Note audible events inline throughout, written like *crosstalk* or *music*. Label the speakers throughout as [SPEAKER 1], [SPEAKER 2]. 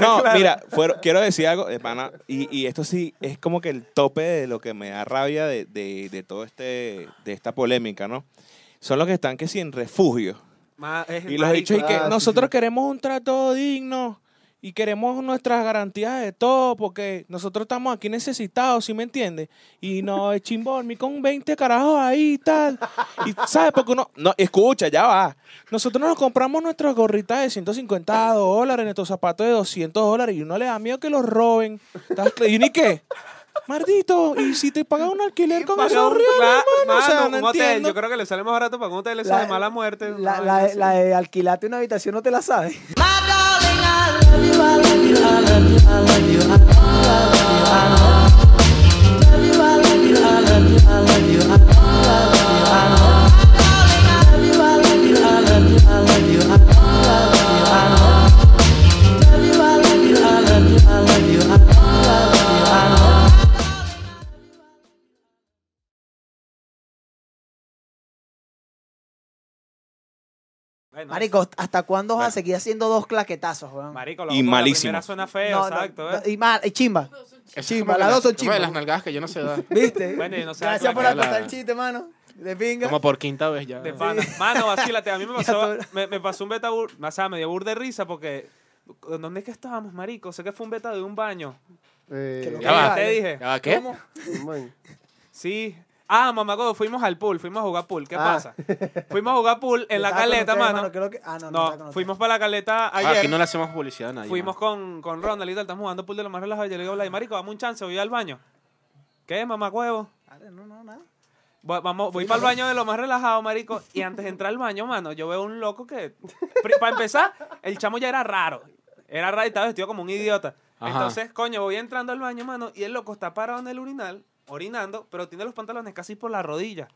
[SPEAKER 1] No, mira, fueron- quiero decir algo, eh, pana, y, y esto sí es como que el tope de lo que me da rabia de, de, de todo este, de esta polémica, ¿no? Son los que están que sí en refugio.
[SPEAKER 2] Ma- *laughs* es
[SPEAKER 1] Y los
[SPEAKER 2] marico.
[SPEAKER 1] dichos y que
[SPEAKER 3] ah, sí,
[SPEAKER 1] nosotros
[SPEAKER 3] sí.
[SPEAKER 1] queremos un trato digno y queremos nuestras garantías de todo porque nosotros estamos aquí necesitados, ¿sí me entiendes? Y no, es chimbón, mi con 20 carajos ahí y tal. Y sabes, porque uno, no, escucha, ya va. Nosotros nos compramos nuestras gorritas de 150 dólares, nuestros zapatos de 200 dólares y uno le da miedo que los roben. ¿Estás cre- ¿Y ni qué? Mardito, ¿y si te pagan un alquiler con
[SPEAKER 2] Paga
[SPEAKER 1] esos
[SPEAKER 2] un-
[SPEAKER 1] reales,
[SPEAKER 2] Claro,
[SPEAKER 1] hermano? O sea,
[SPEAKER 2] mano,
[SPEAKER 1] no
[SPEAKER 2] un hotel.
[SPEAKER 1] entiendo.
[SPEAKER 2] Yo creo que le sale más barato para un hotel eso de mala muerte. una
[SPEAKER 3] La,
[SPEAKER 2] vaina
[SPEAKER 3] la,
[SPEAKER 2] así.
[SPEAKER 3] la de alquilarte una habitación no te la sabes.
[SPEAKER 2] Bueno,
[SPEAKER 3] *laughs* Marico, ¿hasta cuándo vas a seguir haciendo dos claquetazos, weón?
[SPEAKER 2] marico, loco,
[SPEAKER 1] Y
[SPEAKER 2] la
[SPEAKER 1] malísimo.
[SPEAKER 2] primera suena feo,
[SPEAKER 3] No, no,
[SPEAKER 2] exacto.
[SPEAKER 3] no,
[SPEAKER 2] ¿eh?
[SPEAKER 3] y, mal, y chimba.
[SPEAKER 4] Eso es
[SPEAKER 3] Chimba,
[SPEAKER 4] como
[SPEAKER 3] las
[SPEAKER 4] la-
[SPEAKER 3] dos son
[SPEAKER 4] como de
[SPEAKER 3] chimbas.
[SPEAKER 4] Las nalgas que yo no sé dar.
[SPEAKER 3] ¿Viste?
[SPEAKER 2] Bueno, y no se da
[SPEAKER 3] Gracias por
[SPEAKER 2] cuenta.
[SPEAKER 3] aportar el chiste, mano. De pinga.
[SPEAKER 4] *laughs* Como por quinta vez ya. Ah,
[SPEAKER 2] De pana. Mano, vacílate. A mí me pasó,
[SPEAKER 3] *laughs* Ya tú-
[SPEAKER 2] me, me pasó un beta, bur, o sea, me dio bur de risa porque... ¿Dónde es que estábamos, marico? Sé que fue un beta de un baño.
[SPEAKER 3] Que lo
[SPEAKER 4] Ya va.
[SPEAKER 3] regale.
[SPEAKER 2] Te dije.
[SPEAKER 4] Ya va, ¿Qué?
[SPEAKER 3] ¿Cómo?
[SPEAKER 5] Eh, Bueno,
[SPEAKER 2] Sí. Ah, mamá, fuimos al pool, fuimos a jugar pool. ¿Qué
[SPEAKER 3] Ah.
[SPEAKER 2] pasa? Fuimos a jugar pool en la
[SPEAKER 3] Estaba con
[SPEAKER 2] caleta,
[SPEAKER 3] ustedes,
[SPEAKER 2] mano.
[SPEAKER 3] creo que- Ah, no, no, estaba con
[SPEAKER 2] No, fuimos para la caleta
[SPEAKER 4] Ah,
[SPEAKER 2] ayer.
[SPEAKER 4] aquí no le hacemos publicidad a nadie.
[SPEAKER 2] Fuimos
[SPEAKER 4] ¿no?
[SPEAKER 2] con, con Ronald y tal, estamos jugando pool de los más relajados. Yo le digo, a Vlad, marico, dame un chance, voy al baño. ¿Qué, mamá huevo?
[SPEAKER 3] ustedes. Ah, No, no, nada.
[SPEAKER 2] Va- Vamos, voy para el baño de lo más relajado, marico. Y antes de entrar al baño, mano, yo veo un loco que. Para empezar, el chamo ya era raro. Era raro y estaba vestido como un idiota.
[SPEAKER 4] Ajá.
[SPEAKER 2] Entonces, coño, voy entrando al baño, mano, y el loco está parado en el urinal, orinando, pero tiene los pantalones casi por la rodilla.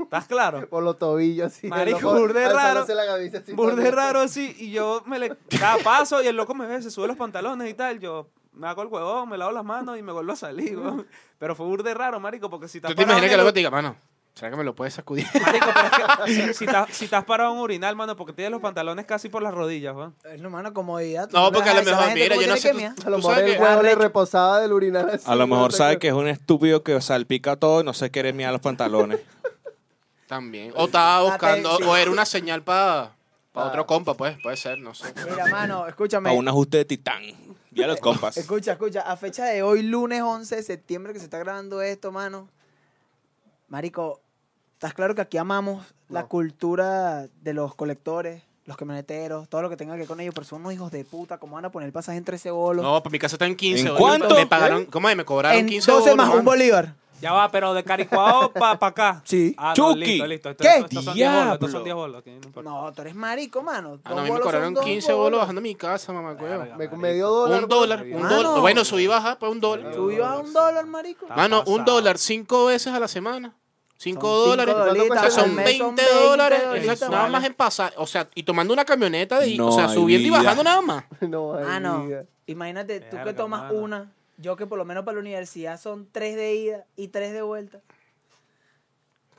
[SPEAKER 2] ¿Estás claro?
[SPEAKER 5] por los tobillos así.
[SPEAKER 2] Marico,
[SPEAKER 5] el loco
[SPEAKER 2] burde raro.
[SPEAKER 5] alzándose la cabeza así,
[SPEAKER 2] Burde
[SPEAKER 5] todo.
[SPEAKER 2] raro así, y yo me le da paso y el loco me ve, se sube los pantalones y tal. Yo me hago el huevón, me lavo las manos y me vuelvo a salir, weón. Pero fue burde raro, marico, porque si está
[SPEAKER 4] ¿Tú te
[SPEAKER 2] parado
[SPEAKER 4] imaginas
[SPEAKER 2] en
[SPEAKER 4] que
[SPEAKER 2] el
[SPEAKER 4] luego te diga, mano, ¿será que me lo puedes
[SPEAKER 2] *laughs*
[SPEAKER 4] sacudir? *laughs*
[SPEAKER 2] Marico, pero es que si, estás, si estás parado en un urinal, mano, porque tienes los pantalones casi por las rodillas, weón.
[SPEAKER 3] Eh, No, mano, comodidad. tú
[SPEAKER 4] No,
[SPEAKER 3] le
[SPEAKER 4] porque a
[SPEAKER 3] das
[SPEAKER 4] lo
[SPEAKER 3] esa
[SPEAKER 4] mejor,
[SPEAKER 3] gente
[SPEAKER 4] mira,
[SPEAKER 3] como
[SPEAKER 4] yo no
[SPEAKER 3] tiene
[SPEAKER 4] sé.
[SPEAKER 3] que mía.
[SPEAKER 4] tú-
[SPEAKER 5] A lo
[SPEAKER 4] tú
[SPEAKER 5] mejor
[SPEAKER 4] sabes
[SPEAKER 5] el
[SPEAKER 4] que-
[SPEAKER 5] huevo le
[SPEAKER 3] Arrecho.
[SPEAKER 5] reposaba del urinal así.
[SPEAKER 1] A lo mejor
[SPEAKER 5] no sé
[SPEAKER 1] sabe
[SPEAKER 5] qué.
[SPEAKER 1] que es un estúpido que salpica todo y no se quiere mirar los pantalones.
[SPEAKER 4] También. O estaba
[SPEAKER 3] La
[SPEAKER 4] buscando,
[SPEAKER 3] tensión.
[SPEAKER 4] o era una señal para otro compa, pues, puede ser, no sé.
[SPEAKER 3] Mira, mano, escúchame.
[SPEAKER 1] a un ajuste de titán. Ya los compas.
[SPEAKER 3] Escucha, escucha. A fecha de hoy, lunes 11 de septiembre, que se está grabando esto, mano. Marico, estás claro que aquí amamos la
[SPEAKER 5] No.
[SPEAKER 3] cultura de los colectores, los camioneteros, todo lo que tenga que ver con ellos, pero son unos hijos de puta. ¿Cómo van a poner el pasaje en 13 bolos?
[SPEAKER 4] No, pues mi casa está en 15.
[SPEAKER 1] ¿En
[SPEAKER 4] boludo.
[SPEAKER 1] cuánto?
[SPEAKER 4] Me pagaron, ¿cómo es? Me cobraron
[SPEAKER 3] en
[SPEAKER 4] 15
[SPEAKER 3] 12 más
[SPEAKER 4] bolos,
[SPEAKER 3] un
[SPEAKER 4] mano.
[SPEAKER 3] bolívar.
[SPEAKER 2] Ya va, pero de Caricuao para acá.
[SPEAKER 3] Sí.
[SPEAKER 2] Ah, no,
[SPEAKER 1] Chucky.
[SPEAKER 2] listo, listo. Esto-
[SPEAKER 3] ¿Qué?
[SPEAKER 2] esto- Estos son 10 bolos, estos
[SPEAKER 1] Diablo.
[SPEAKER 2] son 10 bolos. aquí, no importa.
[SPEAKER 3] No, tú eres marico, mano. Dos
[SPEAKER 4] Ah, no, a mí me
[SPEAKER 3] bolos son
[SPEAKER 4] cobraron
[SPEAKER 3] dos
[SPEAKER 4] 15
[SPEAKER 3] bolos. pues.
[SPEAKER 4] bolos bajando a mi casa, mamá, huevo.
[SPEAKER 5] Me, me dio dólar.
[SPEAKER 4] Un dólar,
[SPEAKER 5] por-
[SPEAKER 4] un
[SPEAKER 3] Mano.
[SPEAKER 4] dólar. Bueno, subí baja, pues un dólar.
[SPEAKER 3] Tú ibas a un dólar, marico.
[SPEAKER 2] Está
[SPEAKER 4] Mano, un
[SPEAKER 2] pasado.
[SPEAKER 4] dólar cinco veces a la semana.
[SPEAKER 3] Son
[SPEAKER 4] Cinco
[SPEAKER 3] cinco
[SPEAKER 4] dólares.
[SPEAKER 5] ¿Cuánto
[SPEAKER 3] dolitas,
[SPEAKER 4] O sea,
[SPEAKER 5] cuesta?
[SPEAKER 4] son
[SPEAKER 3] al mes
[SPEAKER 4] 20, dólares.
[SPEAKER 3] dólares, eh,
[SPEAKER 4] exacto,
[SPEAKER 3] vale.
[SPEAKER 4] nada más en pasar. O sea, y tomando una camioneta, y,
[SPEAKER 1] No
[SPEAKER 4] o sea,
[SPEAKER 1] hay
[SPEAKER 4] subiendo
[SPEAKER 1] vida.
[SPEAKER 4] y bajando nada más.
[SPEAKER 5] *laughs* No, ay,
[SPEAKER 3] Ah, no.
[SPEAKER 5] vida.
[SPEAKER 3] Imagínate, tú que
[SPEAKER 2] Verga,
[SPEAKER 3] tomas
[SPEAKER 2] mano.
[SPEAKER 3] una, yo que por lo menos para la universidad son tres de ida y tres de vuelta.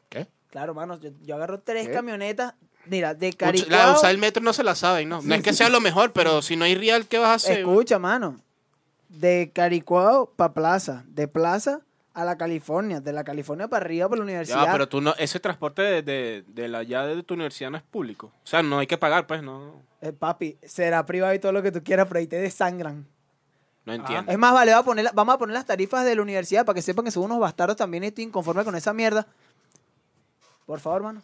[SPEAKER 4] ¿Qué?
[SPEAKER 3] Claro, mano, yo, yo agarro tres
[SPEAKER 5] ¿Qué?
[SPEAKER 3] camionetas. Mira, de
[SPEAKER 4] Mucho- La de
[SPEAKER 3] Caricuao.
[SPEAKER 4] usar el metro no se la saben, ¿no? No es que sea lo mejor, pero si no hay real, ¿qué vas a hacer?
[SPEAKER 3] Escucha, mano. De Caricuao para Plaza. De Plaza a la California. De la California para arriba para la universidad.
[SPEAKER 4] Ya, pero tú no, ese transporte de, de, de la ya de tu universidad no es público. O sea, no hay que pagar, pues, no,
[SPEAKER 3] Eh, papi, será privado y todo lo que tú quieras, pero ahí te desangran.
[SPEAKER 4] no entiendo.
[SPEAKER 3] Es más, vale, vamos a, poner, la- vamos a poner las tarifas de la universidad para que sepan que son unos bastardos también y estoy inconforme con esa mierda. Por
[SPEAKER 2] *laughs*
[SPEAKER 3] favor, mano.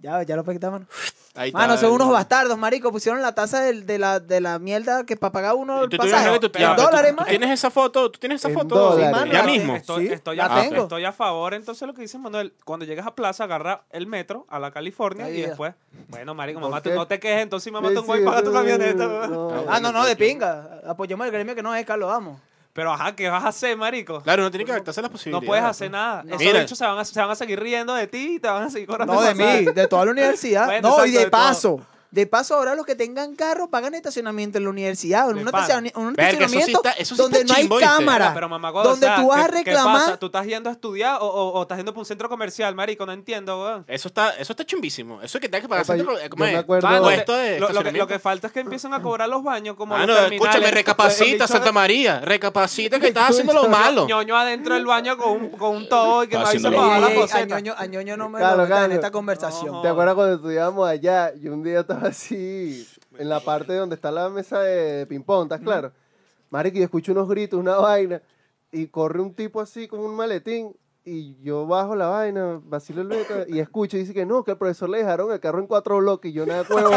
[SPEAKER 3] ya, ya lo pegué, mano.
[SPEAKER 4] Ahí está
[SPEAKER 3] Mano, son
[SPEAKER 4] el-
[SPEAKER 3] unos bastardos, marico. Pusieron la tasa del- de, la, de la mierda que para pagar uno
[SPEAKER 4] ¿Tú,
[SPEAKER 3] el
[SPEAKER 4] tú imaginas
[SPEAKER 3] pasaje.
[SPEAKER 4] que tú-
[SPEAKER 3] en
[SPEAKER 4] ya, tú-
[SPEAKER 3] dólares,
[SPEAKER 4] tú
[SPEAKER 3] mano.
[SPEAKER 4] tienes esa foto? ¿Tú tienes esa
[SPEAKER 5] En
[SPEAKER 4] foto?
[SPEAKER 5] dólares.
[SPEAKER 3] Sí, mano,
[SPEAKER 4] ya
[SPEAKER 3] la-
[SPEAKER 4] mismo.
[SPEAKER 2] Estoy,
[SPEAKER 3] Sí,
[SPEAKER 2] estoy,
[SPEAKER 3] la
[SPEAKER 2] a,
[SPEAKER 3] tengo.
[SPEAKER 2] estoy a favor, entonces lo que dice Manuel, cuando llegas a Plaza, agarra el metro a la California
[SPEAKER 3] Ahí
[SPEAKER 2] y
[SPEAKER 3] ya.
[SPEAKER 2] después, bueno, marico,
[SPEAKER 5] ¿Por
[SPEAKER 2] mamá, tú
[SPEAKER 5] qué?
[SPEAKER 2] no te quejes, entonces mamá,
[SPEAKER 5] Sí,
[SPEAKER 2] te un guay
[SPEAKER 5] sí,
[SPEAKER 2] para tu
[SPEAKER 5] no,
[SPEAKER 2] camioneta.
[SPEAKER 5] no,
[SPEAKER 2] weón.
[SPEAKER 5] no.
[SPEAKER 3] Ah, no, no, de pinga. Apoyemos el gremio que no es, Carlos, vamos.
[SPEAKER 2] *laughs* Pero ajá, ¿qué vas a hacer, marico?
[SPEAKER 4] Claro, no tiene que adaptarse a las
[SPEAKER 2] No
[SPEAKER 4] posibilidades.
[SPEAKER 2] puedes hacer nada.
[SPEAKER 4] No.
[SPEAKER 2] Esos
[SPEAKER 4] Mira.
[SPEAKER 2] bichos se van, a, se van a seguir riendo de ti y te van a seguir cobrando.
[SPEAKER 3] No, de
[SPEAKER 2] pasajes.
[SPEAKER 3] mí, de toda la universidad.
[SPEAKER 2] Bueno,
[SPEAKER 3] no, y
[SPEAKER 2] exacto,
[SPEAKER 3] de
[SPEAKER 2] de todo.
[SPEAKER 3] paso. De paso, ahora los que tengan carro pagan estacionamiento en la universidad. En
[SPEAKER 2] De
[SPEAKER 3] un,
[SPEAKER 2] pana.
[SPEAKER 3] estacion- en un
[SPEAKER 4] Verga, eso sí
[SPEAKER 3] estacionamiento
[SPEAKER 4] está- eso sí
[SPEAKER 3] donde
[SPEAKER 4] está
[SPEAKER 3] no hay
[SPEAKER 4] chimbo, ¿viste?
[SPEAKER 3] cámara.
[SPEAKER 2] Ah, Pero mamá,
[SPEAKER 3] donde tú vas a reclamar.
[SPEAKER 2] ¿Tú estás yendo a estudiar o, o- o estás yendo por un centro comercial, marico? No entiendo, weón.
[SPEAKER 4] Eso está, eso está chumbísimo. Eso que tengas que pagar.
[SPEAKER 5] Papá,
[SPEAKER 4] ciento-
[SPEAKER 5] yo-
[SPEAKER 4] ¿cómo
[SPEAKER 5] yo
[SPEAKER 4] es?
[SPEAKER 5] me acuerdo-
[SPEAKER 2] Mano,
[SPEAKER 5] Perdón.
[SPEAKER 4] Impuesto
[SPEAKER 2] te- lo,
[SPEAKER 4] de
[SPEAKER 2] lo que, lo
[SPEAKER 4] estacionamiento.
[SPEAKER 2] que falta es que empiecen a cobrar los baños como
[SPEAKER 4] Mano,
[SPEAKER 2] los terminales.
[SPEAKER 3] Pues,
[SPEAKER 4] escúchame, recapacita,
[SPEAKER 2] Los bichos
[SPEAKER 4] Santa
[SPEAKER 2] de-
[SPEAKER 4] María.
[SPEAKER 3] *laughs*
[SPEAKER 4] Recapacita que estás haciendo lo
[SPEAKER 5] Escucha,
[SPEAKER 4] malo.
[SPEAKER 2] Ñoño adentro del baño con un, con un todo y que
[SPEAKER 6] Está
[SPEAKER 2] no avisa
[SPEAKER 6] haciendo
[SPEAKER 2] para
[SPEAKER 6] lo
[SPEAKER 2] bajar la
[SPEAKER 3] Ey, ey, a
[SPEAKER 2] coseta.
[SPEAKER 3] Ñoño- a Ñoño no me
[SPEAKER 5] Claro,
[SPEAKER 3] lo metan en
[SPEAKER 5] claro.
[SPEAKER 3] esta conversación.
[SPEAKER 2] No,
[SPEAKER 5] ¿Te acuerdas cuando estudiábamos allá? Yo un día estaba así, en la parte donde está la mesa de ping-pong, ¿estás claro? Marico, yo escucho unos gritos, una vaina, y corre un tipo así con un maletín, y yo bajo la vaina, vacilo el beta, y escucho, y dice que no, que al profesor le dejaron el carro en cuatro bloques, y yo nada, huevo,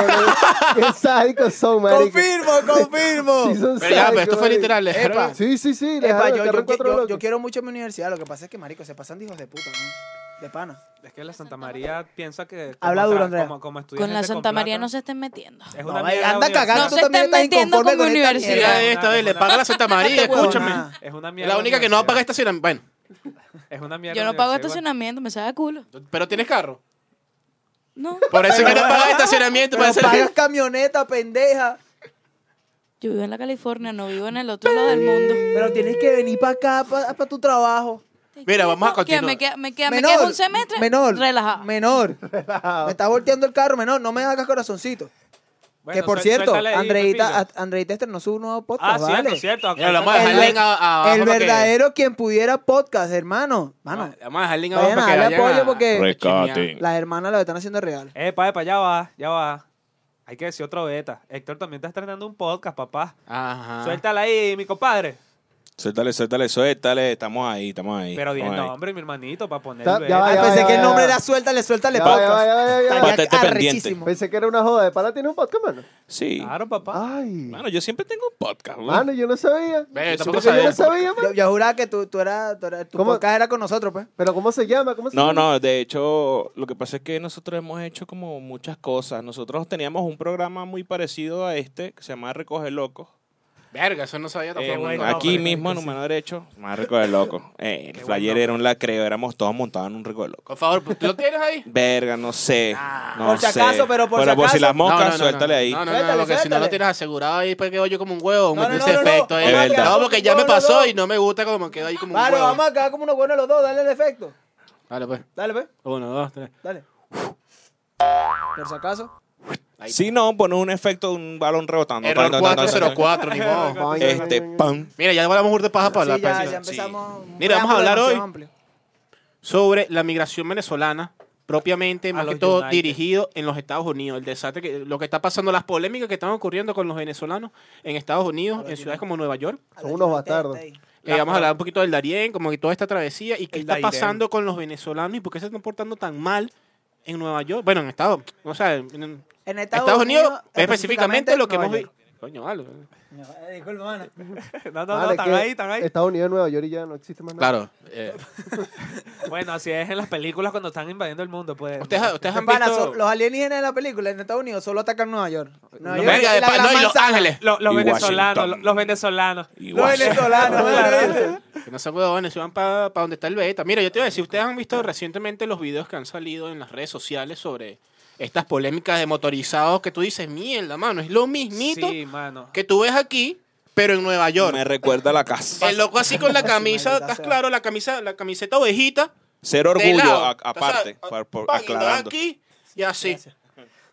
[SPEAKER 5] qué sádicos son, marico.
[SPEAKER 3] Confirmo, confirmo.
[SPEAKER 5] *laughs* Sí,
[SPEAKER 4] Pero ya,
[SPEAKER 5] son
[SPEAKER 4] pero
[SPEAKER 5] sádicos,
[SPEAKER 4] esto fue
[SPEAKER 5] marico.
[SPEAKER 4] literal. le dejaron-
[SPEAKER 3] Epa.
[SPEAKER 5] Sí, sí, sí, le
[SPEAKER 3] Epa,
[SPEAKER 5] dejaron el
[SPEAKER 3] yo,
[SPEAKER 5] carro
[SPEAKER 3] yo
[SPEAKER 5] en cuatro
[SPEAKER 3] yo- yo
[SPEAKER 5] bloques.
[SPEAKER 3] quiero mucho mi universidad. Lo que pasa es que, marico, se pasan de hijos de puta, ¿no? De pana.
[SPEAKER 2] Es que la Santa María piensa que.
[SPEAKER 3] Habla
[SPEAKER 2] como
[SPEAKER 3] duro,
[SPEAKER 2] tra-
[SPEAKER 3] Andrea.
[SPEAKER 2] Como, como estudia
[SPEAKER 7] Con la
[SPEAKER 2] gente
[SPEAKER 7] Santa María
[SPEAKER 2] plata,
[SPEAKER 7] no se estén metiendo.
[SPEAKER 2] Es
[SPEAKER 3] No,
[SPEAKER 2] una mierda
[SPEAKER 3] vaya, anda
[SPEAKER 2] de universidad.
[SPEAKER 3] cagando,
[SPEAKER 7] No
[SPEAKER 3] tú
[SPEAKER 7] se
[SPEAKER 3] también
[SPEAKER 7] estén
[SPEAKER 3] estás
[SPEAKER 7] metiendo
[SPEAKER 3] inconforme
[SPEAKER 7] con
[SPEAKER 3] con
[SPEAKER 7] mi
[SPEAKER 3] esta
[SPEAKER 7] universidad.
[SPEAKER 4] Mira,
[SPEAKER 3] mierda.
[SPEAKER 4] esta vez le paga la Santa María,
[SPEAKER 3] Esta huevonada.
[SPEAKER 4] escúchame.
[SPEAKER 2] Es una mierda.
[SPEAKER 4] La única que no va a pagar estacionamiento. Bueno,
[SPEAKER 2] Es una mierda.
[SPEAKER 7] Yo no pago
[SPEAKER 2] universidad,
[SPEAKER 7] estacionamiento, me sabe a culo.
[SPEAKER 4] pero tienes carro.
[SPEAKER 2] *laughs*
[SPEAKER 7] No,
[SPEAKER 4] Por eso que no pagas estacionamiento.
[SPEAKER 3] Pero
[SPEAKER 4] Para hacer...
[SPEAKER 3] pagas camioneta, pendeja.
[SPEAKER 7] yo vivo en la California, no vivo en el otro lado del mundo.
[SPEAKER 3] Pero tienes que venir para acá, para tu trabajo.
[SPEAKER 4] Mira, vamos a
[SPEAKER 7] Que
[SPEAKER 4] continuar.
[SPEAKER 7] me queda, me queda, me queda un semestre
[SPEAKER 3] menor,
[SPEAKER 7] relajado.
[SPEAKER 3] Menor. Me está volteando el carro, menor. No me hagas corazoncito.
[SPEAKER 2] weón. Bueno,
[SPEAKER 3] que por
[SPEAKER 2] suel-
[SPEAKER 3] cierto,
[SPEAKER 2] suéltale ahí,
[SPEAKER 3] Andreita,
[SPEAKER 2] Pepillo.
[SPEAKER 3] a- Andreita estrenó su nuevo
[SPEAKER 2] Ah,
[SPEAKER 3] podcast,
[SPEAKER 2] cierto,
[SPEAKER 3] ¿vale?
[SPEAKER 2] cierto.
[SPEAKER 4] Mira, lo vamos a
[SPEAKER 3] El
[SPEAKER 4] dejar
[SPEAKER 3] ver-
[SPEAKER 4] link a- a- abajo
[SPEAKER 3] el
[SPEAKER 4] para que- Ah,
[SPEAKER 3] verdadero quien pudiera podcast, hermano. Mano,
[SPEAKER 4] Vamos a dejar el link abajo
[SPEAKER 3] vayan a
[SPEAKER 4] para que
[SPEAKER 3] darle
[SPEAKER 4] vayan
[SPEAKER 3] apoyo
[SPEAKER 4] a-
[SPEAKER 3] porque
[SPEAKER 4] Rescate.
[SPEAKER 3] las hermanas lo están haciendo real.
[SPEAKER 2] Epa, epa, eh, ya va, ya va. Hay que decir otro beta. Héctor también está estrenando un podcast, papá.
[SPEAKER 4] Ajá.
[SPEAKER 2] Suéltala ahí, mi compadre.
[SPEAKER 6] Suéltale, suéltale, suéltale. Estamos ahí, estamos ahí.
[SPEAKER 2] Pero bien,
[SPEAKER 6] estamos ahí.
[SPEAKER 2] hombre, mi hermanito, para poner
[SPEAKER 5] Ya-
[SPEAKER 2] el
[SPEAKER 5] ya
[SPEAKER 2] beta.
[SPEAKER 5] va,
[SPEAKER 3] Ah,
[SPEAKER 5] ya
[SPEAKER 3] pensé que el nombre
[SPEAKER 5] ya.
[SPEAKER 3] era Suéltale, Suéltale
[SPEAKER 5] Ya,
[SPEAKER 3] Podcast.
[SPEAKER 5] ya, ya, ya, ya.
[SPEAKER 3] Estaría
[SPEAKER 6] Patente pendiente.
[SPEAKER 3] arrechísimo.
[SPEAKER 5] Pensé que era una joda, de para tiene un podcast, mano.
[SPEAKER 6] Sí.
[SPEAKER 2] Claro,
[SPEAKER 3] Ah,
[SPEAKER 2] papá.
[SPEAKER 5] Ay,
[SPEAKER 6] Mano, yo siempre tengo un podcast, ¿no?
[SPEAKER 5] mano, yo no sabía.
[SPEAKER 4] Ve,
[SPEAKER 5] Yo
[SPEAKER 4] tampoco
[SPEAKER 5] Yo
[SPEAKER 4] sabía.
[SPEAKER 5] no sabía, mano.
[SPEAKER 3] Yo, yo juraba que tú, tú eras, tú eras- tu
[SPEAKER 5] ¿Cómo?
[SPEAKER 3] podcast era con nosotros, pues.
[SPEAKER 5] Pero ¿cómo se llama? ¿Cómo se
[SPEAKER 6] No,
[SPEAKER 5] llama?
[SPEAKER 6] no, de hecho, lo que pasa es que nosotros hemos hecho como muchas cosas. Nosotros teníamos un programa muy parecido a este, que se llama Recoge Locos.
[SPEAKER 4] Verga, eso no sabía
[SPEAKER 6] Eh,
[SPEAKER 4] tampoco.
[SPEAKER 2] bueno,
[SPEAKER 4] No,
[SPEAKER 6] aquí
[SPEAKER 2] marico,
[SPEAKER 6] mismo en
[SPEAKER 2] sí.
[SPEAKER 6] Humano Derecho, más Recoge Locos. Eh, el flyer era un lacreo, éramos todos montados en un Recoge Locos.
[SPEAKER 4] Por favor, pues, ¿tú lo
[SPEAKER 6] *laughs*
[SPEAKER 4] tienes ahí?
[SPEAKER 6] Verga, no sé. no
[SPEAKER 3] Por si
[SPEAKER 6] sé.
[SPEAKER 3] acaso, pero por si
[SPEAKER 6] si
[SPEAKER 3] acaso-
[SPEAKER 6] las moscas, suéltale
[SPEAKER 4] no.
[SPEAKER 6] ahí.
[SPEAKER 4] No, no, no,
[SPEAKER 3] Suéltale,
[SPEAKER 4] porque si no
[SPEAKER 3] suéltale.
[SPEAKER 4] lo tienes asegurado ahí, pues quedo yo como un huevo.
[SPEAKER 3] No,
[SPEAKER 4] Me
[SPEAKER 3] no,
[SPEAKER 4] gusta
[SPEAKER 3] no,
[SPEAKER 4] ese
[SPEAKER 3] no,
[SPEAKER 4] efecto.
[SPEAKER 3] no,
[SPEAKER 4] eh.
[SPEAKER 6] no, no,
[SPEAKER 4] No,
[SPEAKER 3] no,
[SPEAKER 4] porque ya
[SPEAKER 3] no,
[SPEAKER 4] me
[SPEAKER 3] no,
[SPEAKER 4] pasó
[SPEAKER 3] no.
[SPEAKER 4] y no me gusta como quedo ahí como un
[SPEAKER 3] Vale,
[SPEAKER 4] huevo.
[SPEAKER 3] vamos a quedar como unos buenos los dos, dale el efecto.
[SPEAKER 4] Dale, pues.
[SPEAKER 3] Dale, pues,
[SPEAKER 4] Uno, dos, tres.
[SPEAKER 3] dale. Por si acaso.
[SPEAKER 4] Ahí
[SPEAKER 6] Si no, pones un efecto de un balón rebotando.
[SPEAKER 4] Error
[SPEAKER 6] Tan, tan, tan, tan, tan,
[SPEAKER 4] 404, ni modo.
[SPEAKER 5] Coño,
[SPEAKER 6] Este,
[SPEAKER 5] coño, coño.
[SPEAKER 6] pam.
[SPEAKER 4] Mira, ya hablamos burda de paja para
[SPEAKER 3] Sí,
[SPEAKER 4] hablar. para
[SPEAKER 3] ya,
[SPEAKER 4] decir-
[SPEAKER 3] ya
[SPEAKER 4] pues, sí.
[SPEAKER 3] empezamos. un
[SPEAKER 4] Mira, vamos a
[SPEAKER 3] preámbulo
[SPEAKER 4] hablar hoy
[SPEAKER 3] demasiado amplio.
[SPEAKER 4] sobre la migración venezolana, propiamente,
[SPEAKER 2] A
[SPEAKER 4] más que
[SPEAKER 2] los
[SPEAKER 4] todo
[SPEAKER 2] United.
[SPEAKER 4] dirigido en los Estados Unidos. El desastre, que, lo que está pasando, las polémicas que están ocurriendo con los venezolanos en Estados Unidos, en ciudades como Nueva York.
[SPEAKER 3] A
[SPEAKER 5] Son
[SPEAKER 3] la
[SPEAKER 5] unos
[SPEAKER 3] United
[SPEAKER 5] bastardos.
[SPEAKER 3] States.
[SPEAKER 4] Eh, vamos a hablar un poquito del Darién, como que toda esta travesía y qué
[SPEAKER 2] El
[SPEAKER 4] está
[SPEAKER 2] Darién.
[SPEAKER 4] pasando con los venezolanos y por qué se están portando tan mal en Nueva York. Bueno, en Estados, o sea, en, en
[SPEAKER 3] En
[SPEAKER 4] Estados, Unidos, específicamente lo que hemos visto. Coño, vale.
[SPEAKER 3] visto. eh, Disculpa, mano.
[SPEAKER 2] *laughs* No, no, no,
[SPEAKER 5] Vale,
[SPEAKER 2] están
[SPEAKER 5] que
[SPEAKER 2] ahí, están ahí.
[SPEAKER 5] Estados Unidos, Nueva York y ya no existe más nada.
[SPEAKER 4] Claro. eh,
[SPEAKER 2] Bueno, así es en las películas cuando están invadiendo el mundo, pues.
[SPEAKER 4] ustedes, ustedes han
[SPEAKER 3] Pana,
[SPEAKER 4] visto.
[SPEAKER 3] so- los alienígenas de la película en Estados Unidos solo atacan Nueva York. Nueva York
[SPEAKER 4] Verga,
[SPEAKER 3] y
[SPEAKER 4] de
[SPEAKER 3] la
[SPEAKER 4] pa-
[SPEAKER 3] Gran
[SPEAKER 4] no, eh, y Los
[SPEAKER 3] Manzana.
[SPEAKER 4] Ángeles.
[SPEAKER 2] Lo- los
[SPEAKER 6] Y
[SPEAKER 2] venezolanos,
[SPEAKER 6] Washington.
[SPEAKER 2] lo- los venezolanos.
[SPEAKER 6] Y
[SPEAKER 3] Los
[SPEAKER 6] guau.
[SPEAKER 4] *laughs*
[SPEAKER 3] venezolanos. ¿verdad?
[SPEAKER 4] Que no son huevones, se van para donde está el beta. Mira, yo te voy a decir, ustedes han visto recientemente los videos que han salido en las redes sociales sobre estas polémicas de motorizados que tú dices, mierda, mano, es lo mismito
[SPEAKER 2] Sí, mano.
[SPEAKER 4] que tú ves aquí, pero en Nueva York.
[SPEAKER 6] Me recuerda a la casa.
[SPEAKER 4] El loco así *laughs* con la camisa,
[SPEAKER 3] maldita
[SPEAKER 4] estás
[SPEAKER 3] sea.
[SPEAKER 4] claro, la camisa, la camiseta ovejita.
[SPEAKER 6] Ser
[SPEAKER 4] de
[SPEAKER 6] orgullo,
[SPEAKER 4] lado,
[SPEAKER 6] a-
[SPEAKER 4] estás
[SPEAKER 6] aparte,
[SPEAKER 4] a-
[SPEAKER 6] por- por-
[SPEAKER 4] pa, y
[SPEAKER 6] aclarando.
[SPEAKER 4] aquí y así.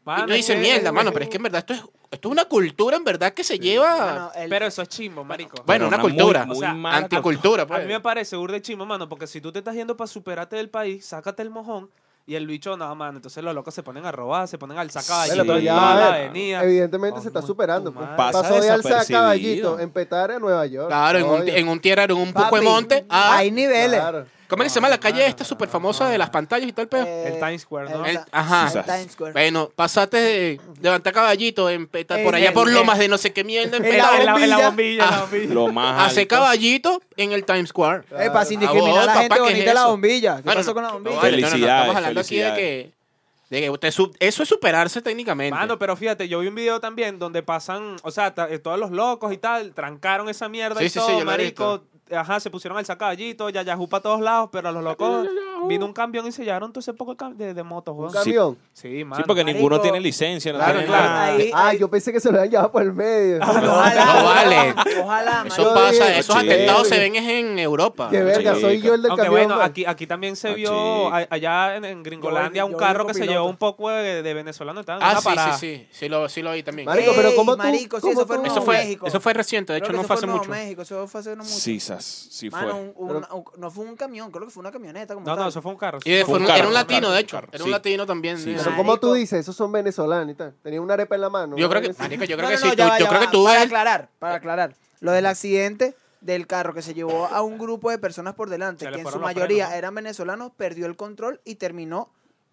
[SPEAKER 2] Mano,
[SPEAKER 4] y tú dices,
[SPEAKER 2] es-
[SPEAKER 4] mierda, mano, pero es que en verdad esto es, esto es una cultura en verdad que se lleva...
[SPEAKER 3] No, no, el-
[SPEAKER 2] Pero eso es chimbo, marico.
[SPEAKER 4] bueno,
[SPEAKER 6] Pero
[SPEAKER 4] una,
[SPEAKER 6] una muy-
[SPEAKER 4] cultura,
[SPEAKER 6] muy
[SPEAKER 4] o sea,
[SPEAKER 6] mala
[SPEAKER 4] anticultura.
[SPEAKER 2] A mí
[SPEAKER 4] Pues.
[SPEAKER 2] me parece burde chimbo, mano, porque si tú te estás yendo para superarte del país, sácate el mojón y el bicho, nada, mano. Entonces los locos se ponen a robar, se ponen a alzar caballito
[SPEAKER 6] Bueno, pero
[SPEAKER 2] en
[SPEAKER 6] ya,
[SPEAKER 2] toda la
[SPEAKER 6] a ver,
[SPEAKER 2] avenida.
[SPEAKER 5] Evidentemente
[SPEAKER 2] Oh,
[SPEAKER 5] se está
[SPEAKER 2] no,
[SPEAKER 5] superando.
[SPEAKER 2] tu
[SPEAKER 5] pues.
[SPEAKER 2] madre.
[SPEAKER 6] Pasa
[SPEAKER 5] Pasó de alza a
[SPEAKER 6] desapercibido.
[SPEAKER 5] caballito, empetar a Nueva York.
[SPEAKER 4] Claro, en un,
[SPEAKER 5] Obvio.
[SPEAKER 4] en un tierra, en un
[SPEAKER 3] Papi,
[SPEAKER 4] poco de monte. ah,
[SPEAKER 3] Hay niveles.
[SPEAKER 5] Claro.
[SPEAKER 4] ¿Cómo es que se llama la calle esta súper famosa de las pantallas y tal pedo?
[SPEAKER 2] El
[SPEAKER 3] Eh,
[SPEAKER 2] Times Square, ¿no?
[SPEAKER 3] el-
[SPEAKER 4] El- ajá.
[SPEAKER 3] el Times Square.
[SPEAKER 4] Bueno, pasaste de levantar caballito en peta-
[SPEAKER 3] Eh,
[SPEAKER 4] por allá
[SPEAKER 3] eh,
[SPEAKER 4] por
[SPEAKER 3] eh.
[SPEAKER 4] lomas de no sé qué mierda. en
[SPEAKER 3] Eh,
[SPEAKER 2] En la-
[SPEAKER 4] peta-
[SPEAKER 2] en la
[SPEAKER 3] bombilla.
[SPEAKER 2] bombilla, en la
[SPEAKER 4] Ah.
[SPEAKER 2] bombilla.
[SPEAKER 6] Lo más
[SPEAKER 4] Hacer
[SPEAKER 6] alto.
[SPEAKER 4] caballito en el Times Square.
[SPEAKER 3] Epa, sin
[SPEAKER 4] Ah,
[SPEAKER 3] discriminar a la
[SPEAKER 4] papá,
[SPEAKER 3] gente
[SPEAKER 4] ¿qué es
[SPEAKER 3] bonita de la
[SPEAKER 4] eso?
[SPEAKER 3] bombilla. ¿Qué
[SPEAKER 4] No, no,
[SPEAKER 3] pasó
[SPEAKER 4] no,
[SPEAKER 3] con la
[SPEAKER 4] no,
[SPEAKER 3] bombilla?
[SPEAKER 4] vale, no, no, no,
[SPEAKER 6] Felicidades,
[SPEAKER 4] Estamos hablando aquí de
[SPEAKER 6] felicidades.
[SPEAKER 4] que, de que usted sub- eso es superarse técnicamente.
[SPEAKER 2] Mano, pero fíjate, yo vi un video también donde pasan, o sea, ta- eh, todos los locos y tal, trancaron esa mierda
[SPEAKER 4] Sí,
[SPEAKER 2] y
[SPEAKER 4] sí,
[SPEAKER 2] todo,
[SPEAKER 4] sí, yo lo he
[SPEAKER 2] marico. Ajá, se pusieron al sacallito, yayajú para todos lados, pero a los locos vino un camión y sellaron todo ese poco de cam- de, de motos,
[SPEAKER 5] Un
[SPEAKER 2] weón. Sí,
[SPEAKER 5] camión.
[SPEAKER 2] sí, mano.
[SPEAKER 6] Sí, porque
[SPEAKER 3] Marico.
[SPEAKER 6] ninguno tiene licencia. No
[SPEAKER 4] Claro,
[SPEAKER 6] tiene
[SPEAKER 4] claro.
[SPEAKER 6] nada.
[SPEAKER 3] Ahí-
[SPEAKER 5] Ah, yo pensé que se lo habían llevado por el medio.
[SPEAKER 2] Ah,
[SPEAKER 3] No,
[SPEAKER 5] *laughs*
[SPEAKER 4] No,
[SPEAKER 3] ojalá,
[SPEAKER 4] no vale.
[SPEAKER 3] Ojalá,
[SPEAKER 4] Eso
[SPEAKER 3] marico.
[SPEAKER 5] Yo
[SPEAKER 4] pasa,
[SPEAKER 5] digo,
[SPEAKER 4] esos
[SPEAKER 6] chico.
[SPEAKER 4] atentados se ven es en
[SPEAKER 5] *laughs*
[SPEAKER 4] Europa.
[SPEAKER 5] Qué verga, soy yo el del
[SPEAKER 2] Aunque
[SPEAKER 5] camión. pues.
[SPEAKER 2] bueno,
[SPEAKER 5] va.
[SPEAKER 2] aquí, aquí también se
[SPEAKER 6] Ah,
[SPEAKER 2] vio,
[SPEAKER 6] chico.
[SPEAKER 2] a- allá en, en Gringolandia,
[SPEAKER 3] Yo voy-
[SPEAKER 2] un
[SPEAKER 3] yo voy
[SPEAKER 2] carro que se
[SPEAKER 3] copiloto.
[SPEAKER 2] llevó un poco de, de venezolanos. estaban en
[SPEAKER 4] Ah,
[SPEAKER 2] una
[SPEAKER 4] sí,
[SPEAKER 2] parada.
[SPEAKER 4] sí, sí, sí lo, sí lo vi también.
[SPEAKER 5] Marico, pero
[SPEAKER 3] Ey,
[SPEAKER 5] ¿cómo tú?
[SPEAKER 3] marico, sí,
[SPEAKER 5] cómo
[SPEAKER 3] eso fue
[SPEAKER 5] tú?
[SPEAKER 3] en
[SPEAKER 4] eso, fue,
[SPEAKER 3] México.
[SPEAKER 4] eso fue reciente, de
[SPEAKER 3] Creo
[SPEAKER 4] hecho
[SPEAKER 3] que
[SPEAKER 4] no
[SPEAKER 3] eso
[SPEAKER 4] fue hace
[SPEAKER 3] Nuevo
[SPEAKER 4] mucho.
[SPEAKER 3] México, eso fue hace no mucho.
[SPEAKER 6] Sí, sas, sí
[SPEAKER 3] Mano,
[SPEAKER 6] fue.
[SPEAKER 3] un- un-
[SPEAKER 5] Pero-
[SPEAKER 3] un- no fue un camión, creo que fue una camioneta como
[SPEAKER 2] No,
[SPEAKER 3] tal.
[SPEAKER 2] no, eso fue un carro.
[SPEAKER 4] Y de-
[SPEAKER 6] Fue un
[SPEAKER 4] fue-
[SPEAKER 6] carro, fue
[SPEAKER 4] era un
[SPEAKER 6] un
[SPEAKER 2] *laughs*
[SPEAKER 4] latino,
[SPEAKER 6] carro,
[SPEAKER 4] de
[SPEAKER 6] un
[SPEAKER 4] hecho.
[SPEAKER 6] carro,
[SPEAKER 4] Era
[SPEAKER 6] sí.
[SPEAKER 4] un latino también.
[SPEAKER 6] Sí,
[SPEAKER 4] eh.
[SPEAKER 5] Pero ¿cómo tú
[SPEAKER 3] Marico.
[SPEAKER 5] dices? Esos son venezolanos y tal. Tenía una arepa en la mano.
[SPEAKER 4] Yo
[SPEAKER 5] una
[SPEAKER 4] creo que,
[SPEAKER 5] vaina así.
[SPEAKER 4] marico, yo
[SPEAKER 3] No,
[SPEAKER 4] creo
[SPEAKER 3] no,
[SPEAKER 4] que sí.
[SPEAKER 3] no,
[SPEAKER 4] Tú-
[SPEAKER 3] ya va,
[SPEAKER 4] Yo
[SPEAKER 3] ya
[SPEAKER 4] creo
[SPEAKER 3] va.
[SPEAKER 4] que tú
[SPEAKER 3] Para
[SPEAKER 4] ves...
[SPEAKER 3] aclarar, para aclarar. Lo del accidente del carro que se llevó a un grupo de personas por delante,
[SPEAKER 2] Se le
[SPEAKER 3] que en su
[SPEAKER 2] fueron los
[SPEAKER 3] mayoría
[SPEAKER 2] frenos, ¿no?
[SPEAKER 3] eran venezolanos, perdió el control y terminó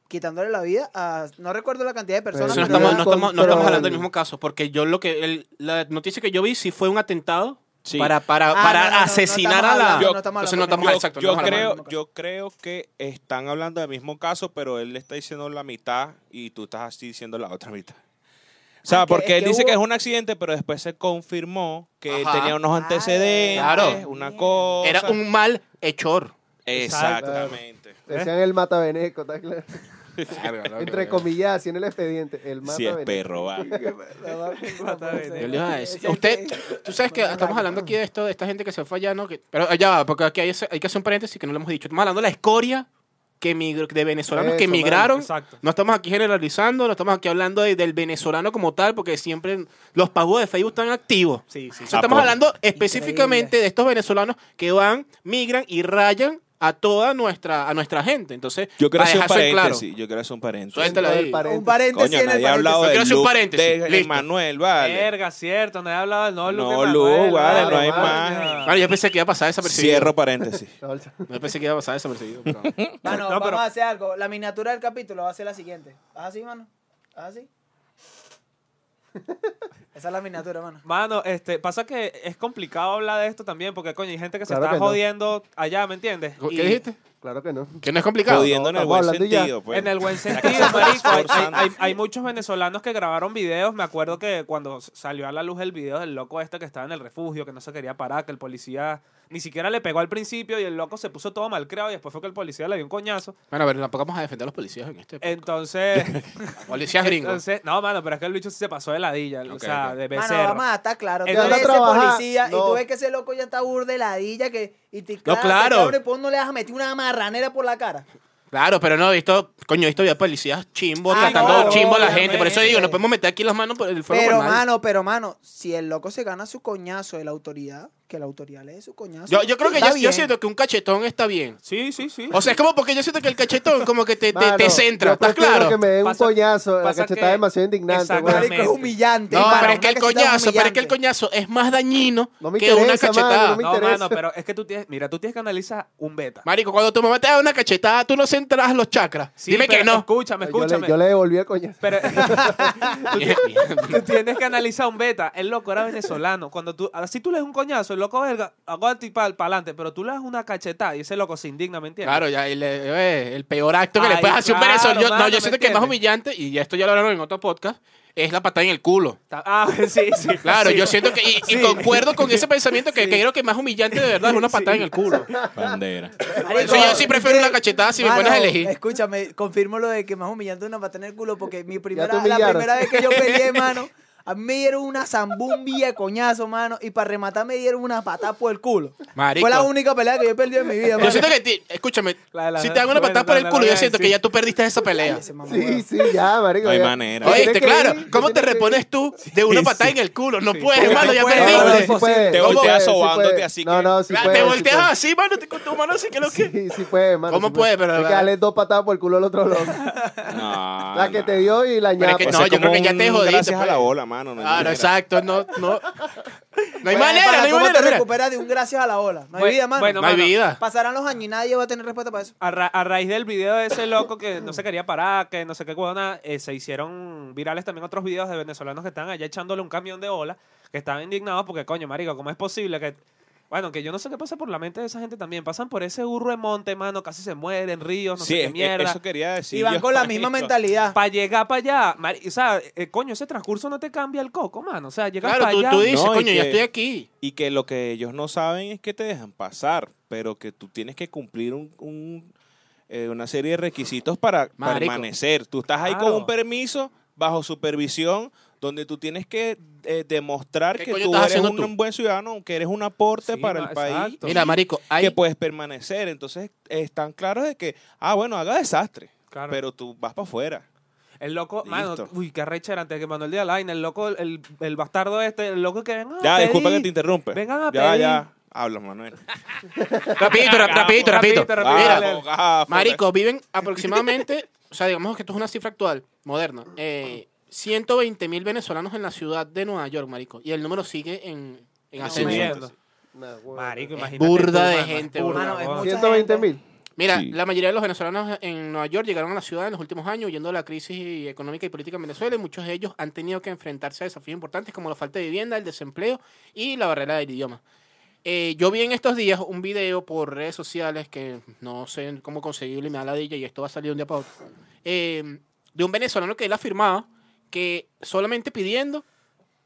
[SPEAKER 3] quitándole la vida a... No recuerdo la cantidad de personas.
[SPEAKER 4] Eso no,
[SPEAKER 5] Pero
[SPEAKER 3] pero
[SPEAKER 4] estamos,
[SPEAKER 5] el
[SPEAKER 4] no, estamos, no estamos
[SPEAKER 5] control.
[SPEAKER 4] hablando del mismo caso, porque yo lo que el- la noticia que yo vi sí fue un atentado
[SPEAKER 6] Sí.
[SPEAKER 4] para, para,
[SPEAKER 3] Ah,
[SPEAKER 4] para
[SPEAKER 3] no, no, no, no
[SPEAKER 4] asesinar
[SPEAKER 3] estamos
[SPEAKER 4] a la...
[SPEAKER 3] hablando,
[SPEAKER 6] no
[SPEAKER 3] estamos
[SPEAKER 4] entonces
[SPEAKER 3] hablando
[SPEAKER 4] no
[SPEAKER 3] de-
[SPEAKER 4] estamos
[SPEAKER 6] yo,
[SPEAKER 4] Ah, exacto,
[SPEAKER 6] yo
[SPEAKER 4] no estamos hablando
[SPEAKER 6] creo, yo creo que están hablando del mismo caso, pero él le está diciendo la mitad y tú estás así diciendo la otra mitad. O sea,
[SPEAKER 3] Ah, que-
[SPEAKER 6] porque
[SPEAKER 3] es
[SPEAKER 6] él
[SPEAKER 3] que
[SPEAKER 6] dice que es
[SPEAKER 3] hubo-
[SPEAKER 6] un accidente, pero después se confirmó que
[SPEAKER 4] Ajá.
[SPEAKER 6] tenía unos
[SPEAKER 3] Ah,
[SPEAKER 6] antecedentes,
[SPEAKER 4] claro.
[SPEAKER 6] una
[SPEAKER 3] Mierda.
[SPEAKER 6] cosa.
[SPEAKER 4] Era un mal hechor.
[SPEAKER 6] Exactamente.
[SPEAKER 5] Decían el mataveneco,
[SPEAKER 4] *laughs*
[SPEAKER 5] ¿está claro? Entre
[SPEAKER 4] Entre
[SPEAKER 5] comillas, así en el expediente. El mataveneco.
[SPEAKER 6] Si es perro,
[SPEAKER 5] *laughs*
[SPEAKER 6] vale.
[SPEAKER 4] Yo le iba a decir, Usted, tú sabes que estamos hablando aquí de esto, de esta gente que se fue allá, ¿no? Que- pero allá va, porque aquí hay, ese- hay que hacer un paréntesis que no lo hemos dicho. Estamos hablando de la escoria que emigr- de venezolanos que
[SPEAKER 5] Eso, mano,
[SPEAKER 4] emigraron.
[SPEAKER 2] Exacto.
[SPEAKER 4] No estamos aquí generalizando, no estamos aquí hablando de- del venezolano como tal, porque siempre los pagos de Facebook están activos.
[SPEAKER 2] Sí, sí.
[SPEAKER 4] O sea, estamos
[SPEAKER 6] Apoyo.
[SPEAKER 4] hablando específicamente de estos venezolanos que van, migran y rayan a toda nuestra, a nuestra gente. Entonces,
[SPEAKER 6] Yo quiero
[SPEAKER 4] para
[SPEAKER 6] hacer un
[SPEAKER 4] dejar eso en claro.
[SPEAKER 6] paréntesis. Yo quiero hacer un paréntesis.
[SPEAKER 4] Suéltalo ahí.
[SPEAKER 5] El paréntesis.
[SPEAKER 3] Un paréntesis
[SPEAKER 6] Coño,
[SPEAKER 3] en el
[SPEAKER 6] nadie ha hablado
[SPEAKER 4] Yo
[SPEAKER 6] de
[SPEAKER 4] quiero hacer un paréntesis.
[SPEAKER 6] de
[SPEAKER 4] Listo.
[SPEAKER 6] Manuel, vale.
[SPEAKER 2] Verga, cierto, no he hablado del no Luke
[SPEAKER 6] No,
[SPEAKER 2] de
[SPEAKER 6] Luke,
[SPEAKER 2] Manuel,
[SPEAKER 6] vale,
[SPEAKER 5] no hay
[SPEAKER 6] más.
[SPEAKER 4] Bueno, yo pensé que iba a pasar desapercibido.
[SPEAKER 6] Cierro paréntesis.
[SPEAKER 4] Yo pensé que iba a pasar desapercibido.
[SPEAKER 6] *laughs*
[SPEAKER 4] pero-
[SPEAKER 3] Mano,
[SPEAKER 2] No,
[SPEAKER 3] vamos
[SPEAKER 2] pero-
[SPEAKER 3] a hacer algo. La miniatura del capítulo va a ser la siguiente. ¿Haz así, mano? ¿Haz así? *laughs* Esa es la miniatura, mano.
[SPEAKER 2] Mano, este, pasa que es complicado hablar de esto también, porque coño, hay gente que se
[SPEAKER 5] Claro
[SPEAKER 2] está
[SPEAKER 5] que no.
[SPEAKER 2] jodiendo allá, ¿me entiendes? Y
[SPEAKER 4] ¿Qué dijiste?
[SPEAKER 5] *laughs* Claro que no.
[SPEAKER 4] Que no es complicado.
[SPEAKER 6] Jodiendo en el
[SPEAKER 5] estamos
[SPEAKER 6] buen
[SPEAKER 5] hablando ya.
[SPEAKER 6] sentido, pues.
[SPEAKER 2] En el buen
[SPEAKER 6] Ya que se
[SPEAKER 2] sentido,
[SPEAKER 6] está
[SPEAKER 2] marico. Hay, hay-
[SPEAKER 6] esforzando.
[SPEAKER 2] hay- hay muchos venezolanos que grabaron videos. Me acuerdo que cuando s- salió a la luz el video del loco este que estaba en el refugio, que no se quería parar, que el policía ni siquiera le pegó al principio y el loco se puso todo malcreado y después fue que el policía le dio un coñazo.
[SPEAKER 4] Bueno, pero tampoco vamos a defender a los policías en este.
[SPEAKER 2] Entonces,
[SPEAKER 4] Policías
[SPEAKER 6] *laughs*
[SPEAKER 4] gringos.
[SPEAKER 2] entonces no, mano, pero es que el bicho sí se pasó de ladilla, o
[SPEAKER 4] Ok,
[SPEAKER 2] sea,
[SPEAKER 4] ok.
[SPEAKER 2] de
[SPEAKER 3] Mano,
[SPEAKER 2] becerro.
[SPEAKER 3] vamos a estar claro. Tú
[SPEAKER 2] Él no
[SPEAKER 3] eres
[SPEAKER 5] va a
[SPEAKER 3] ese
[SPEAKER 5] trabajar,
[SPEAKER 3] policía y
[SPEAKER 5] no.
[SPEAKER 3] tú ves que ese loco ya está burdeladilla que, y te
[SPEAKER 4] No,
[SPEAKER 3] te
[SPEAKER 4] claro.
[SPEAKER 3] abre, pues no le vas a meter una marranera por la cara.
[SPEAKER 4] Claro, pero no, he visto, coño, he visto ya policías chimbo,
[SPEAKER 3] Ah,
[SPEAKER 4] tratando
[SPEAKER 3] no,
[SPEAKER 4] chimbo a la
[SPEAKER 3] obviamente.
[SPEAKER 4] gente. Por eso digo, no podemos meter aquí las manos por el fuego.
[SPEAKER 3] Pero,
[SPEAKER 4] por nadie.
[SPEAKER 3] mano, pero, mano, si el loco se gana su coñazo de la autoridad, que la autoridad le dé su coñazo.
[SPEAKER 4] yo, yo creo que
[SPEAKER 3] está
[SPEAKER 4] yo, yo
[SPEAKER 3] bien.
[SPEAKER 4] siento que un cachetón está bien.
[SPEAKER 2] Sí, sí, sí.
[SPEAKER 4] O sea, es como porque yo siento que el cachetón como que te, te- te
[SPEAKER 5] Mano,
[SPEAKER 4] centra,
[SPEAKER 5] yo
[SPEAKER 4] ¿estás
[SPEAKER 5] prefiero
[SPEAKER 4] claro?
[SPEAKER 5] que me den un
[SPEAKER 2] Pasa-
[SPEAKER 5] coñazo. La
[SPEAKER 2] pasa
[SPEAKER 5] cachetada
[SPEAKER 2] que-
[SPEAKER 5] es demasiado indignante.
[SPEAKER 2] Exactamente.
[SPEAKER 5] weón.
[SPEAKER 3] Marico, es humillante.
[SPEAKER 4] No,
[SPEAKER 3] mano,
[SPEAKER 4] pero es
[SPEAKER 3] una
[SPEAKER 4] que el
[SPEAKER 3] cachetada
[SPEAKER 4] coñazo, pero es que el
[SPEAKER 3] humillante.
[SPEAKER 4] coñazo es más dañino
[SPEAKER 5] No me
[SPEAKER 4] que una
[SPEAKER 5] interesa, mano, no me
[SPEAKER 4] cachetada.
[SPEAKER 5] interesa.
[SPEAKER 2] no, mano, pero es que tú tienes, mira, tú tienes que analizar un beta.
[SPEAKER 4] Marico, cuando tu mamá te da una cachetada, tú no centras los chakras.
[SPEAKER 2] Sí,
[SPEAKER 4] Dime que
[SPEAKER 2] pero
[SPEAKER 4] no.
[SPEAKER 2] Escúchame,
[SPEAKER 5] Yo
[SPEAKER 2] escúchame.
[SPEAKER 5] le, yo le devolví el coñazo.
[SPEAKER 2] Pero *laughs*
[SPEAKER 4] *laughs*
[SPEAKER 2] tú tienes que analizar un beta. El loco era venezolano. Cuando tú, así tú le das un coñazo, el loco verga, aguanta y para adelante, pero tú le das una cachetada y ese loco se indigna, ¿me entiendes?
[SPEAKER 4] Claro, ya y le- eh, el peor acto que le
[SPEAKER 2] Ay,
[SPEAKER 4] puedes hacer a un
[SPEAKER 2] claro,
[SPEAKER 4] venezolano. Yo-
[SPEAKER 2] mano,
[SPEAKER 4] no, yo
[SPEAKER 2] ¿me
[SPEAKER 4] siento que es más
[SPEAKER 2] entiendes?
[SPEAKER 4] humillante, y ya esto ya lo hablaron en otro podcast, es la patada en el culo.
[SPEAKER 2] Ta- Ah, *laughs* sí, sí.
[SPEAKER 4] *laughs* Claro,
[SPEAKER 2] sí.
[SPEAKER 4] yo siento que, y,
[SPEAKER 2] *laughs*
[SPEAKER 4] y
[SPEAKER 2] Sí.
[SPEAKER 4] concuerdo con ese pensamiento que,
[SPEAKER 2] Sí.
[SPEAKER 4] que creo que más humillante de verdad es una patada en el culo. *laughs*
[SPEAKER 6] Bandera.
[SPEAKER 4] Eso yo sí prefiero una cachetada si me
[SPEAKER 3] Mano,
[SPEAKER 4] pones a elegir.
[SPEAKER 3] Escúchame, confirmo lo de que más humillante una patada en el culo porque mi primera,
[SPEAKER 5] te
[SPEAKER 3] la
[SPEAKER 5] humillaron.
[SPEAKER 3] primera vez que
[SPEAKER 5] *laughs*
[SPEAKER 3] yo peleé, mano, a mí me dieron una zambumbia de coñazo, mano, y para rematar me dieron una patada por el culo.
[SPEAKER 4] Marico.
[SPEAKER 3] Fue la única pelea que yo perdí en mi vida,
[SPEAKER 4] Yo
[SPEAKER 3] mano.
[SPEAKER 4] siento que, ti- escúchame,
[SPEAKER 2] La de la-
[SPEAKER 4] si te hago una
[SPEAKER 2] bueno,
[SPEAKER 4] patada
[SPEAKER 2] no,
[SPEAKER 4] por el
[SPEAKER 2] no,
[SPEAKER 4] culo,
[SPEAKER 2] no,
[SPEAKER 4] yo
[SPEAKER 2] no,
[SPEAKER 4] siento
[SPEAKER 2] sí.
[SPEAKER 4] que ya tú perdiste esa pelea.
[SPEAKER 3] Ese mamá,
[SPEAKER 5] Sí,
[SPEAKER 3] weón.
[SPEAKER 5] sí, ya, marico.
[SPEAKER 6] No hay
[SPEAKER 5] ya.
[SPEAKER 6] manera.
[SPEAKER 5] Tienes
[SPEAKER 4] Oíste,
[SPEAKER 5] que
[SPEAKER 4] claro.
[SPEAKER 5] ir,
[SPEAKER 4] ¿Cómo te
[SPEAKER 5] tienes que
[SPEAKER 4] repones
[SPEAKER 5] ir.
[SPEAKER 4] tú
[SPEAKER 2] *laughs*
[SPEAKER 4] de una patada en el culo? No puedes,
[SPEAKER 2] Porque
[SPEAKER 4] hermano,
[SPEAKER 2] no
[SPEAKER 4] ya
[SPEAKER 2] puedes,
[SPEAKER 5] No, no,
[SPEAKER 4] perdiste.
[SPEAKER 5] sí puede.
[SPEAKER 6] Te
[SPEAKER 5] sí
[SPEAKER 6] volteas
[SPEAKER 5] puede, sí
[SPEAKER 6] sobándote,
[SPEAKER 5] puede.
[SPEAKER 6] así
[SPEAKER 5] No,
[SPEAKER 6] que-
[SPEAKER 5] no, sí
[SPEAKER 4] Claro,
[SPEAKER 5] puede,
[SPEAKER 4] te
[SPEAKER 5] sí
[SPEAKER 4] volteas
[SPEAKER 5] puede.
[SPEAKER 4] así, mano, te- con tu mano así que lo que.
[SPEAKER 5] Sí, sí puede, mano.
[SPEAKER 4] ¿Cómo
[SPEAKER 5] sí
[SPEAKER 4] puede? Pero-
[SPEAKER 5] Hay que darle dos patadas por el culo al otro loco.
[SPEAKER 6] No,
[SPEAKER 5] La que
[SPEAKER 6] no.
[SPEAKER 5] te dio y la
[SPEAKER 4] Pero es
[SPEAKER 5] ñapa.
[SPEAKER 4] que
[SPEAKER 6] Pues
[SPEAKER 4] no,
[SPEAKER 6] es
[SPEAKER 4] yo creo
[SPEAKER 6] como
[SPEAKER 4] que ya te
[SPEAKER 6] un
[SPEAKER 4] jodiste,
[SPEAKER 6] Gracias a
[SPEAKER 4] pues.
[SPEAKER 6] la bola, mano. No hay
[SPEAKER 4] Claro,
[SPEAKER 6] manera.
[SPEAKER 4] exacto, no, no. No hay
[SPEAKER 3] Bueno,
[SPEAKER 4] manera,
[SPEAKER 3] para
[SPEAKER 4] no hay
[SPEAKER 3] cómo
[SPEAKER 4] manera.
[SPEAKER 3] te
[SPEAKER 4] mira.
[SPEAKER 3] recuperas de un gracias a la ola. No hay
[SPEAKER 2] Bue-
[SPEAKER 3] vida, mano.
[SPEAKER 2] bueno,
[SPEAKER 4] No hay
[SPEAKER 2] mano,
[SPEAKER 4] vida.
[SPEAKER 3] Pasarán los años y nadie va a tener respuesta para eso.
[SPEAKER 2] A, ra- a raíz del video de ese loco que no se quería parar, que no sé qué huevona, eh, se hicieron virales también otros videos de venezolanos que estaban allá echándole un camión de ola, que estaban indignados porque, coño, marico, ¿cómo es posible que... Bueno, que yo no sé qué pasa por la mente de esa gente también. Pasan por ese burro de monte, mano, casi se mueren, ríos, no
[SPEAKER 6] sí, es-
[SPEAKER 2] sé
[SPEAKER 4] e,
[SPEAKER 2] qué
[SPEAKER 6] es-
[SPEAKER 2] mierda.
[SPEAKER 6] eso quería decir.
[SPEAKER 3] y van
[SPEAKER 6] yo,
[SPEAKER 3] con la misma
[SPEAKER 6] marico.
[SPEAKER 3] mentalidad.
[SPEAKER 2] Para llegar para allá, mari- o sea, eh, coño, ese transcurso no te cambia el coco, mano. O sea, llegas
[SPEAKER 4] Claro,
[SPEAKER 2] para
[SPEAKER 4] tú,
[SPEAKER 2] allá.
[SPEAKER 4] tú dices,
[SPEAKER 6] No, y
[SPEAKER 4] coño, ya
[SPEAKER 6] que-
[SPEAKER 4] estoy aquí.
[SPEAKER 6] Y que lo que ellos no saben es que te dejan pasar, pero que tú tienes que cumplir un, un- eh, una serie de requisitos para
[SPEAKER 4] Marico.
[SPEAKER 6] permanecer. Tú estás ahí con
[SPEAKER 2] Claro.
[SPEAKER 6] un permiso bajo supervisión donde tú tienes que eh, demostrar
[SPEAKER 4] ¿Qué
[SPEAKER 6] que
[SPEAKER 4] coño
[SPEAKER 6] tú
[SPEAKER 4] estás
[SPEAKER 6] eres
[SPEAKER 4] haciendo
[SPEAKER 6] un,
[SPEAKER 4] tú?
[SPEAKER 6] buen ciudadano, que eres un aporte
[SPEAKER 2] Sí,
[SPEAKER 6] para
[SPEAKER 2] ma-
[SPEAKER 6] el país
[SPEAKER 2] exacto.
[SPEAKER 6] y
[SPEAKER 4] Mira, marico, hay...
[SPEAKER 6] que puedes permanecer. Entonces están claros de que, ah, bueno, haga desastre,
[SPEAKER 2] Claro.
[SPEAKER 6] pero tú vas para afuera.
[SPEAKER 2] El loco, mano,
[SPEAKER 6] Listo.
[SPEAKER 2] uy, qué arrechera, antes de que Manuel Díaz Lain, el loco, el, el bastardo este, el loco que venga. a
[SPEAKER 6] Ya,
[SPEAKER 2] pedir.
[SPEAKER 6] disculpa que te interrumpe.
[SPEAKER 2] Vengan a
[SPEAKER 6] ya,
[SPEAKER 2] pedir.
[SPEAKER 6] ya. Habla, Manuel.
[SPEAKER 4] Rapidito, rap- rapidito, rapidito.
[SPEAKER 2] Rapidito, rapidito.
[SPEAKER 4] Mira,
[SPEAKER 2] Dale.
[SPEAKER 6] Gafo, gafo.
[SPEAKER 4] Marico, viven aproximadamente, *laughs* o sea, digamos que esto es una cifra actual, moderna. Eh, 120 mil venezolanos en la ciudad de Nueva York, marico. Y el número sigue en, en
[SPEAKER 2] No,
[SPEAKER 4] ascenso.
[SPEAKER 2] mierda.
[SPEAKER 5] Nah, huevón.
[SPEAKER 2] Marico,
[SPEAKER 4] Es
[SPEAKER 2] imagínate.
[SPEAKER 4] burda
[SPEAKER 2] tú,
[SPEAKER 4] de
[SPEAKER 2] mano, es
[SPEAKER 4] gente,
[SPEAKER 2] burda,
[SPEAKER 3] mano, es
[SPEAKER 2] weón.
[SPEAKER 3] mucha
[SPEAKER 5] 120 mil.
[SPEAKER 4] Mira,
[SPEAKER 6] Sí.
[SPEAKER 4] la mayoría de los venezolanos en Nueva York llegaron a la ciudad en los últimos años huyendo de la crisis económica y política en Venezuela y muchos de ellos han tenido que enfrentarse a desafíos importantes como la falta de vivienda, el desempleo y la barrera del idioma. Eh, yo vi en estos días un video por redes sociales que no sé cómo conseguirlo y me da la y esto va a salir de un día para otro. eh, de un venezolano que él afirmaba que solamente pidiendo...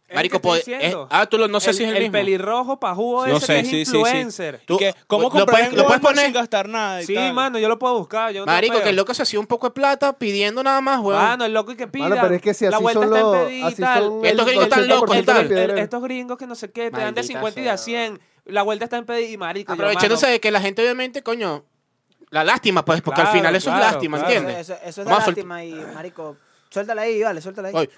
[SPEAKER 2] ¿El
[SPEAKER 4] Marico,
[SPEAKER 2] que estoy
[SPEAKER 4] pod- eh,
[SPEAKER 2] diciendo?
[SPEAKER 4] ah, tú lo- no sé si es el, mismo.
[SPEAKER 2] pelirrojo pajudo
[SPEAKER 6] No
[SPEAKER 2] ese
[SPEAKER 6] sé,
[SPEAKER 2] que es
[SPEAKER 6] sí, sí, sí.
[SPEAKER 2] influencer.
[SPEAKER 4] Tú-
[SPEAKER 6] Que, ¿Cómo
[SPEAKER 4] lo puedes-
[SPEAKER 6] comprar en
[SPEAKER 4] lo puedes
[SPEAKER 6] Walmart
[SPEAKER 4] poner?
[SPEAKER 6] sin gastar nada? y
[SPEAKER 2] Sí,
[SPEAKER 6] tal?
[SPEAKER 2] mano, yo lo puedo buscar. Yo no tengo
[SPEAKER 4] Marico,
[SPEAKER 2] pedo.
[SPEAKER 4] que el loco se hacía un poco de plata pidiendo nada más, weón.
[SPEAKER 2] Mano, el loco y que pida.
[SPEAKER 5] Mano, pero es que si
[SPEAKER 2] la
[SPEAKER 5] así
[SPEAKER 2] vuelta
[SPEAKER 5] son
[SPEAKER 2] está en
[SPEAKER 5] los.
[SPEAKER 2] pedida y
[SPEAKER 5] Así
[SPEAKER 2] tal.
[SPEAKER 5] son
[SPEAKER 4] Estos gringos están locos y
[SPEAKER 5] 80%
[SPEAKER 4] tal.
[SPEAKER 5] de
[SPEAKER 2] El-
[SPEAKER 5] piedrera.
[SPEAKER 2] estos gringos que no sé qué, te dan
[SPEAKER 4] Maldita
[SPEAKER 2] de 50 y
[SPEAKER 4] sea.
[SPEAKER 2] de 100. La vuelta está en pedir y marico. yo,
[SPEAKER 4] Aprovechándose
[SPEAKER 2] mano,
[SPEAKER 4] de que la gente, obviamente, coño, la lástima, pues, porque al
[SPEAKER 2] Claro,
[SPEAKER 4] final eso es
[SPEAKER 2] claro,
[SPEAKER 4] lástima,
[SPEAKER 2] claro.
[SPEAKER 4] ¿entiendes?
[SPEAKER 3] Eso, eso- eso es de
[SPEAKER 4] Vamos a sol-
[SPEAKER 3] lástima y, marico, suéltala ahí, vale, suéltala ahí.
[SPEAKER 4] Oye,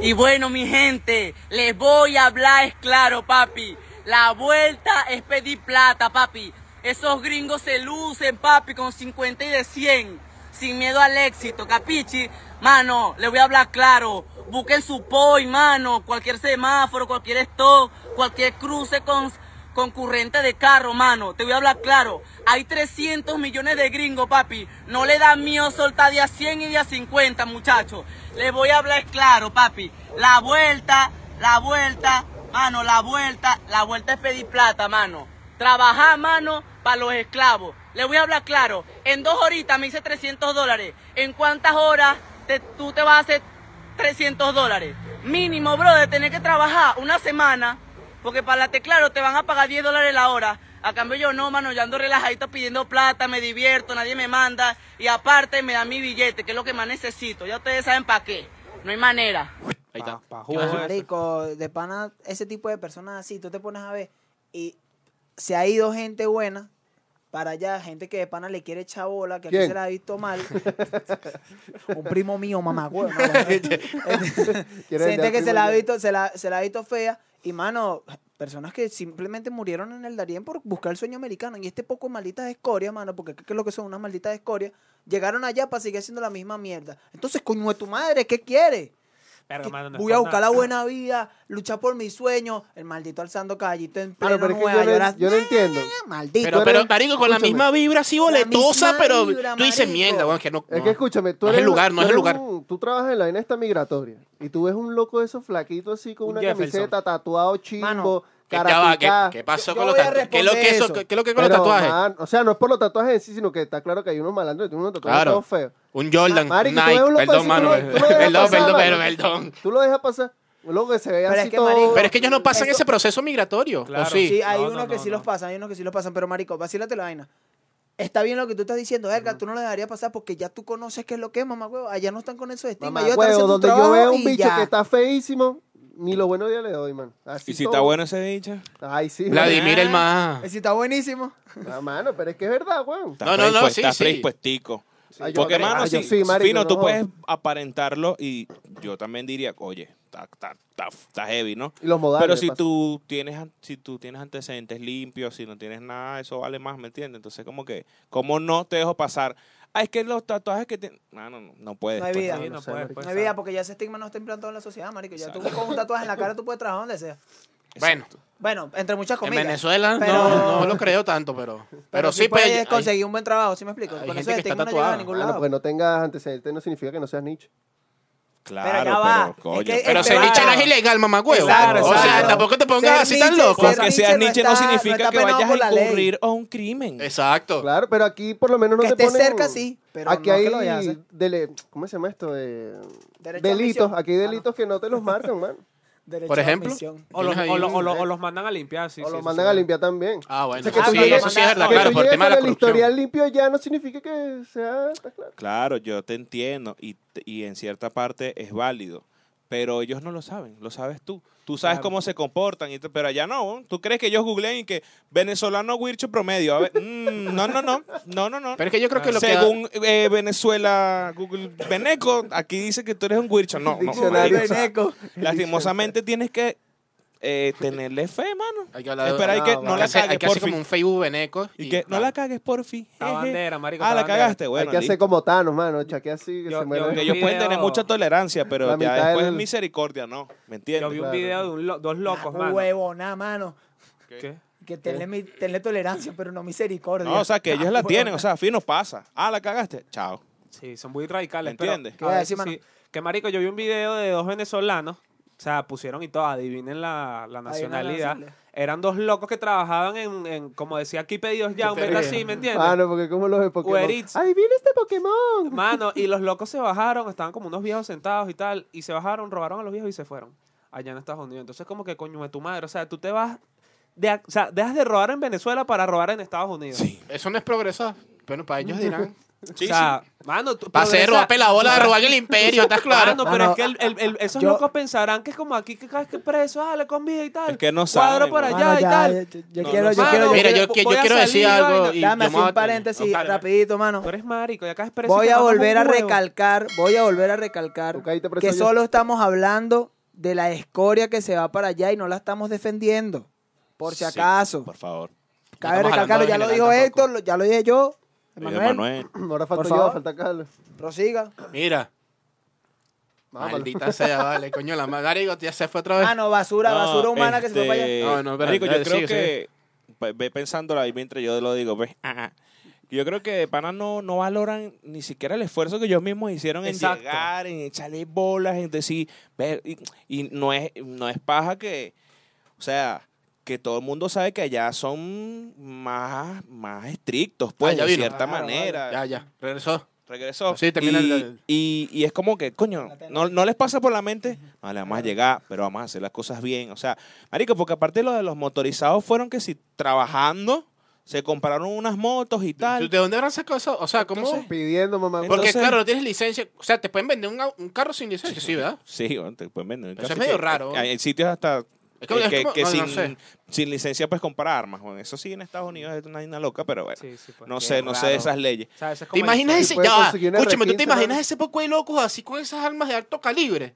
[SPEAKER 8] Y bueno, mi gente, les voy a hablar, es claro, papi. La vuelta es pedir plata, papi. Esos gringos se lucen, papi, con 50 y de 100. Sin miedo al éxito, capichi. Mano, les voy a hablar claro. Busquen su poi, mano. Cualquier semáforo, cualquier stop, cualquier cruce con concurrente de carro, mano. Te voy a hablar claro. Hay 300 millones de gringos, papi. No le da miedo soltar de a 100 y de a 50, muchachos. Les voy a hablar claro, papi. La vuelta, la vuelta, mano, la vuelta. La vuelta es pedir plata, mano. Trabajar, mano, para los esclavos. Les voy a hablar claro. En dos horitas me hice 300 dólares. ¿En cuántas horas te- tú te vas a hacer 300 dólares? Mínimo, bro, de tener que trabajar una semana. Porque para la teclaro te van a pagar 10 dólares la hora. A cambio yo no, mano, yo ando relajadito pidiendo plata, me divierto, nadie me manda. Y aparte me dan mi billete, que es lo que más necesito. Ya ustedes saben para qué. No hay manera.
[SPEAKER 4] ahí está.
[SPEAKER 2] pa- pajudo
[SPEAKER 3] Claro,
[SPEAKER 2] ese.
[SPEAKER 3] marico, de pana, ese tipo de personas así, tú te pones a ver y se ha ido gente buena para allá, gente que de pana le quiere echar bola, que
[SPEAKER 5] ¿Quién?
[SPEAKER 3] aquí se la ha visto
[SPEAKER 5] *laughs*
[SPEAKER 3] mal. Un primo mío, mamá, güey. no,
[SPEAKER 5] *laughs* Quiere
[SPEAKER 3] gente
[SPEAKER 5] vender
[SPEAKER 3] que
[SPEAKER 5] al
[SPEAKER 3] se la, ha
[SPEAKER 5] primo
[SPEAKER 3] visto, se, la, se la ha visto fea. Y, mano, personas que simplemente murieron en el Darién por buscar el sueño americano. Y este poco de malditas escorias, mano, porque ¿qué es lo que son unas malditas escorias? Llegaron allá para seguir haciendo la misma mierda. Entonces, coño de tu madre, ¿qué quieres?
[SPEAKER 2] Verga, mano, no es
[SPEAKER 3] Voy a
[SPEAKER 2] por
[SPEAKER 3] buscar
[SPEAKER 2] nada.
[SPEAKER 3] la buena vida, luchar por mis sueños. El maldito alzando caballito en
[SPEAKER 5] Mano,
[SPEAKER 3] pleno
[SPEAKER 5] pero es que
[SPEAKER 3] Nueva
[SPEAKER 5] yo no-
[SPEAKER 3] York. Ah,
[SPEAKER 5] yo no entiendo.
[SPEAKER 3] Maldito.
[SPEAKER 4] Pero,
[SPEAKER 5] tú
[SPEAKER 4] pero,
[SPEAKER 5] eres-
[SPEAKER 4] marico, con la
[SPEAKER 5] escúchame.
[SPEAKER 4] misma vibra así
[SPEAKER 3] La
[SPEAKER 4] boletosa,
[SPEAKER 3] misma
[SPEAKER 4] pero
[SPEAKER 3] vibra,
[SPEAKER 4] tú dices
[SPEAKER 3] marico.
[SPEAKER 4] mierda, weón, que no.
[SPEAKER 5] Es
[SPEAKER 4] no.
[SPEAKER 5] que escúchame, tú
[SPEAKER 4] No es
[SPEAKER 5] eres.
[SPEAKER 4] el lugar, no
[SPEAKER 5] tú
[SPEAKER 4] es el
[SPEAKER 5] eres
[SPEAKER 4] lugar.
[SPEAKER 5] un- tú trabajas en la vaina esta migratoria y tú ves un loco de esos flaquitos así con
[SPEAKER 2] Un
[SPEAKER 5] una
[SPEAKER 2] Jefferson.
[SPEAKER 5] camiseta, tatuado chimbo,
[SPEAKER 3] Mano,
[SPEAKER 4] Que ya va, ¿qué,
[SPEAKER 5] carapicá.
[SPEAKER 4] qué pasó
[SPEAKER 3] Yo-
[SPEAKER 4] con
[SPEAKER 3] yo
[SPEAKER 4] los
[SPEAKER 3] voy a
[SPEAKER 4] tatuajes? ¿Qué es lo que, eso,
[SPEAKER 3] responder eso.
[SPEAKER 4] qué es lo que con los
[SPEAKER 5] Pero,
[SPEAKER 4] tatuajes?
[SPEAKER 5] man, o sea, no es por los tatuajes en sí, sino que está claro que hay unos malandros que tienen unos tatuajes
[SPEAKER 4] Claro.
[SPEAKER 5] todos feos.
[SPEAKER 4] Un Jordan,
[SPEAKER 5] Marico, tú ves
[SPEAKER 4] Nike,
[SPEAKER 5] un loco
[SPEAKER 4] perdón,
[SPEAKER 5] así, tú
[SPEAKER 4] mano.
[SPEAKER 5] lo- tú lo dejas
[SPEAKER 4] Perdón,
[SPEAKER 5] pasar,
[SPEAKER 4] perdón,
[SPEAKER 5] mano.
[SPEAKER 4] perdón, perdón.
[SPEAKER 5] Tú lo dejas pasar. Un loco que se ve
[SPEAKER 3] Pero
[SPEAKER 5] así
[SPEAKER 3] es que,
[SPEAKER 5] todo.
[SPEAKER 3] marico,
[SPEAKER 4] Pero es que ellos no pasan
[SPEAKER 3] Eso-
[SPEAKER 4] ese proceso migratorio,
[SPEAKER 2] Claro.
[SPEAKER 4] ¿o sí?
[SPEAKER 3] Sí, hay
[SPEAKER 2] No,
[SPEAKER 3] unos
[SPEAKER 2] no,
[SPEAKER 3] que
[SPEAKER 2] no,
[SPEAKER 3] sí
[SPEAKER 2] no.
[SPEAKER 3] los pasan, hay unos que sí los pasan. Pero, marico, vacílate la vaina. Está bien lo que tú estás diciendo, verga, tú no lo dejarías pasar porque ya tú conoces qué es lo que es, mamá huevo. Allá no están con eso de estima.
[SPEAKER 5] Mamá,
[SPEAKER 3] Yo
[SPEAKER 5] huevo, donde yo veo un bicho
[SPEAKER 3] está.
[SPEAKER 5] que está feísimo, ni los buenos días le doy, man. Así
[SPEAKER 6] ¿Y si
[SPEAKER 5] todo.
[SPEAKER 6] está bueno ese bicho?
[SPEAKER 5] Ay, sí. eh,
[SPEAKER 4] Vladimir el más...
[SPEAKER 3] Si está buenísimo.
[SPEAKER 5] man. Ah, mano, pero es que es verdad, weón.
[SPEAKER 6] Estás
[SPEAKER 4] No, no, no,
[SPEAKER 6] predispu-
[SPEAKER 4] sí,
[SPEAKER 6] Estás
[SPEAKER 4] sí. ah,
[SPEAKER 6] predispuestico.
[SPEAKER 5] Ay, yo-
[SPEAKER 6] Porque, mano,
[SPEAKER 5] ay, yo
[SPEAKER 6] sí,
[SPEAKER 5] marico,
[SPEAKER 6] fino,
[SPEAKER 5] no
[SPEAKER 6] tú
[SPEAKER 5] jodas.
[SPEAKER 6] puedes aparentarlo y yo también diría, oye, está, está, está, está heavy, ¿no?
[SPEAKER 5] Y los modales.
[SPEAKER 6] Pero si
[SPEAKER 5] pasa.
[SPEAKER 6] tú, tienes, an- si tú tienes antecedentes limpios, si no tienes nada, eso vale más, ¿me entiendes? Entonces, como que, ¿cómo no te dejo pasar? Ah, es que los tatuajes que tienes... Mano, no, no puedes.
[SPEAKER 3] No hay
[SPEAKER 6] pues,
[SPEAKER 3] vida.
[SPEAKER 2] Sí,
[SPEAKER 5] no
[SPEAKER 2] no
[SPEAKER 5] sé,
[SPEAKER 2] puedes,
[SPEAKER 5] marico.
[SPEAKER 2] pues,
[SPEAKER 3] No hay vida, porque ya ese estigma no está implantado en la sociedad, marico. Ya tú con un tatuaje en la cara tú puedes trabajar donde sea.
[SPEAKER 4] Bueno,
[SPEAKER 3] Bueno, entre muchas
[SPEAKER 4] en
[SPEAKER 3] comillas.
[SPEAKER 4] Venezuela
[SPEAKER 3] Pero-
[SPEAKER 4] no, no lo creo tanto, pero... Pero
[SPEAKER 3] sí
[SPEAKER 4] sí, pues...
[SPEAKER 3] puedes
[SPEAKER 4] hay-
[SPEAKER 3] conseguir un buen trabajo, ¿sí me explico?
[SPEAKER 4] hay
[SPEAKER 3] Con
[SPEAKER 4] gente
[SPEAKER 3] eso de
[SPEAKER 4] que está
[SPEAKER 3] estigma no llega a
[SPEAKER 4] tatuada, Ah,
[SPEAKER 3] ningún
[SPEAKER 5] Mano,
[SPEAKER 3] lado.
[SPEAKER 5] pues no tengas antecedentes no significa que no seas nicho.
[SPEAKER 6] Claro,
[SPEAKER 3] ya va.
[SPEAKER 6] pero,
[SPEAKER 3] Es
[SPEAKER 6] coño.
[SPEAKER 3] que- es
[SPEAKER 4] Pero
[SPEAKER 1] Este,
[SPEAKER 3] que
[SPEAKER 4] ser
[SPEAKER 3] va.
[SPEAKER 4] niche no es ilegal, mamá, huevo.
[SPEAKER 3] Claro,
[SPEAKER 4] O sea,
[SPEAKER 3] claro.
[SPEAKER 4] tampoco te
[SPEAKER 3] Ser
[SPEAKER 4] pongas así tan
[SPEAKER 3] niche,
[SPEAKER 4] loco.
[SPEAKER 3] ser
[SPEAKER 6] porque seas
[SPEAKER 3] Nietzsche no
[SPEAKER 6] Nietzsche no,
[SPEAKER 3] está- no
[SPEAKER 6] significa
[SPEAKER 3] está
[SPEAKER 6] que
[SPEAKER 3] penado
[SPEAKER 6] vayas
[SPEAKER 3] por
[SPEAKER 6] a
[SPEAKER 3] la ley.
[SPEAKER 6] incurrir a un crimen.
[SPEAKER 4] Exacto.
[SPEAKER 5] Claro, pero aquí por lo menos no
[SPEAKER 3] Que
[SPEAKER 5] te
[SPEAKER 3] esté
[SPEAKER 5] ponen...
[SPEAKER 3] cerca, sí, pero
[SPEAKER 5] aquí
[SPEAKER 3] no
[SPEAKER 5] hay
[SPEAKER 3] que lo vayas a hacer.
[SPEAKER 5] dele- ¿Cómo se llama esto? Eh,
[SPEAKER 3] Derecho a
[SPEAKER 5] delitos.
[SPEAKER 3] admisión.
[SPEAKER 5] Aquí hay
[SPEAKER 3] Ah, no. *laughs*
[SPEAKER 5] delitos que no te los marcan, man.
[SPEAKER 3] derecho
[SPEAKER 4] Por
[SPEAKER 3] de
[SPEAKER 4] ejemplo,
[SPEAKER 3] admisión.
[SPEAKER 2] O los,
[SPEAKER 4] Tienes ahí
[SPEAKER 2] o lo- o
[SPEAKER 4] un-
[SPEAKER 2] lo- o los mandan a limpiar, sí.
[SPEAKER 5] o
[SPEAKER 2] sí,
[SPEAKER 5] lo
[SPEAKER 2] eso
[SPEAKER 5] mandan
[SPEAKER 2] sí.
[SPEAKER 5] a limpiar también.
[SPEAKER 4] Ah, bueno,
[SPEAKER 3] O sea, que tú
[SPEAKER 4] sí,
[SPEAKER 3] llegues-
[SPEAKER 4] eso sí es verdad,
[SPEAKER 5] que
[SPEAKER 4] claro,
[SPEAKER 5] tú
[SPEAKER 4] por el
[SPEAKER 5] llegues
[SPEAKER 4] tema de
[SPEAKER 5] con
[SPEAKER 4] la
[SPEAKER 5] el historial
[SPEAKER 4] corrupción.
[SPEAKER 5] limpio ya no significa que sea... pues, está claro.
[SPEAKER 1] Claro, yo te entiendo y, te- y en cierta parte es válido, pero ellos no lo saben, lo sabes tú. Tú sabes
[SPEAKER 2] Claro.
[SPEAKER 1] cómo se comportan, y te- pero allá no. ¿eh? ¿Tú crees que ellos googleen y que venezolano Wircho promedio? A ver, mm, no, no, no, no, no, no.
[SPEAKER 4] Pero es que yo creo que lo que...
[SPEAKER 1] Según eh, Venezuela, Google, Veneco, aquí dice que tú eres un Wircho. No, no,
[SPEAKER 5] Diccionario.
[SPEAKER 1] marico,
[SPEAKER 3] Veneco.
[SPEAKER 1] Lastimosamente tienes que eh, tenerle fe, mano.
[SPEAKER 4] Hay que hablar-
[SPEAKER 1] Espera, hay que
[SPEAKER 5] no,
[SPEAKER 1] no
[SPEAKER 4] hay
[SPEAKER 1] la
[SPEAKER 4] hacer- hay
[SPEAKER 1] cagues,
[SPEAKER 4] que hacer
[SPEAKER 1] por
[SPEAKER 4] como
[SPEAKER 1] fin.
[SPEAKER 4] un Facebook veneco.
[SPEAKER 1] Y que no la cagues, por fin.
[SPEAKER 2] Está bandera, marico,
[SPEAKER 1] Ah,
[SPEAKER 2] está
[SPEAKER 1] la
[SPEAKER 2] bandera.
[SPEAKER 1] cagaste, bueno.
[SPEAKER 5] Hay que hacer
[SPEAKER 1] listo.
[SPEAKER 5] como Thanos, mano, chaque así, que
[SPEAKER 2] Yo-
[SPEAKER 5] se muere.
[SPEAKER 2] yo-
[SPEAKER 1] Porque
[SPEAKER 5] *laughs*
[SPEAKER 2] un
[SPEAKER 1] ellos pueden
[SPEAKER 2] video-
[SPEAKER 1] tener mucha tolerancia, pero
[SPEAKER 5] La
[SPEAKER 1] ya
[SPEAKER 5] mitad
[SPEAKER 1] después
[SPEAKER 5] del-
[SPEAKER 1] es misericordia, ¿no? ¿Me
[SPEAKER 2] Yo
[SPEAKER 1] entiendes?
[SPEAKER 2] vi un
[SPEAKER 5] Claro.
[SPEAKER 2] video de un lo- dos locos, mano.
[SPEAKER 3] Ah, Huevo, nada, mano.
[SPEAKER 2] ¿Qué?
[SPEAKER 3] Que tenle, mi- tenle tolerancia, pero no misericordia.
[SPEAKER 1] No, o sea, que ellos la
[SPEAKER 3] Huevona.
[SPEAKER 1] tienen, o sea, fino pasa. Ah, la cagaste. Chao.
[SPEAKER 2] Sí, son muy radicales.
[SPEAKER 1] ¿Me
[SPEAKER 2] pero
[SPEAKER 1] entiendes?
[SPEAKER 3] ¿Qué iba a
[SPEAKER 2] a
[SPEAKER 3] decir,
[SPEAKER 2] veces
[SPEAKER 3] mano?
[SPEAKER 2] sí. Que marico, yo vi un video de dos venezolanos. O sea, pusieron y todo, adivinen la, la nacionalidad.
[SPEAKER 3] nacionalidad.
[SPEAKER 2] Eran dos locos que trabajaban en, en, como decía aquí, pedidos ya, un
[SPEAKER 4] Qué
[SPEAKER 2] verga
[SPEAKER 4] terrible.
[SPEAKER 2] así, ¿me entiendes?
[SPEAKER 5] Mano, porque como los de Pokémon.
[SPEAKER 2] Uber Eats.
[SPEAKER 5] ¡Adivina este Pokémon! *clears throat*
[SPEAKER 2] Mano, y los locos se bajaron, estaban como unos viejos sentados y tal, y se bajaron, robaron a los viejos y se fueron allá en Estados Unidos. Entonces, como que coño de tu madre, o sea, tú te vas, de, ac- o sea, dejas de robar en Venezuela para robar en Estados Unidos.
[SPEAKER 4] Eso no es progresar. Bueno, para ellos dirán.
[SPEAKER 2] o sea, mano, tú
[SPEAKER 4] Para hacer
[SPEAKER 2] progresa-
[SPEAKER 4] ropa la bola de robar el imperio, ¿estás claro?
[SPEAKER 2] Mano,
[SPEAKER 3] No,
[SPEAKER 2] pero
[SPEAKER 3] no.
[SPEAKER 2] es que el- el- el- esos
[SPEAKER 3] Yo-
[SPEAKER 2] locos pensarán que es como aquí que cada vez que preso, ah, le convive y tal.
[SPEAKER 1] Es que no
[SPEAKER 2] Cuadro
[SPEAKER 1] saben,
[SPEAKER 2] para
[SPEAKER 1] güey.
[SPEAKER 3] Mano,
[SPEAKER 2] allá y
[SPEAKER 3] ya, eh,
[SPEAKER 2] tal.
[SPEAKER 3] Yo, yo
[SPEAKER 1] No,
[SPEAKER 3] quiero,
[SPEAKER 1] no
[SPEAKER 3] yo
[SPEAKER 1] saben.
[SPEAKER 3] quiero, yo
[SPEAKER 4] Mira,
[SPEAKER 3] quiero-
[SPEAKER 4] yo, que- yo
[SPEAKER 2] voy a
[SPEAKER 4] quiero decir
[SPEAKER 2] salir,
[SPEAKER 4] algo.
[SPEAKER 2] vaina.
[SPEAKER 4] Y
[SPEAKER 3] Dame
[SPEAKER 4] yo
[SPEAKER 3] así
[SPEAKER 4] me
[SPEAKER 3] un
[SPEAKER 4] voy a tener-
[SPEAKER 3] paréntesis
[SPEAKER 4] No, para-
[SPEAKER 3] rapidito, mano.
[SPEAKER 2] Tú eres marico, ya acá es preso. y
[SPEAKER 3] Voy
[SPEAKER 2] te
[SPEAKER 3] a
[SPEAKER 2] mamas un
[SPEAKER 3] volver a
[SPEAKER 2] huevo.
[SPEAKER 3] recalcar, voy a volver a recalcar
[SPEAKER 5] Tú caíste preso
[SPEAKER 3] que
[SPEAKER 5] yo.
[SPEAKER 3] solo estamos hablando de la escoria que se va para allá y no la estamos defendiendo. Por
[SPEAKER 1] Sí,
[SPEAKER 3] si acaso.
[SPEAKER 1] por favor.
[SPEAKER 3] Cabe
[SPEAKER 4] estamos hablando
[SPEAKER 3] recalcarlo,
[SPEAKER 4] en
[SPEAKER 3] ya lo
[SPEAKER 4] general
[SPEAKER 3] dijo
[SPEAKER 4] tampoco.
[SPEAKER 3] Héctor, lo- ya lo dije yo.
[SPEAKER 1] Oye,
[SPEAKER 3] Emanuel,
[SPEAKER 1] Manuel.
[SPEAKER 5] Ahora
[SPEAKER 3] Por
[SPEAKER 5] falta yo,
[SPEAKER 3] favor.
[SPEAKER 5] falta Carlos.
[SPEAKER 3] prosiga.
[SPEAKER 4] Mira.
[SPEAKER 5] Mámalo.
[SPEAKER 4] Maldita sea, vale, coño, la madre ya se fue otra vez.
[SPEAKER 3] Ah, no, basura,
[SPEAKER 1] No,
[SPEAKER 3] basura humana que se fue para allá.
[SPEAKER 1] este,
[SPEAKER 4] No, no, espera,
[SPEAKER 1] marico,
[SPEAKER 4] dale,
[SPEAKER 1] yo creo
[SPEAKER 4] sigue,
[SPEAKER 1] que ve- ve pensándolo ahí mientras yo lo digo, pues, ah, ah. Yo creo que de pana no, no valoran ni siquiera el esfuerzo que ellos mismos hicieron
[SPEAKER 2] Exacto.
[SPEAKER 1] en llegar, en echarle bolas, en decir, ver, y, y no es no es paja que, o sea, que todo el mundo sabe que allá son más, más estrictos, pues,
[SPEAKER 4] Ah, ya
[SPEAKER 1] de
[SPEAKER 4] vino.
[SPEAKER 1] cierta
[SPEAKER 4] Ah, vale.
[SPEAKER 1] manera.
[SPEAKER 4] Ya, ya, regresó.
[SPEAKER 1] Regresó.
[SPEAKER 4] Sí, termina
[SPEAKER 1] y,
[SPEAKER 4] el-
[SPEAKER 1] y, y es como que, coño, no, no les pasa por la mente, no, le vamos a llegar, pero vamos a hacer las cosas bien. O sea, marico, porque aparte lo de los motorizados fueron que si trabajando, se compraron unas motos y tal.
[SPEAKER 4] ¿De dónde habrán sacado eso? O sea, ¿cómo?
[SPEAKER 1] Entonces-
[SPEAKER 5] Pidiendo, mamá.
[SPEAKER 1] Entonces-
[SPEAKER 4] Porque claro, no tienes licencia. O sea, te pueden vender un, au- un carro sin licencia, sí, ¿verdad?
[SPEAKER 1] Sí, bueno, te pueden vender.
[SPEAKER 4] Eso es
[SPEAKER 1] Casi
[SPEAKER 4] medio
[SPEAKER 1] que-
[SPEAKER 4] raro.
[SPEAKER 1] Hay, hay sitios hasta
[SPEAKER 4] Es como-
[SPEAKER 1] que,
[SPEAKER 4] es
[SPEAKER 1] Eh, que-
[SPEAKER 4] como-
[SPEAKER 1] que
[SPEAKER 4] no, no
[SPEAKER 1] sin,
[SPEAKER 4] sé.
[SPEAKER 1] sin licencia puedes comprar armas. bueno, eso sí, en Estados Unidos es una vaina loca, pero bueno,
[SPEAKER 2] Sí, sí, pues,
[SPEAKER 1] no
[SPEAKER 2] qué
[SPEAKER 1] sé, no sé de
[SPEAKER 2] raro.
[SPEAKER 1] esas leyes.
[SPEAKER 2] O sea, eso es
[SPEAKER 4] ¿Te
[SPEAKER 2] como
[SPEAKER 4] imaginas
[SPEAKER 5] Si
[SPEAKER 4] ese?
[SPEAKER 5] puedes
[SPEAKER 4] Ya va,
[SPEAKER 5] conseguir una
[SPEAKER 4] escúchame, ¿tú te
[SPEAKER 5] R15,
[SPEAKER 4] imaginas
[SPEAKER 5] mano?
[SPEAKER 4] ese poco de locos así con esas armas de alto calibre?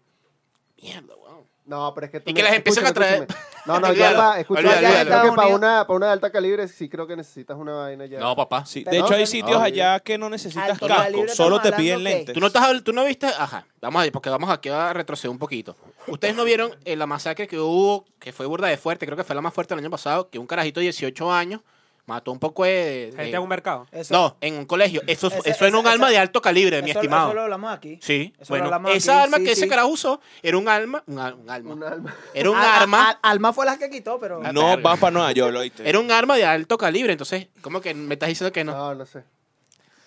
[SPEAKER 4] Mierda, weón.
[SPEAKER 5] No, pero es que... tú
[SPEAKER 4] Y
[SPEAKER 5] no-
[SPEAKER 4] que las empiezan a
[SPEAKER 5] escúchame,
[SPEAKER 4] traer.
[SPEAKER 5] escúchame.
[SPEAKER 4] *laughs*
[SPEAKER 5] No, no, ya
[SPEAKER 4] Olvídalo,
[SPEAKER 5] va. Escucha,
[SPEAKER 4] olvídalo,
[SPEAKER 5] ya
[SPEAKER 4] olvídalo.
[SPEAKER 5] creo que para
[SPEAKER 3] Estados
[SPEAKER 5] una, para una de alta calibre sí creo que necesitas una vaina ya.
[SPEAKER 4] No, papá.
[SPEAKER 1] Sí, de
[SPEAKER 3] Pero-
[SPEAKER 1] hecho, hay
[SPEAKER 3] No,
[SPEAKER 1] sitios
[SPEAKER 5] no,
[SPEAKER 1] allá que no necesitas
[SPEAKER 3] Alto
[SPEAKER 1] casco,
[SPEAKER 3] calibre
[SPEAKER 1] solo te
[SPEAKER 3] estamos
[SPEAKER 1] piden
[SPEAKER 3] hablando que-
[SPEAKER 1] lentes.
[SPEAKER 4] ¿Tú no, estás, habl- ¿Tú no viste? Ajá, vamos a, porque vamos aquí a retroceder un poquito. Ustedes no vieron eh, la masacre que hubo, que fue burda de fuerte, creo que fue la más fuerte el año pasado, que un carajito de 18 años mató un poco de... de-
[SPEAKER 2] Gente en un mercado.
[SPEAKER 3] Eso-
[SPEAKER 4] no, en un colegio. Eso,
[SPEAKER 3] Ese-
[SPEAKER 4] eso era
[SPEAKER 3] ese-
[SPEAKER 4] un alma
[SPEAKER 3] ese-
[SPEAKER 4] de alto calibre, mi
[SPEAKER 3] eso-
[SPEAKER 4] estimado.
[SPEAKER 3] Eso lo hablamos aquí.
[SPEAKER 4] sí,
[SPEAKER 3] eso lo
[SPEAKER 4] bueno,
[SPEAKER 3] hablamos
[SPEAKER 4] esa
[SPEAKER 3] aquí,
[SPEAKER 4] arma
[SPEAKER 3] sí,
[SPEAKER 4] que ese
[SPEAKER 3] sí.
[SPEAKER 4] carajo usó era un alma, un, al- un alma,
[SPEAKER 5] Un alma.
[SPEAKER 4] era un
[SPEAKER 3] Al- al-
[SPEAKER 4] arma...
[SPEAKER 3] al- Alma fue la que quitó, pero...
[SPEAKER 1] No vas para Nueva York, ¿oíste?
[SPEAKER 4] Ah, Era un arma de alto calibre, entonces, ¿cómo que me estás diciendo que
[SPEAKER 3] Ah,
[SPEAKER 4] no?
[SPEAKER 5] No, no sé.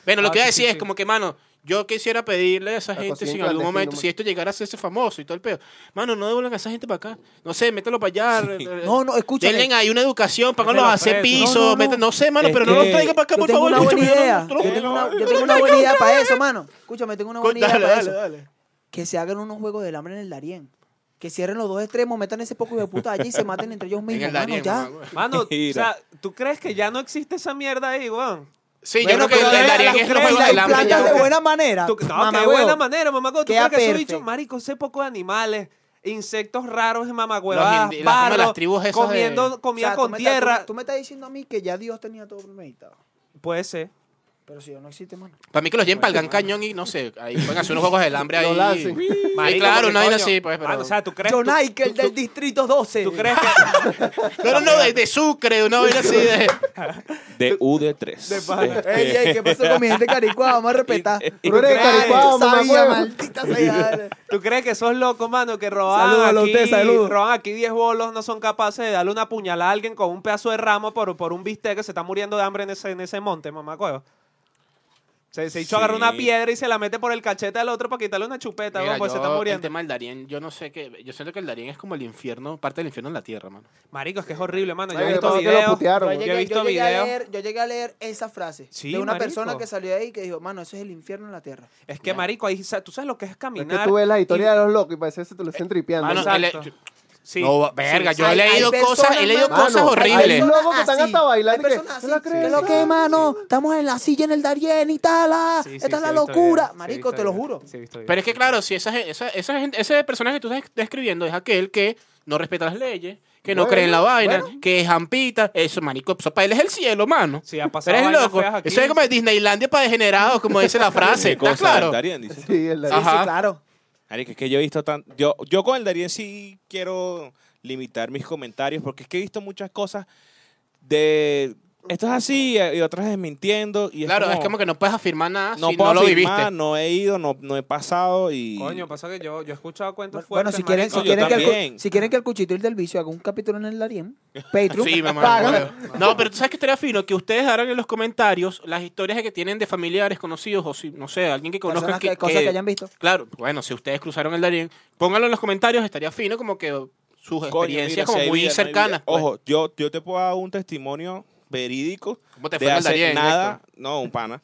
[SPEAKER 4] Bueno, lo
[SPEAKER 2] Ah,
[SPEAKER 4] que iba
[SPEAKER 2] sí,
[SPEAKER 4] a decir
[SPEAKER 2] sí,
[SPEAKER 4] es
[SPEAKER 2] sí.
[SPEAKER 4] como que, mano, yo quisiera pedirle a esa
[SPEAKER 5] La
[SPEAKER 4] gente
[SPEAKER 5] cocina
[SPEAKER 4] si en algún
[SPEAKER 5] clandestina,
[SPEAKER 4] momento,
[SPEAKER 5] mano.
[SPEAKER 4] si esto llegara a hacerse famoso y todo el pedo, mano, no devuelvan a esa gente para acá. No sé, mételo para allá. re- re-
[SPEAKER 3] No, no, escúchame.
[SPEAKER 4] Denle ahí una educación, páganlos
[SPEAKER 2] Mételo
[SPEAKER 4] a hacer
[SPEAKER 2] preso.
[SPEAKER 4] piso,
[SPEAKER 3] No,
[SPEAKER 4] no,
[SPEAKER 3] no, no.
[SPEAKER 4] no sé, mano,
[SPEAKER 1] Es
[SPEAKER 4] pero no los
[SPEAKER 1] que
[SPEAKER 4] traigan para acá,
[SPEAKER 3] Yo
[SPEAKER 4] por
[SPEAKER 3] tengo
[SPEAKER 4] favor.
[SPEAKER 3] una buena
[SPEAKER 4] escúchame, no,
[SPEAKER 3] idea.
[SPEAKER 4] no,
[SPEAKER 3] Yo
[SPEAKER 4] no, no,
[SPEAKER 3] tengo
[SPEAKER 4] no,
[SPEAKER 3] una-
[SPEAKER 4] no,
[SPEAKER 3] yo tengo una buena idea para
[SPEAKER 4] *laughs*
[SPEAKER 3] eso, mano. Escúchame, tengo una buena idea
[SPEAKER 4] Dale,
[SPEAKER 3] para
[SPEAKER 4] dale,
[SPEAKER 3] eso.
[SPEAKER 4] dale.
[SPEAKER 3] Que se hagan unos juegos del hambre en el Darién. Que cierren los dos extremos, metan ese poco de puta allí y se maten entre ellos
[SPEAKER 4] *laughs* En
[SPEAKER 3] mismos,
[SPEAKER 4] el
[SPEAKER 3] mano,
[SPEAKER 4] Darién,
[SPEAKER 3] ya.
[SPEAKER 4] mamá, güey.
[SPEAKER 2] Mano, o sea,
[SPEAKER 1] Mira.
[SPEAKER 2] ¿tú crees que ya no existe esa mierda ahí, weón?
[SPEAKER 4] Sí,
[SPEAKER 3] Bueno,
[SPEAKER 4] yo creo que
[SPEAKER 3] pero la-
[SPEAKER 4] el Darién
[SPEAKER 3] la-
[SPEAKER 4] es los
[SPEAKER 2] la-
[SPEAKER 4] juegos del
[SPEAKER 2] la-
[SPEAKER 4] hambre.
[SPEAKER 2] planta
[SPEAKER 4] ya,
[SPEAKER 3] implantas Eh, de
[SPEAKER 4] güey.
[SPEAKER 3] buena manera.
[SPEAKER 2] Tú- no,
[SPEAKER 3] Ah, mamá,
[SPEAKER 2] qué
[SPEAKER 3] huevo.
[SPEAKER 2] buena manera, mamá. ¿Tú
[SPEAKER 3] Queda
[SPEAKER 2] crees que esos
[SPEAKER 3] perfecto.
[SPEAKER 2] bichos, marico, sé poco de animales, insectos raros,
[SPEAKER 4] Los
[SPEAKER 2] mamagüevadas,
[SPEAKER 4] indi- las-
[SPEAKER 2] barros,
[SPEAKER 4] las tribus esas
[SPEAKER 2] comiendo
[SPEAKER 4] de-
[SPEAKER 3] O
[SPEAKER 2] comida
[SPEAKER 3] sea, tú
[SPEAKER 2] con
[SPEAKER 3] me estás-
[SPEAKER 2] tierra.
[SPEAKER 3] tú- Tú me estás diciendo a mí que ya Dios tenía todo premeditado.
[SPEAKER 2] Puede ser.
[SPEAKER 3] Pero si yo no existe, mano.
[SPEAKER 4] Para mí que los lleven para el Gran Cañón y no sé, ahí pueden hacer unos juegos del
[SPEAKER 2] *laughs*
[SPEAKER 4] hambre
[SPEAKER 5] Lo
[SPEAKER 4] ahí.
[SPEAKER 5] lancen.
[SPEAKER 4] Ahí,
[SPEAKER 2] Marico,
[SPEAKER 4] claro,
[SPEAKER 2] porque,
[SPEAKER 4] una vaina
[SPEAKER 2] coño,
[SPEAKER 4] así, pues, pero-
[SPEAKER 2] mano, o sea, ¿tú crees, tú,
[SPEAKER 3] John Ikel del Distrito 12.
[SPEAKER 2] tú crees que...
[SPEAKER 4] No, no, no, de, de Sucre, una vaina así de...
[SPEAKER 1] De UD3.
[SPEAKER 3] *laughs* Ey, ey, ¿qué pasó con mi gente
[SPEAKER 2] *laughs*
[SPEAKER 3] caricua? Vamos a respetar.
[SPEAKER 5] Tú eres de
[SPEAKER 2] crees?
[SPEAKER 5] Caricuao, mamá,
[SPEAKER 3] Sabía,
[SPEAKER 5] huevo.
[SPEAKER 3] maldita *laughs* sea.
[SPEAKER 2] ¿Tú crees que esos locos, mano, que roban
[SPEAKER 3] Saludos,
[SPEAKER 2] aquí,
[SPEAKER 3] Lotte, saludos.
[SPEAKER 2] roban aquí 10 bolos, no son capaces de darle una puñalada a alguien con un pedazo de ramo por, por un bistec que se está muriendo de hambre en ese, en ese monte, mamá Se, se hizo
[SPEAKER 1] Sí.
[SPEAKER 2] agarra una piedra y se la mete por el cachete al otro para quitarle una chupeta,
[SPEAKER 4] Mira,
[SPEAKER 2] weón, pues se
[SPEAKER 4] yo,
[SPEAKER 2] *laughs* está
[SPEAKER 4] El
[SPEAKER 2] muriendo.
[SPEAKER 4] tema del Darién, yo no sé qué. Yo siento que el Darién es como el infierno, parte del infierno en la tierra, mano.
[SPEAKER 2] Marico, es que es horrible, mano. Yo he
[SPEAKER 5] Marico,
[SPEAKER 2] visto
[SPEAKER 5] todo que lo
[SPEAKER 2] videos. Yo
[SPEAKER 5] putearon. Yo
[SPEAKER 3] Yo,
[SPEAKER 2] he
[SPEAKER 3] llegué,
[SPEAKER 2] visto
[SPEAKER 3] yo llegué a
[SPEAKER 2] videos.
[SPEAKER 3] leer, yo llegué a leer esa frase
[SPEAKER 2] Sí,
[SPEAKER 3] de una
[SPEAKER 2] marico.
[SPEAKER 3] persona que salió ahí que dijo, mano, ese es el infierno en la tierra.
[SPEAKER 2] Es que, marico, ahí, sa- tú sabes lo que es
[SPEAKER 5] Es
[SPEAKER 2] caminar.
[SPEAKER 5] que tú ves la historia
[SPEAKER 2] y-
[SPEAKER 5] de los locos y parece que se te lo están
[SPEAKER 4] Eh,
[SPEAKER 5] tripeando.
[SPEAKER 4] Mano,
[SPEAKER 5] Mano,
[SPEAKER 2] Ah, Exacto.
[SPEAKER 4] él es-
[SPEAKER 2] Sí.
[SPEAKER 4] No, va- verga, yo he
[SPEAKER 3] Hay-
[SPEAKER 4] leído
[SPEAKER 3] hay
[SPEAKER 4] cosas, he
[SPEAKER 3] personas,
[SPEAKER 4] leído
[SPEAKER 3] mano,
[SPEAKER 4] cosas
[SPEAKER 5] hay
[SPEAKER 4] horribles.
[SPEAKER 5] personas locos que están
[SPEAKER 3] así.
[SPEAKER 5] hasta bailando
[SPEAKER 3] Hay
[SPEAKER 5] y que,
[SPEAKER 3] personas
[SPEAKER 5] "No la
[SPEAKER 3] así,
[SPEAKER 5] creo".
[SPEAKER 3] que lo que, mano, estamos en la silla en el Darién y tal, ah,
[SPEAKER 2] Sí, sí,
[SPEAKER 3] esta es
[SPEAKER 2] sí,
[SPEAKER 3] la
[SPEAKER 2] he visto
[SPEAKER 3] locura.
[SPEAKER 2] videos, sí, he
[SPEAKER 3] Marico,
[SPEAKER 2] visto
[SPEAKER 3] te lo
[SPEAKER 2] videos,
[SPEAKER 3] juro.
[SPEAKER 2] sí, he visto videos.
[SPEAKER 4] Pero es que, claro, si esa, gen- esa, esa gente- ese personaje que tú estás describiendo es aquel que no respeta las leyes, que no
[SPEAKER 5] Bueno,
[SPEAKER 4] cree en la vaina,
[SPEAKER 5] bueno.
[SPEAKER 4] que es jampita, eso, marico, eso para él es el cielo, mano.
[SPEAKER 2] Sí, ha pasado
[SPEAKER 4] Pero es
[SPEAKER 2] vainas
[SPEAKER 4] loco.
[SPEAKER 2] feas aquí.
[SPEAKER 4] Eso es como Disneylandia para degenerados, como
[SPEAKER 2] *laughs*
[SPEAKER 4] dice la frase.
[SPEAKER 1] ¿Qué
[SPEAKER 4] ¿Estás
[SPEAKER 1] cosa?
[SPEAKER 4] Ah, claro?
[SPEAKER 1] El Darien, dice.
[SPEAKER 5] Sí, el
[SPEAKER 3] Sí,
[SPEAKER 5] Darién.
[SPEAKER 3] sí,
[SPEAKER 4] Ajá.
[SPEAKER 3] claro.
[SPEAKER 1] Marico, es que yo he visto tan... Yo, yo con el Darien sí quiero limitar mis comentarios porque es que he visto muchas cosas de... Esto es así eh, y otras desmintiendo. Y
[SPEAKER 4] claro,
[SPEAKER 1] es
[SPEAKER 4] es como que no puedes afirmar nada
[SPEAKER 1] no
[SPEAKER 4] si
[SPEAKER 1] puedo
[SPEAKER 4] no lo
[SPEAKER 1] afirmar,
[SPEAKER 4] viviste.
[SPEAKER 1] no he ido, no, no he pasado y...
[SPEAKER 2] Coño, pasa que yo, yo he escuchado cuentos
[SPEAKER 3] Bueno, bueno,
[SPEAKER 2] fuertes.
[SPEAKER 3] si quieren, si
[SPEAKER 1] marico, yo
[SPEAKER 3] quieren, que el, cu-
[SPEAKER 1] también.
[SPEAKER 3] si quieren que el cuchito del vicio haga un capítulo en
[SPEAKER 1] *laughs*
[SPEAKER 3] el Darién, Patreon,
[SPEAKER 4] Sí, me
[SPEAKER 3] pagan.
[SPEAKER 4] acuerdo. No, pero tú sabes que estaría fino que ustedes hagan en los comentarios las historias que tienen de familiares conocidos o si, no sé, alguien que
[SPEAKER 3] Personas
[SPEAKER 4] conozca
[SPEAKER 3] que-
[SPEAKER 4] que,
[SPEAKER 3] cosas
[SPEAKER 4] que-
[SPEAKER 3] que hayan visto.
[SPEAKER 4] Claro, bueno, si ustedes cruzaron el Darién, pónganlo en los comentarios, estaría fino como que sus
[SPEAKER 1] Coño, Pues, mira, si
[SPEAKER 4] experiencias como
[SPEAKER 1] hay
[SPEAKER 4] muy
[SPEAKER 1] vida, no hay
[SPEAKER 4] cercanas.
[SPEAKER 1] vida.
[SPEAKER 4] pues.
[SPEAKER 1] Ojo, yo, yo te puedo dar un testimonio verídico
[SPEAKER 4] ¿Cómo te fue
[SPEAKER 1] de
[SPEAKER 4] en el
[SPEAKER 1] hace
[SPEAKER 4] Darién,
[SPEAKER 1] nada,
[SPEAKER 4] Héctor?
[SPEAKER 1] no, un pana.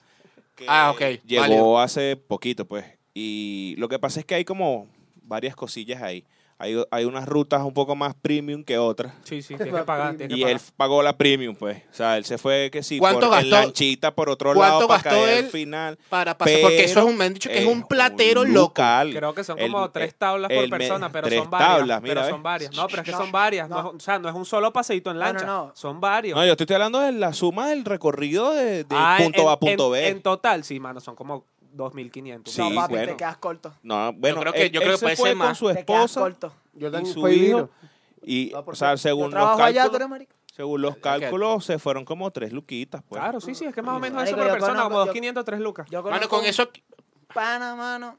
[SPEAKER 1] que
[SPEAKER 4] *laughs* Ah, ok,
[SPEAKER 1] Llegó
[SPEAKER 4] válido.
[SPEAKER 1] hace poquito, pues. Y lo que pasa es que hay como varias cosillas ahí. Hay, hay unas rutas un poco más premium que otras.
[SPEAKER 2] Sí,
[SPEAKER 3] *laughs*
[SPEAKER 2] sí, tienes que pagar. tienes que
[SPEAKER 1] Y
[SPEAKER 2] pagar.
[SPEAKER 1] él pagó la premium, pues. O sea, él se fue que sí,
[SPEAKER 4] ¿Cuánto
[SPEAKER 1] por en
[SPEAKER 4] gastó-
[SPEAKER 1] lanchita por otro
[SPEAKER 4] cuánto
[SPEAKER 1] lado para
[SPEAKER 4] gastó
[SPEAKER 1] caer
[SPEAKER 4] él?
[SPEAKER 1] al final.
[SPEAKER 4] Para pasar, porque eso es
[SPEAKER 1] Pero
[SPEAKER 4] un, me han dicho que es
[SPEAKER 1] Eh,
[SPEAKER 4] un platero
[SPEAKER 1] un
[SPEAKER 4] loco.
[SPEAKER 1] local.
[SPEAKER 2] Creo que son
[SPEAKER 1] El-
[SPEAKER 2] como tres tablas
[SPEAKER 1] el
[SPEAKER 2] por
[SPEAKER 1] me-
[SPEAKER 2] persona, pero
[SPEAKER 1] tres
[SPEAKER 2] son varias.
[SPEAKER 1] tablas, mira,
[SPEAKER 2] pero
[SPEAKER 1] ¿ves?
[SPEAKER 2] son varias. No, pero es que
[SPEAKER 3] No,
[SPEAKER 2] son varias. no
[SPEAKER 3] no.
[SPEAKER 2] es- o sea, no es un solo paseíto en
[SPEAKER 3] No, no,
[SPEAKER 2] lancha.
[SPEAKER 3] no.
[SPEAKER 2] Son varios.
[SPEAKER 1] No, yo te estoy hablando de la suma del recorrido de, de
[SPEAKER 2] Ah, en-
[SPEAKER 1] punto A a punto
[SPEAKER 2] en-
[SPEAKER 1] B.
[SPEAKER 2] En total, sí, mano, son como 2.500.
[SPEAKER 1] Sí,
[SPEAKER 3] no, papi,
[SPEAKER 1] bueno.
[SPEAKER 3] te quedas corto.
[SPEAKER 1] No, bueno,
[SPEAKER 4] creo que-
[SPEAKER 1] él-
[SPEAKER 4] yo creo
[SPEAKER 1] él
[SPEAKER 4] que
[SPEAKER 1] se
[SPEAKER 4] puede
[SPEAKER 1] fue
[SPEAKER 4] ser
[SPEAKER 1] con
[SPEAKER 4] más.
[SPEAKER 1] su
[SPEAKER 3] Te quedas
[SPEAKER 1] esposa
[SPEAKER 3] corto.
[SPEAKER 1] y
[SPEAKER 5] Jordan
[SPEAKER 1] su
[SPEAKER 5] fue y vino.
[SPEAKER 1] hijo. Y,
[SPEAKER 5] No, por
[SPEAKER 1] o sea,
[SPEAKER 5] favor.
[SPEAKER 3] Yo
[SPEAKER 1] según los,
[SPEAKER 3] trabajo allá, tú eres
[SPEAKER 1] cálculos,
[SPEAKER 3] marico.
[SPEAKER 1] según los cálculos, se fueron como tres luquitas, pues.
[SPEAKER 2] Claro, sí, sí, es que más o menos eso
[SPEAKER 3] Marico,
[SPEAKER 2] por
[SPEAKER 3] yo
[SPEAKER 2] persona,
[SPEAKER 3] conozco-
[SPEAKER 2] como
[SPEAKER 3] yo-
[SPEAKER 2] 2.500, 3 lucas.
[SPEAKER 3] Yo
[SPEAKER 4] Mano,
[SPEAKER 3] conozco
[SPEAKER 4] con
[SPEAKER 3] un
[SPEAKER 4] eso...
[SPEAKER 3] pana, mano,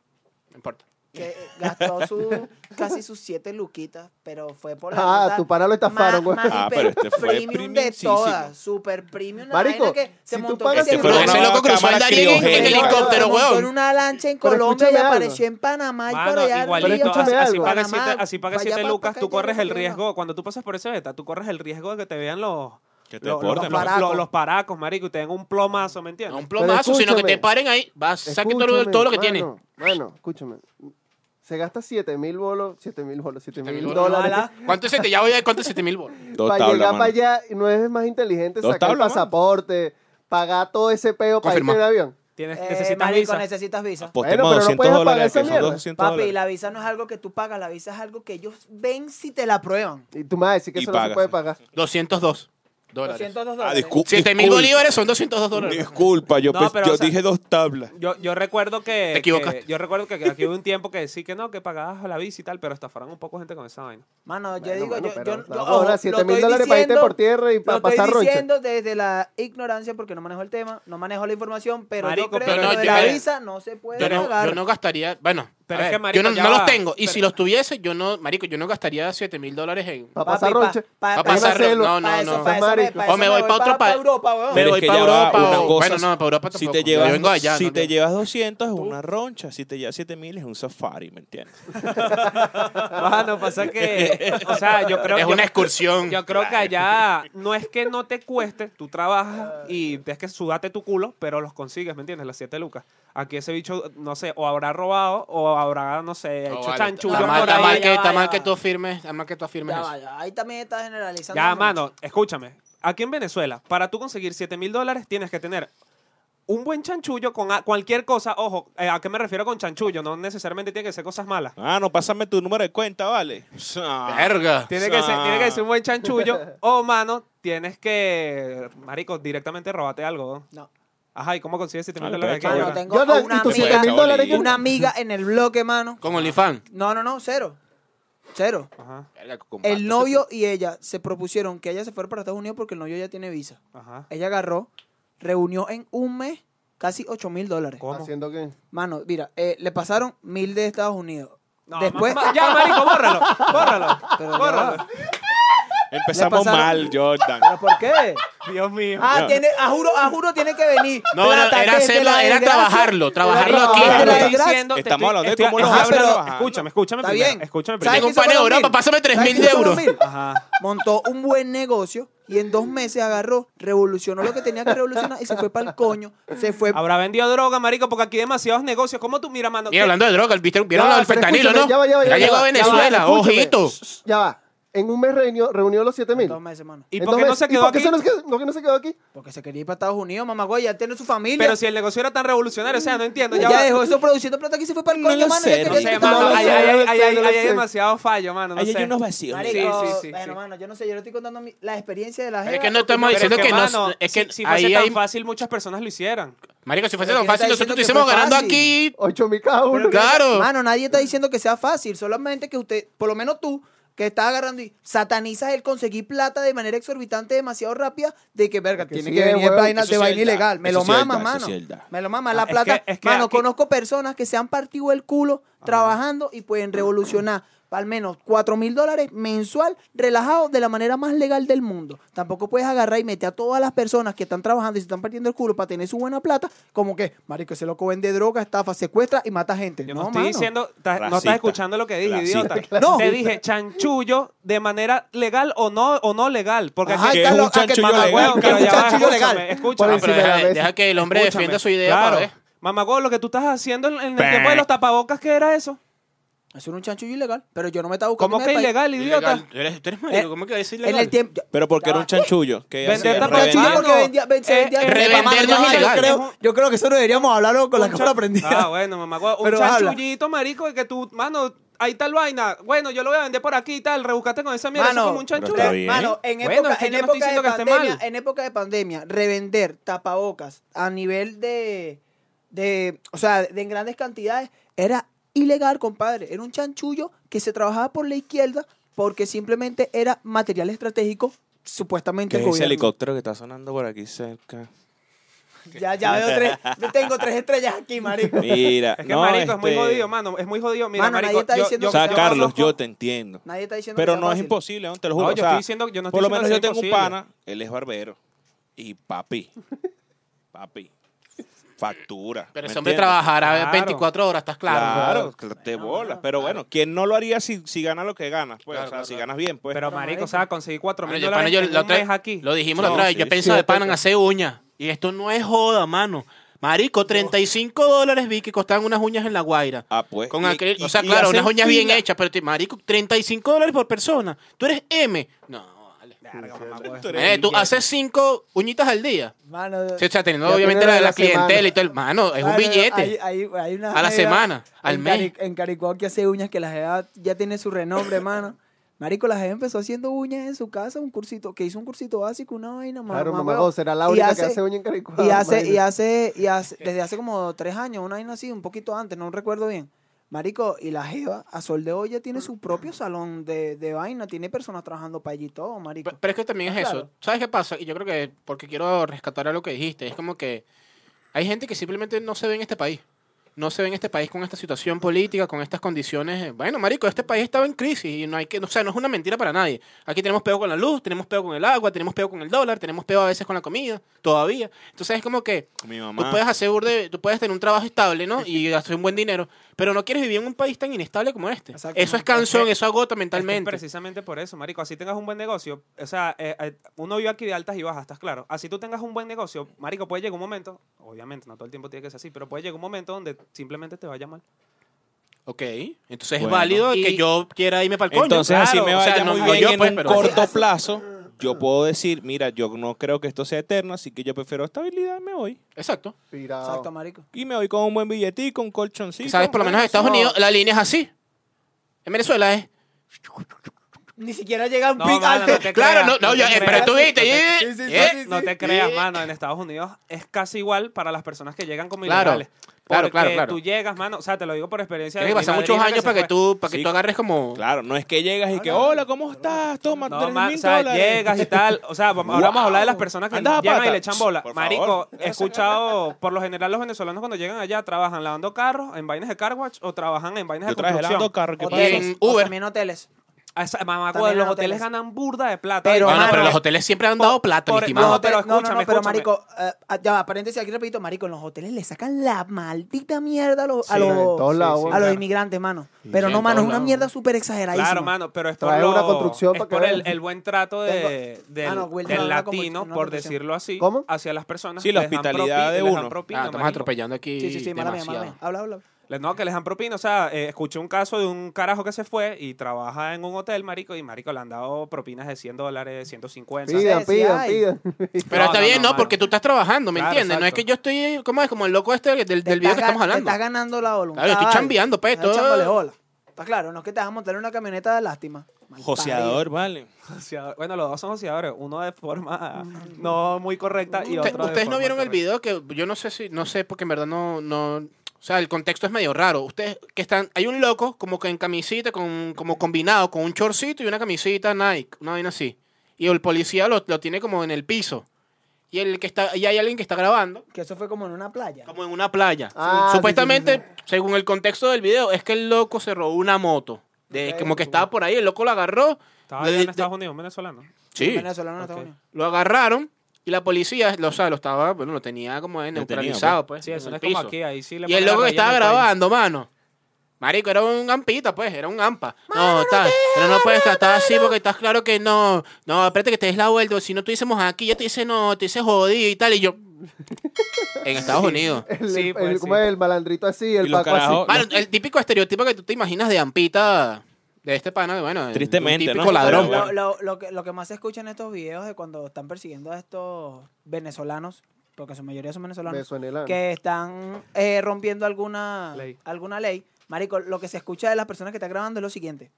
[SPEAKER 4] No importa.
[SPEAKER 3] que gastó
[SPEAKER 5] *laughs*
[SPEAKER 3] su, casi sus siete luquitas, pero fue por la
[SPEAKER 5] Ah,
[SPEAKER 3] ruta
[SPEAKER 5] tu pana lo estafaron,
[SPEAKER 3] más-
[SPEAKER 5] güey.
[SPEAKER 3] más
[SPEAKER 1] Ah,
[SPEAKER 3] hiper
[SPEAKER 1] pero este fue
[SPEAKER 3] premium de
[SPEAKER 1] premiumísimo.
[SPEAKER 3] todas, super premium. una
[SPEAKER 5] Marico,
[SPEAKER 3] vaina que se
[SPEAKER 5] si tú
[SPEAKER 3] montó
[SPEAKER 5] pagas
[SPEAKER 3] en
[SPEAKER 5] Ese
[SPEAKER 1] Se
[SPEAKER 5] Sí,
[SPEAKER 1] fueron
[SPEAKER 5] pero
[SPEAKER 1] una
[SPEAKER 4] ese loco cruzó el
[SPEAKER 1] cámara
[SPEAKER 4] Darién en- en
[SPEAKER 1] criogénica.
[SPEAKER 4] helicóptero,
[SPEAKER 3] Se montó
[SPEAKER 4] weón.
[SPEAKER 3] en una lancha en
[SPEAKER 5] Pero
[SPEAKER 3] Colombia y
[SPEAKER 5] escúchame
[SPEAKER 3] apareció
[SPEAKER 5] algo.
[SPEAKER 3] en Panamá y por
[SPEAKER 2] Mano,
[SPEAKER 3] allá
[SPEAKER 2] igualito,
[SPEAKER 5] escúchame
[SPEAKER 2] así, así
[SPEAKER 5] algo.
[SPEAKER 2] pagas 7 así pagas siete lucas, tú corres el riesgo, cuando tú pasas por ese beta, tú corres el riesgo de que te vean los,
[SPEAKER 1] Que te
[SPEAKER 2] los, los,
[SPEAKER 1] deporten,
[SPEAKER 2] los-
[SPEAKER 1] ¿no?
[SPEAKER 3] paracos.
[SPEAKER 2] los- los paracos, marico, y te den un plomazo, ¿me
[SPEAKER 4] No
[SPEAKER 2] entiendes?
[SPEAKER 4] un plomazo, sino que te
[SPEAKER 5] escúchame.
[SPEAKER 4] paren ahí, vas, saque todo, lo-
[SPEAKER 5] Escúchame,
[SPEAKER 4] todo lo que tiene.
[SPEAKER 5] mano, Mano, escúchame. Se gasta 7 mil bolos, 7 mil bolos, 7
[SPEAKER 4] Siete mil
[SPEAKER 5] mil
[SPEAKER 4] bolos.
[SPEAKER 5] dólares.
[SPEAKER 4] ¿Cuánto se te ya voy a cuánto es 7000 bolos?
[SPEAKER 1] Dos
[SPEAKER 5] para
[SPEAKER 1] tablas,
[SPEAKER 5] llegar
[SPEAKER 1] mano.
[SPEAKER 5] para allá no es más inteligente
[SPEAKER 1] Dos
[SPEAKER 5] sacar el
[SPEAKER 1] tablas, mano.
[SPEAKER 5] pasaporte, pagar todo ese peo para irte
[SPEAKER 4] Confirmo.
[SPEAKER 5] en avión.
[SPEAKER 2] Tienes,
[SPEAKER 3] Eh,
[SPEAKER 2] necesitas
[SPEAKER 3] marico,
[SPEAKER 2] visa.
[SPEAKER 3] necesitas visa.
[SPEAKER 1] Apostemos
[SPEAKER 5] Bueno, pero no
[SPEAKER 1] 200
[SPEAKER 5] puedes pagar
[SPEAKER 1] dólares,
[SPEAKER 5] esa
[SPEAKER 1] que son
[SPEAKER 5] mierda.
[SPEAKER 1] 200
[SPEAKER 3] Papi,
[SPEAKER 1] dólares.
[SPEAKER 3] la visa no es algo que tú pagas, la visa es algo que ellos ven si te la prueban.
[SPEAKER 5] Y tú me vas a decir que
[SPEAKER 1] Y
[SPEAKER 5] eso no
[SPEAKER 1] pagas.
[SPEAKER 5] se puede pagar.
[SPEAKER 4] 202 dólares.
[SPEAKER 3] 202
[SPEAKER 1] Ah,
[SPEAKER 3] dólares.
[SPEAKER 1] discul-
[SPEAKER 4] 7000
[SPEAKER 1] disculpa.
[SPEAKER 4] bolívares son 202 dólares.
[SPEAKER 1] Disculpa, yo,
[SPEAKER 2] No,
[SPEAKER 1] pe-
[SPEAKER 2] pero,
[SPEAKER 1] yo
[SPEAKER 2] o sea-
[SPEAKER 1] dije dos tablas.
[SPEAKER 2] Yo, yo recuerdo que,
[SPEAKER 4] Te equivocaste.
[SPEAKER 2] que- yo recuerdo que aquí hubo un tiempo que sí que no, que pagabas la visa y tal, pero estafaron un poco gente con esa vaina.
[SPEAKER 3] Mano, yo
[SPEAKER 5] Bueno,
[SPEAKER 3] digo,
[SPEAKER 5] mano,
[SPEAKER 3] yo,
[SPEAKER 5] pero
[SPEAKER 3] yo, yo
[SPEAKER 5] tampoco, ahora
[SPEAKER 3] ojo,
[SPEAKER 5] 7
[SPEAKER 3] lo
[SPEAKER 5] mil
[SPEAKER 3] estoy
[SPEAKER 5] dólares para irte
[SPEAKER 3] diciendo-
[SPEAKER 5] por tierra y
[SPEAKER 3] lo
[SPEAKER 5] para
[SPEAKER 3] estoy
[SPEAKER 5] pasar roncha.
[SPEAKER 3] diciendo desde la ignorancia porque no manejo el tema, no manejo la información, pero
[SPEAKER 2] Marico,
[SPEAKER 3] yo creo
[SPEAKER 2] pero
[SPEAKER 3] que
[SPEAKER 4] no,
[SPEAKER 3] lo de
[SPEAKER 4] yo-
[SPEAKER 3] la
[SPEAKER 4] mira,
[SPEAKER 3] visa no se puede
[SPEAKER 4] Yo no,
[SPEAKER 3] pagar.
[SPEAKER 4] yo no gastaría, bueno,
[SPEAKER 2] Pero
[SPEAKER 4] a
[SPEAKER 2] es que,
[SPEAKER 4] ver,
[SPEAKER 2] marico,
[SPEAKER 4] yo no,
[SPEAKER 2] ya
[SPEAKER 4] no
[SPEAKER 2] va.
[SPEAKER 4] los tengo. Y
[SPEAKER 2] Pero-
[SPEAKER 4] si los tuviese, yo no, marico, yo no gastaría 7000 dólares en...
[SPEAKER 5] Para pasar
[SPEAKER 3] Papi, pa-
[SPEAKER 5] roncha.
[SPEAKER 3] pa-
[SPEAKER 4] Pa'
[SPEAKER 5] Para
[SPEAKER 4] pasar-
[SPEAKER 5] pasar celo.
[SPEAKER 4] no, no,
[SPEAKER 3] Pa'
[SPEAKER 4] no.
[SPEAKER 3] pa'
[SPEAKER 5] Marico.
[SPEAKER 3] pa'
[SPEAKER 4] O me voy pa' otro
[SPEAKER 3] pa-
[SPEAKER 4] pa-
[SPEAKER 3] Europa, weón.
[SPEAKER 4] Me
[SPEAKER 1] Pero
[SPEAKER 4] voy
[SPEAKER 1] es que
[SPEAKER 4] para
[SPEAKER 1] ya va
[SPEAKER 4] Europa
[SPEAKER 1] una
[SPEAKER 4] o-
[SPEAKER 1] cosa-
[SPEAKER 4] Bueno, no, para Europa tampoco.
[SPEAKER 1] Si te
[SPEAKER 4] yo
[SPEAKER 1] llevas,
[SPEAKER 4] vengo allá,
[SPEAKER 1] si
[SPEAKER 4] no,
[SPEAKER 1] te
[SPEAKER 4] yo-
[SPEAKER 1] llevas 200 es una roncha, si te llevas 7000 es un safari, ¿me entiendes?
[SPEAKER 2] Mano, pasa que, o sea, yo creo
[SPEAKER 4] Es
[SPEAKER 2] yo-
[SPEAKER 4] una excursión.
[SPEAKER 2] Yo creo que allá no es que no te cueste, tú trabajas y tienes que sudarte tu culo, pero los consigues, ¿me entiendes? Las 7 lucas. Aquí ese bicho, no sé, o habrá robado o habrá, no sé,
[SPEAKER 4] No,
[SPEAKER 2] hecho
[SPEAKER 4] vale,
[SPEAKER 2] chanchullo
[SPEAKER 4] Está mal,
[SPEAKER 2] por
[SPEAKER 4] está
[SPEAKER 2] ahí.
[SPEAKER 4] mal que,
[SPEAKER 3] ya
[SPEAKER 4] está
[SPEAKER 3] va,
[SPEAKER 4] mal
[SPEAKER 3] ya
[SPEAKER 4] que
[SPEAKER 3] va.
[SPEAKER 4] tú afirmes, está mal que tú afirmes
[SPEAKER 3] Ya
[SPEAKER 4] eso.
[SPEAKER 3] va, ya va. Ahí también está generalizando.
[SPEAKER 2] Ya,
[SPEAKER 3] mucho.
[SPEAKER 2] mano, escúchame. Aquí en Venezuela, para tú conseguir 7 mil dólares, tienes que tener un buen chanchullo con a- cualquier cosa. Ojo, eh, ¿a qué me refiero con chanchullo? No necesariamente tiene que ser cosas malas.
[SPEAKER 1] Ah, no, pásame tu número de cuenta, ¿vale?
[SPEAKER 4] Verga.
[SPEAKER 2] Tiene que, ser,
[SPEAKER 1] Ah.
[SPEAKER 2] tiene que ser un buen
[SPEAKER 3] *laughs*
[SPEAKER 2] chanchullo. o, mano, tienes que, marico, directamente robate algo. ¿no?
[SPEAKER 3] No.
[SPEAKER 2] Ajá, ¿y cómo consigues 7 mil
[SPEAKER 1] Ah, le
[SPEAKER 2] dólares aquí?
[SPEAKER 1] puedes
[SPEAKER 3] Mano,
[SPEAKER 1] Ahora.
[SPEAKER 3] tengo
[SPEAKER 5] Yo,
[SPEAKER 3] a
[SPEAKER 5] Dan,
[SPEAKER 3] una
[SPEAKER 5] ¿y tus
[SPEAKER 1] amiga-
[SPEAKER 5] 7 mil dólares?
[SPEAKER 1] Una
[SPEAKER 5] que-
[SPEAKER 3] una amiga en el bloque, mano.
[SPEAKER 4] Con OnlyFans.
[SPEAKER 3] No, no, no, cero. Cero.
[SPEAKER 2] Ajá,
[SPEAKER 4] Verga, con patas.
[SPEAKER 3] El novio y ella se propusieron que ella se fuera para Estados Unidos porque el novio ya tiene visa.
[SPEAKER 2] ajá.
[SPEAKER 3] Ella agarró, reunió en un mes casi 8 mil dólares.
[SPEAKER 2] ¿Cómo?
[SPEAKER 5] Haciendo que...
[SPEAKER 3] Mano, mira, eh, le pasaron mil de Estados Unidos.
[SPEAKER 2] No,
[SPEAKER 3] Después, *laughs*
[SPEAKER 2] ma- ma- ya, marico, bórralo, bórralo,
[SPEAKER 3] Pero ya
[SPEAKER 2] bórralo.
[SPEAKER 1] Empezamos
[SPEAKER 3] pasaron-
[SPEAKER 1] mal, Jordan.
[SPEAKER 3] ¿Pero por qué?
[SPEAKER 2] *laughs* Dios mío.
[SPEAKER 3] Ah, tiene, a juro, a juro tiene que venir.
[SPEAKER 4] No, no,
[SPEAKER 3] Plata,
[SPEAKER 4] era
[SPEAKER 3] que- de
[SPEAKER 4] hacerlo,
[SPEAKER 3] la
[SPEAKER 4] era
[SPEAKER 3] desgracia.
[SPEAKER 4] trabajarlo, trabajarlo
[SPEAKER 3] Claro,
[SPEAKER 4] aquí.
[SPEAKER 3] claro.
[SPEAKER 4] Claro.
[SPEAKER 3] Estamos
[SPEAKER 1] Estamos hablando de
[SPEAKER 2] estoy-
[SPEAKER 1] cómo lo
[SPEAKER 2] ajá,
[SPEAKER 3] hacen,
[SPEAKER 2] pero-
[SPEAKER 1] trabajando.
[SPEAKER 2] Escúchame, escúchame
[SPEAKER 3] Está
[SPEAKER 2] primero.
[SPEAKER 3] bien.
[SPEAKER 2] Escúchame
[SPEAKER 3] ¿Sabes
[SPEAKER 2] primero.
[SPEAKER 4] Llegó un
[SPEAKER 3] qué hizo
[SPEAKER 4] pan de
[SPEAKER 3] Colombia?
[SPEAKER 4] Europa, pásame 3.000
[SPEAKER 3] ¿Sabes qué hizo
[SPEAKER 4] euros.
[SPEAKER 3] Colombia?
[SPEAKER 2] Ajá.
[SPEAKER 3] Montó un buen negocio y en dos meses agarró, revolucionó lo que tenía que revolucionar y se fue para el coño. Se fue.
[SPEAKER 2] Habrá vendido droga, marico, porque aquí hay demasiados negocios. ¿Cómo tú mira, mano?
[SPEAKER 4] Mira, hablando de drogas, ¿viste? ¿vieron
[SPEAKER 5] Ya
[SPEAKER 4] lo
[SPEAKER 5] va,
[SPEAKER 4] del
[SPEAKER 5] pero
[SPEAKER 4] fentanilo,
[SPEAKER 5] escúchame,
[SPEAKER 4] no?
[SPEAKER 5] ya va, ya va, ya
[SPEAKER 4] Ya
[SPEAKER 5] va,
[SPEAKER 4] llegó a
[SPEAKER 5] ya va,
[SPEAKER 4] Venezuela,
[SPEAKER 5] escúchame.
[SPEAKER 4] ojito.
[SPEAKER 5] Ya va. En un mes reunió, reunió los 7 mil.
[SPEAKER 3] Dos meses, mano.
[SPEAKER 2] ¿Y por qué no se quedó
[SPEAKER 5] ¿Por qué
[SPEAKER 2] aquí?
[SPEAKER 5] se nos quedó- no, que no se quedó aquí?
[SPEAKER 3] Porque se quería ir para Estados Unidos, mamá, güey, ya tiene su familia.
[SPEAKER 2] Pero si el negocio era tan revolucionario, o sea, no entiendo. Ya
[SPEAKER 3] ya
[SPEAKER 2] va.
[SPEAKER 3] dejó eso produciendo plata que se fue para el
[SPEAKER 6] No
[SPEAKER 3] coño,
[SPEAKER 6] lo
[SPEAKER 3] mano.
[SPEAKER 6] sé,
[SPEAKER 3] ya
[SPEAKER 6] no
[SPEAKER 2] No
[SPEAKER 3] quería
[SPEAKER 2] sé,
[SPEAKER 3] ir-
[SPEAKER 2] mano.
[SPEAKER 5] No lo
[SPEAKER 2] Ahí
[SPEAKER 5] sé,
[SPEAKER 2] hay,
[SPEAKER 5] no lo
[SPEAKER 2] ahí
[SPEAKER 5] sé,
[SPEAKER 2] hay-
[SPEAKER 5] no lo
[SPEAKER 2] ahí hay
[SPEAKER 5] sé.
[SPEAKER 2] demasiado fallo, mano. No
[SPEAKER 6] Ahí
[SPEAKER 2] sé.
[SPEAKER 6] hay unos vacíos.
[SPEAKER 2] Marico,
[SPEAKER 3] Marico,
[SPEAKER 2] Sí, sí, sí,
[SPEAKER 3] bueno,
[SPEAKER 2] sí.
[SPEAKER 3] mano, yo no sé, yo le estoy contando mi- la experiencia de la
[SPEAKER 4] Es
[SPEAKER 3] jeva.
[SPEAKER 4] que no estamos
[SPEAKER 2] Pero
[SPEAKER 4] diciendo que no.
[SPEAKER 2] mano,
[SPEAKER 4] Es
[SPEAKER 2] si-
[SPEAKER 4] que
[SPEAKER 2] si fuese
[SPEAKER 4] ahí
[SPEAKER 2] tan
[SPEAKER 4] hay.
[SPEAKER 2] fácil, muchas personas lo hicieran.
[SPEAKER 4] Marico, si fuese
[SPEAKER 3] Pero
[SPEAKER 4] tan
[SPEAKER 3] ¿quién está
[SPEAKER 4] fácil,
[SPEAKER 3] diciendo
[SPEAKER 4] nosotros
[SPEAKER 3] que
[SPEAKER 4] hicimos
[SPEAKER 3] fue
[SPEAKER 4] ganando
[SPEAKER 3] fácil?
[SPEAKER 4] aquí.
[SPEAKER 5] 8 mil cada uno.
[SPEAKER 4] Claro.
[SPEAKER 3] Mano, nadie está diciendo que sea fácil, solamente que usted, por lo menos tú, que estás agarrando y satanizas el conseguir plata de manera exorbitante demasiado rápida, de que verga,
[SPEAKER 5] Porque
[SPEAKER 3] tiene
[SPEAKER 5] sí
[SPEAKER 3] que
[SPEAKER 5] es,
[SPEAKER 3] venir
[SPEAKER 5] huevón.
[SPEAKER 3] vaina
[SPEAKER 1] Eso
[SPEAKER 3] de
[SPEAKER 1] sí
[SPEAKER 3] vaina
[SPEAKER 1] es verdad,
[SPEAKER 3] ilegal. Me
[SPEAKER 1] eso
[SPEAKER 3] lo
[SPEAKER 1] sí es
[SPEAKER 3] mama,
[SPEAKER 1] verdad, eso
[SPEAKER 3] mano.
[SPEAKER 1] sí es verdad.
[SPEAKER 3] Me lo mama.
[SPEAKER 2] Ah,
[SPEAKER 3] La
[SPEAKER 2] es
[SPEAKER 3] plata.
[SPEAKER 2] que- es que
[SPEAKER 3] mano,
[SPEAKER 2] aquí-
[SPEAKER 3] conozco personas que se han partido el culo
[SPEAKER 2] Ah.
[SPEAKER 3] trabajando y pueden revolucionar. pa' Al menos 4 mil dólares mensual, relajado de la manera más legal del mundo. Tampoco puedes agarrar y meter a todas las personas que están trabajando y se están partiendo el culo para tener su buena plata, como que, marico, ese loco vende droga, estafa, secuestra y mata gente.
[SPEAKER 2] Yo
[SPEAKER 3] no,
[SPEAKER 2] no, estoy
[SPEAKER 3] mano.
[SPEAKER 2] diciendo, ta- no
[SPEAKER 1] Racista.
[SPEAKER 2] estás escuchando lo que dije,
[SPEAKER 1] Racista.
[SPEAKER 2] idiota.
[SPEAKER 3] No.
[SPEAKER 2] Te dije chanchullo de manera legal o no o no legal, porque
[SPEAKER 3] Ajá,
[SPEAKER 2] aquí
[SPEAKER 1] que
[SPEAKER 3] está
[SPEAKER 1] es
[SPEAKER 3] lo-
[SPEAKER 1] un
[SPEAKER 3] ah, que-
[SPEAKER 1] chanchullo
[SPEAKER 3] mamá,
[SPEAKER 2] Mamá,
[SPEAKER 1] legal.
[SPEAKER 2] huevo,
[SPEAKER 3] que
[SPEAKER 2] pero
[SPEAKER 3] es un
[SPEAKER 2] ya va,
[SPEAKER 3] chanchullo
[SPEAKER 2] escúchame,
[SPEAKER 3] legal.
[SPEAKER 2] escúchame,
[SPEAKER 5] Por
[SPEAKER 4] Pero
[SPEAKER 5] encima de la
[SPEAKER 4] deja,
[SPEAKER 5] mesa.
[SPEAKER 4] deja que el hombre
[SPEAKER 2] escúchame.
[SPEAKER 4] defienda su idea
[SPEAKER 2] Claro.
[SPEAKER 4] para ver.
[SPEAKER 2] Mamagüey, lo que tú estás haciendo en, en el tiempo de los tapabocas, ¿qué era eso?
[SPEAKER 3] Eso era un chanchullo ilegal, pero yo no me estaba
[SPEAKER 2] ¿Cómo
[SPEAKER 3] buscando. en
[SPEAKER 2] que
[SPEAKER 3] el país.
[SPEAKER 2] ilegal, idiota?
[SPEAKER 4] Ilegal. Tú eres- tú eres marico, ¿Cómo que va a decir
[SPEAKER 3] En el tiempo.
[SPEAKER 1] Pero porque era un chanchullo. Que
[SPEAKER 2] Vender
[SPEAKER 1] hacía-
[SPEAKER 2] tapas de
[SPEAKER 1] revendía.
[SPEAKER 3] chanchullo
[SPEAKER 2] Mano,
[SPEAKER 3] porque vendía, ven- se
[SPEAKER 2] eh,
[SPEAKER 3] vendía
[SPEAKER 2] eh,
[SPEAKER 3] crepa, mano,
[SPEAKER 4] revender
[SPEAKER 3] ya
[SPEAKER 4] no es
[SPEAKER 3] va,
[SPEAKER 4] ilegal.
[SPEAKER 3] Yo creo, yo creo que eso deberíamos hablarlo con la cámara prendida. *laughs*
[SPEAKER 2] Ah, bueno, mamagüey, un
[SPEAKER 3] Pero habla.
[SPEAKER 2] chanchullito, marico, y que tú, mano, hay tal vaina. Bueno, yo lo voy a vender por aquí y tal, rebuscate con esa mierda, eso es como un chanchullo.
[SPEAKER 1] está bien.
[SPEAKER 3] Eh, mano, en
[SPEAKER 2] Bueno,
[SPEAKER 3] época,
[SPEAKER 2] es que
[SPEAKER 3] en
[SPEAKER 2] yo no
[SPEAKER 3] época
[SPEAKER 2] estoy diciendo que
[SPEAKER 3] de
[SPEAKER 2] esté
[SPEAKER 3] pandemia,
[SPEAKER 2] mal.
[SPEAKER 3] en época de pandemia, revender tapabocas a nivel de, de, o sea, de en grandes cantidades era ilegal, compadre. Era un chanchullo que se trabajaba por la izquierda porque simplemente era material estratégico supuestamente
[SPEAKER 1] Que
[SPEAKER 3] el
[SPEAKER 1] es ese
[SPEAKER 3] gobierno.
[SPEAKER 1] helicóptero que está sonando por aquí cerca.
[SPEAKER 3] Ya, ya veo tres.
[SPEAKER 1] *laughs*
[SPEAKER 3] Yo tengo tres estrellas aquí, marico.
[SPEAKER 1] Mira,
[SPEAKER 2] *laughs* Es que,
[SPEAKER 1] no,
[SPEAKER 2] marico, es muy
[SPEAKER 1] este,
[SPEAKER 2] jodido, mano, es muy jodido. Mira,
[SPEAKER 3] Mano, nadie
[SPEAKER 2] marico,
[SPEAKER 3] está
[SPEAKER 2] yo-
[SPEAKER 3] diciendo
[SPEAKER 2] yo-
[SPEAKER 1] O sea,
[SPEAKER 3] yo
[SPEAKER 1] Carlos,
[SPEAKER 3] conozco-
[SPEAKER 1] yo te entiendo.
[SPEAKER 3] Nadie está diciendo
[SPEAKER 1] Pero
[SPEAKER 3] que sea
[SPEAKER 1] no es
[SPEAKER 3] fácil.
[SPEAKER 1] imposible, ¿no? te lo juro. o
[SPEAKER 2] No, yo
[SPEAKER 1] sea,
[SPEAKER 2] estoy diciendo- yo no estoy
[SPEAKER 1] por lo
[SPEAKER 2] diciendo
[SPEAKER 1] menos
[SPEAKER 2] que
[SPEAKER 1] yo
[SPEAKER 2] sea
[SPEAKER 1] tengo un
[SPEAKER 2] imposible.
[SPEAKER 1] pana, él es barbero. Y
[SPEAKER 2] *laughs*
[SPEAKER 1] papi, papi, factura.
[SPEAKER 4] Pero
[SPEAKER 1] ¿me
[SPEAKER 4] ese hombre
[SPEAKER 1] entiendes?
[SPEAKER 4] trabajará
[SPEAKER 2] Claro.
[SPEAKER 4] 24 horas, estás claro.
[SPEAKER 1] Claro, cl- te bolas. Pero bueno, ¿quién no lo haría si, si gana lo que gana? Pues,
[SPEAKER 4] Claro,
[SPEAKER 1] o sea,
[SPEAKER 4] claro,
[SPEAKER 1] si
[SPEAKER 4] claro.
[SPEAKER 1] ganas bien, pues.
[SPEAKER 2] Pero, marico, o sea, conseguí 4
[SPEAKER 4] Mano,
[SPEAKER 2] mil
[SPEAKER 4] yo, pana,
[SPEAKER 2] dólares
[SPEAKER 4] yo
[SPEAKER 2] en
[SPEAKER 4] la
[SPEAKER 2] un
[SPEAKER 4] otra-
[SPEAKER 2] mes aquí.
[SPEAKER 4] Lo dijimos la
[SPEAKER 1] No,
[SPEAKER 4] otra vez.
[SPEAKER 1] sí,
[SPEAKER 4] Yo he
[SPEAKER 1] sí,
[SPEAKER 4] pensado
[SPEAKER 5] sí,
[SPEAKER 4] de pan en
[SPEAKER 5] porque-
[SPEAKER 4] hacer uñas. Y esto no es joda, mano. Marico, 35 dólares vi que costaban unas uñas en la guaira.
[SPEAKER 1] Ah, pues.
[SPEAKER 4] Con
[SPEAKER 1] Y-
[SPEAKER 4] acrílico.
[SPEAKER 1] y-
[SPEAKER 4] o sea,
[SPEAKER 1] y
[SPEAKER 4] claro,
[SPEAKER 1] hacen
[SPEAKER 4] unas uñas bien
[SPEAKER 1] fila.
[SPEAKER 4] hechas, pero te- marico, 35 dólares por persona. Tú eres M. No, vale.
[SPEAKER 1] Tú eres
[SPEAKER 4] Eh, tú
[SPEAKER 1] billete.
[SPEAKER 4] haces 5 uñitas al día.
[SPEAKER 3] Mano,
[SPEAKER 4] Sí, o sea, teniendo
[SPEAKER 5] Ya
[SPEAKER 4] obviamente
[SPEAKER 5] tiene
[SPEAKER 4] la de la,
[SPEAKER 5] la semana.
[SPEAKER 4] clientela y todo el mano, es un
[SPEAKER 3] Claro,
[SPEAKER 4] billete.
[SPEAKER 3] hay- hay- hay una
[SPEAKER 4] A
[SPEAKER 3] jeva
[SPEAKER 4] la semana, al
[SPEAKER 3] en
[SPEAKER 4] mes.
[SPEAKER 3] Cari- en Caricuao que hace uñas, que la jeva ya tiene su renombre, hermano. Marico, la jeva empezó haciendo uñas en su casa, un cursito, que hizo un cursito básico, una vaina, mamá.
[SPEAKER 5] Claro,
[SPEAKER 3] mamá,
[SPEAKER 5] mamá, vos, será la
[SPEAKER 3] y
[SPEAKER 5] única que
[SPEAKER 3] hace-
[SPEAKER 5] hace uña en Caricuado.
[SPEAKER 3] y hace, y
[SPEAKER 5] imagínate.
[SPEAKER 3] hace, y hace, desde hace como tres años, una vaina así, un poquito antes, no recuerdo bien. Marico, y la Jeva, a Sol de Hoy ya tiene su propio salón de, de vaina, tiene personas trabajando para allí y todo, marico.
[SPEAKER 4] Pe- Pero es que también es
[SPEAKER 3] Ah,
[SPEAKER 4] eso.
[SPEAKER 3] claro.
[SPEAKER 4] ¿Sabes qué pasa? Y yo creo que, porque quiero rescatar a lo que dijiste, es como que hay gente que simplemente no se ve en este país. No se ve en este país con esta situación política, con estas condiciones. eh, Bueno, marico, este país estaba en crisis y no hay que, o sea, no es una mentira para nadie. Aquí tenemos peo con la luz, tenemos peo con el agua, tenemos peo con el dólar, tenemos peo a veces con la comida, todavía. Entonces es como que
[SPEAKER 1] Mi
[SPEAKER 4] Tú
[SPEAKER 1] mamá.
[SPEAKER 4] puedes hacer burde- tú puedes tener un trabajo estable, ¿no? Y hacer un buen dinero, pero no quieres vivir en un país tan inestable como este.
[SPEAKER 3] Exactamente.
[SPEAKER 4] Eso es canción,
[SPEAKER 2] Es que-
[SPEAKER 4] eso
[SPEAKER 2] Es que
[SPEAKER 4] agota
[SPEAKER 2] es
[SPEAKER 4] mentalmente.
[SPEAKER 2] precisamente por eso, marico. Así tengas un buen negocio. O sea, eh, eh, uno vive aquí de altas y bajas, ¿estás claro? Así tú tengas un buen negocio, marico, puede llegar un momento, obviamente, no todo el tiempo tiene que ser así, pero puede llegar un momento donde simplemente te vaya mal.
[SPEAKER 4] ok, entonces
[SPEAKER 1] Bueno.
[SPEAKER 4] es válido
[SPEAKER 2] Y-
[SPEAKER 4] que yo quiera irme para el coño.
[SPEAKER 1] Entonces, así me
[SPEAKER 4] O
[SPEAKER 1] vaya
[SPEAKER 4] sea, no-
[SPEAKER 1] muy
[SPEAKER 4] no
[SPEAKER 1] bien
[SPEAKER 4] yo,
[SPEAKER 1] en
[SPEAKER 4] pues,
[SPEAKER 1] un
[SPEAKER 4] pero-
[SPEAKER 1] corto plazo. Yo puedo decir, mira, yo no creo que esto sea eterno, así que yo prefiero estabilidad, me voy.
[SPEAKER 4] Exacto.
[SPEAKER 5] Pirado.
[SPEAKER 3] Exacto, marico.
[SPEAKER 1] Y me voy con un buen billetico, un colchoncito. eh.
[SPEAKER 4] Sabes, por lo menos en Estados
[SPEAKER 3] no.
[SPEAKER 4] Unidos la línea es así. En Venezuela es.
[SPEAKER 3] Ni siquiera llega un
[SPEAKER 2] No,
[SPEAKER 3] pic
[SPEAKER 2] mano,
[SPEAKER 3] alto.
[SPEAKER 2] no te
[SPEAKER 4] Claro,
[SPEAKER 2] creas,
[SPEAKER 4] no, no,
[SPEAKER 2] te
[SPEAKER 4] yo- eh, pero
[SPEAKER 2] creas.
[SPEAKER 4] tú viste.
[SPEAKER 2] No te-
[SPEAKER 4] eh,
[SPEAKER 3] sí, sí,
[SPEAKER 4] eh.
[SPEAKER 3] sí, sí.
[SPEAKER 2] No te creas, mano, en Estados Unidos es casi igual para las personas que llegan con
[SPEAKER 4] Claro,
[SPEAKER 2] minerales.
[SPEAKER 4] claro, claro,
[SPEAKER 2] Porque
[SPEAKER 4] claro.
[SPEAKER 2] tú llegas, mano, o sea, te lo digo por experiencia. de
[SPEAKER 4] Tienes que
[SPEAKER 2] mi
[SPEAKER 4] pasar muchos
[SPEAKER 2] madrina
[SPEAKER 4] años
[SPEAKER 2] se
[SPEAKER 4] para que
[SPEAKER 2] fue.
[SPEAKER 4] tú, para que
[SPEAKER 1] Sí.
[SPEAKER 4] tú agarres como.
[SPEAKER 1] Claro, no es que llegas y que, hola, ¿cómo estás? Toma,
[SPEAKER 2] No,
[SPEAKER 1] tres
[SPEAKER 2] ma- o
[SPEAKER 1] mil
[SPEAKER 2] sea,
[SPEAKER 1] dólares.
[SPEAKER 2] llegas y tal. O sea, vamos- ahora vamos a hablar de las personas que
[SPEAKER 1] Anda,
[SPEAKER 2] llegan y
[SPEAKER 1] pata.
[SPEAKER 2] le echan bola.
[SPEAKER 1] Por
[SPEAKER 2] Marico,
[SPEAKER 1] favor.
[SPEAKER 2] he escuchado, por lo general, los venezolanos cuando llegan allá trabajan lavando carros en vainas de car wash o trabajan en vainas
[SPEAKER 1] Yo
[SPEAKER 2] de
[SPEAKER 1] traje
[SPEAKER 2] construcción.
[SPEAKER 1] el carro, ¿qué
[SPEAKER 4] Hotel.
[SPEAKER 1] pasa?
[SPEAKER 3] hoteles,
[SPEAKER 4] Uber.
[SPEAKER 3] o también hoteles.
[SPEAKER 2] a esa- mamá,
[SPEAKER 3] También
[SPEAKER 2] los
[SPEAKER 3] en
[SPEAKER 2] hoteles
[SPEAKER 3] hoteles.
[SPEAKER 2] ganan burda de plata.
[SPEAKER 3] Pero,
[SPEAKER 2] Y-
[SPEAKER 4] Bueno,
[SPEAKER 3] mano,
[SPEAKER 4] pero
[SPEAKER 3] eh,
[SPEAKER 4] los hoteles siempre han dado plata, mi
[SPEAKER 2] por-
[SPEAKER 4] estimado.
[SPEAKER 2] no, pero
[SPEAKER 3] no, no, no,
[SPEAKER 2] escúchame,
[SPEAKER 3] pero
[SPEAKER 2] escúchame.
[SPEAKER 3] marico, eh, ah, ya, va, paréntesis aquí rapidito, marico, en los hoteles le sacan la maldita mierda a los, a
[SPEAKER 5] Sí,
[SPEAKER 3] los,
[SPEAKER 5] en todos
[SPEAKER 2] sí,
[SPEAKER 5] lados,
[SPEAKER 2] sí,
[SPEAKER 5] weón.
[SPEAKER 3] a los
[SPEAKER 2] claro.
[SPEAKER 3] inmigrantes, mano.
[SPEAKER 5] Sí,
[SPEAKER 3] Pero
[SPEAKER 4] sí,
[SPEAKER 3] no,
[SPEAKER 4] en
[SPEAKER 3] mano, es
[SPEAKER 4] todos
[SPEAKER 3] una
[SPEAKER 4] lados.
[SPEAKER 3] mierda súper exageradísima.
[SPEAKER 2] Claro, mano, pero esto
[SPEAKER 5] Trae
[SPEAKER 2] es
[SPEAKER 5] una
[SPEAKER 2] lo-
[SPEAKER 5] construcción
[SPEAKER 2] es
[SPEAKER 5] para que
[SPEAKER 2] por el,
[SPEAKER 5] vean.
[SPEAKER 2] el buen trato de,
[SPEAKER 3] Tengo-
[SPEAKER 2] del,
[SPEAKER 3] Ah, no, Wilton,
[SPEAKER 2] del
[SPEAKER 3] una
[SPEAKER 2] latino,
[SPEAKER 3] construcción, una
[SPEAKER 2] por
[SPEAKER 3] construcción.
[SPEAKER 2] decirlo así,
[SPEAKER 5] ¿Cómo?
[SPEAKER 2] hacia las personas.
[SPEAKER 1] Sí, la
[SPEAKER 2] les dan
[SPEAKER 1] hospitalidad
[SPEAKER 2] propi-
[SPEAKER 1] de
[SPEAKER 2] les dan
[SPEAKER 1] uno.
[SPEAKER 4] Ah,
[SPEAKER 2] propina,
[SPEAKER 4] estamos
[SPEAKER 2] marico.
[SPEAKER 4] atropellando aquí
[SPEAKER 3] Sí, sí, sí, mala mía, mala
[SPEAKER 4] demasiado.
[SPEAKER 3] mía. Habla, habla. habla.
[SPEAKER 2] Le- No, que les dan propina. O sea, eh, escuché un caso de un carajo que se fue y trabaja en un hotel, marico, y marico le han dado propinas de 100 dólares, 150.
[SPEAKER 3] Sí,
[SPEAKER 5] Pidan,
[SPEAKER 3] sí
[SPEAKER 5] pidan,
[SPEAKER 3] hay.
[SPEAKER 5] pidan. *laughs*
[SPEAKER 4] Pero
[SPEAKER 2] No,
[SPEAKER 4] está
[SPEAKER 2] no,
[SPEAKER 4] bien,
[SPEAKER 2] no,
[SPEAKER 4] ¿no?
[SPEAKER 2] mano.
[SPEAKER 4] Porque tú estás trabajando, ¿me
[SPEAKER 2] Claro,
[SPEAKER 4] entiendes? No es
[SPEAKER 2] exacto.
[SPEAKER 4] que yo estoy, ¿cómo es? Como el loco este del,
[SPEAKER 3] Te
[SPEAKER 4] del video
[SPEAKER 3] estás
[SPEAKER 4] que
[SPEAKER 3] ga-
[SPEAKER 4] estamos
[SPEAKER 3] Te
[SPEAKER 4] hablando.
[SPEAKER 3] estás ganando la voluntad.
[SPEAKER 4] Claro, yo estoy
[SPEAKER 3] vale.
[SPEAKER 4] chambeando, pues,
[SPEAKER 3] Estás
[SPEAKER 4] todo-
[SPEAKER 3] echándole bola. Está claro, no es que te vas a montar en una camioneta de lástima. Mal
[SPEAKER 1] Joseador, vale.
[SPEAKER 2] Joseador. Bueno, los dos son joseadores. Uno de forma no muy correcta y
[SPEAKER 4] Usted-
[SPEAKER 2] otro de
[SPEAKER 4] ustedes no
[SPEAKER 2] forma
[SPEAKER 4] vieron el
[SPEAKER 2] correcta.
[SPEAKER 4] video que yo no sé si, no sé, porque en verdad no, no, o sea, el contexto es medio raro. Ustedes que están, hay un loco como que en camisita, con, como combinado, con un chorcito y una camisita Nike, una vaina así. Y el policía lo, lo tiene como en el piso. Y el que está, y hay alguien que está grabando,
[SPEAKER 3] parido. Que eso fue como en una playa.
[SPEAKER 4] como en una playa.
[SPEAKER 5] Ah, sí,
[SPEAKER 4] Supuestamente,
[SPEAKER 5] sí,
[SPEAKER 4] según el contexto del video, es que el loco se robó una moto. De,
[SPEAKER 3] Ok.
[SPEAKER 4] como que estaba por ahí, el loco lo agarró.
[SPEAKER 2] Estaba
[SPEAKER 4] le-
[SPEAKER 2] allá en
[SPEAKER 4] le-
[SPEAKER 2] Estados Unidos, un venezolano.
[SPEAKER 4] sí.
[SPEAKER 3] Venezolano, no está
[SPEAKER 2] Ok.
[SPEAKER 3] bueno.
[SPEAKER 4] Lo agarraron y la policía, lo, o sea, lo estaba, bueno, lo tenía como de
[SPEAKER 1] Detenido,
[SPEAKER 4] neutralizado, pues.
[SPEAKER 2] Sí, eso
[SPEAKER 4] en
[SPEAKER 2] no
[SPEAKER 4] el
[SPEAKER 2] es como
[SPEAKER 4] piso.
[SPEAKER 2] aquí. Ahí sí le
[SPEAKER 4] Y el
[SPEAKER 2] ponen la
[SPEAKER 4] loco que
[SPEAKER 2] raya en
[SPEAKER 4] estaba
[SPEAKER 2] el cuello.
[SPEAKER 4] grabando, mano. Marico, era un ampita, pues, era un ampa. no, está, pero no puedes tratar así porque estás claro que no. No, espérate que te des la vuelta. Si no tuviésemos aquí, ya te dice no, te dice jodido y tal. Y yo. *laughs* en Estados Unidos.
[SPEAKER 5] El,
[SPEAKER 2] Sí,
[SPEAKER 5] el-
[SPEAKER 2] pues,
[SPEAKER 5] el-
[SPEAKER 2] sí.
[SPEAKER 5] ¿cómo es? El malandrito así, el
[SPEAKER 1] los
[SPEAKER 5] paco *laughs* así.
[SPEAKER 1] carajos-
[SPEAKER 4] Mano, el típico estereotipo que tú te imaginas de ampita, de este pana, bueno. el-
[SPEAKER 1] Tristemente,
[SPEAKER 4] un
[SPEAKER 1] ¿no? Pero
[SPEAKER 4] típico ladrón.
[SPEAKER 1] bueno.
[SPEAKER 4] pues.
[SPEAKER 3] Lo, lo- lo que, lo que más se escucha en estos videos de cuando están persiguiendo a estos venezolanos, porque su mayoría son venezolanos,
[SPEAKER 5] Venezuelano.
[SPEAKER 3] que están eh, rompiendo alguna
[SPEAKER 2] Ley.
[SPEAKER 3] ley. alguna ley. Marico, lo que se escucha de las personas que están grabando es lo siguiente.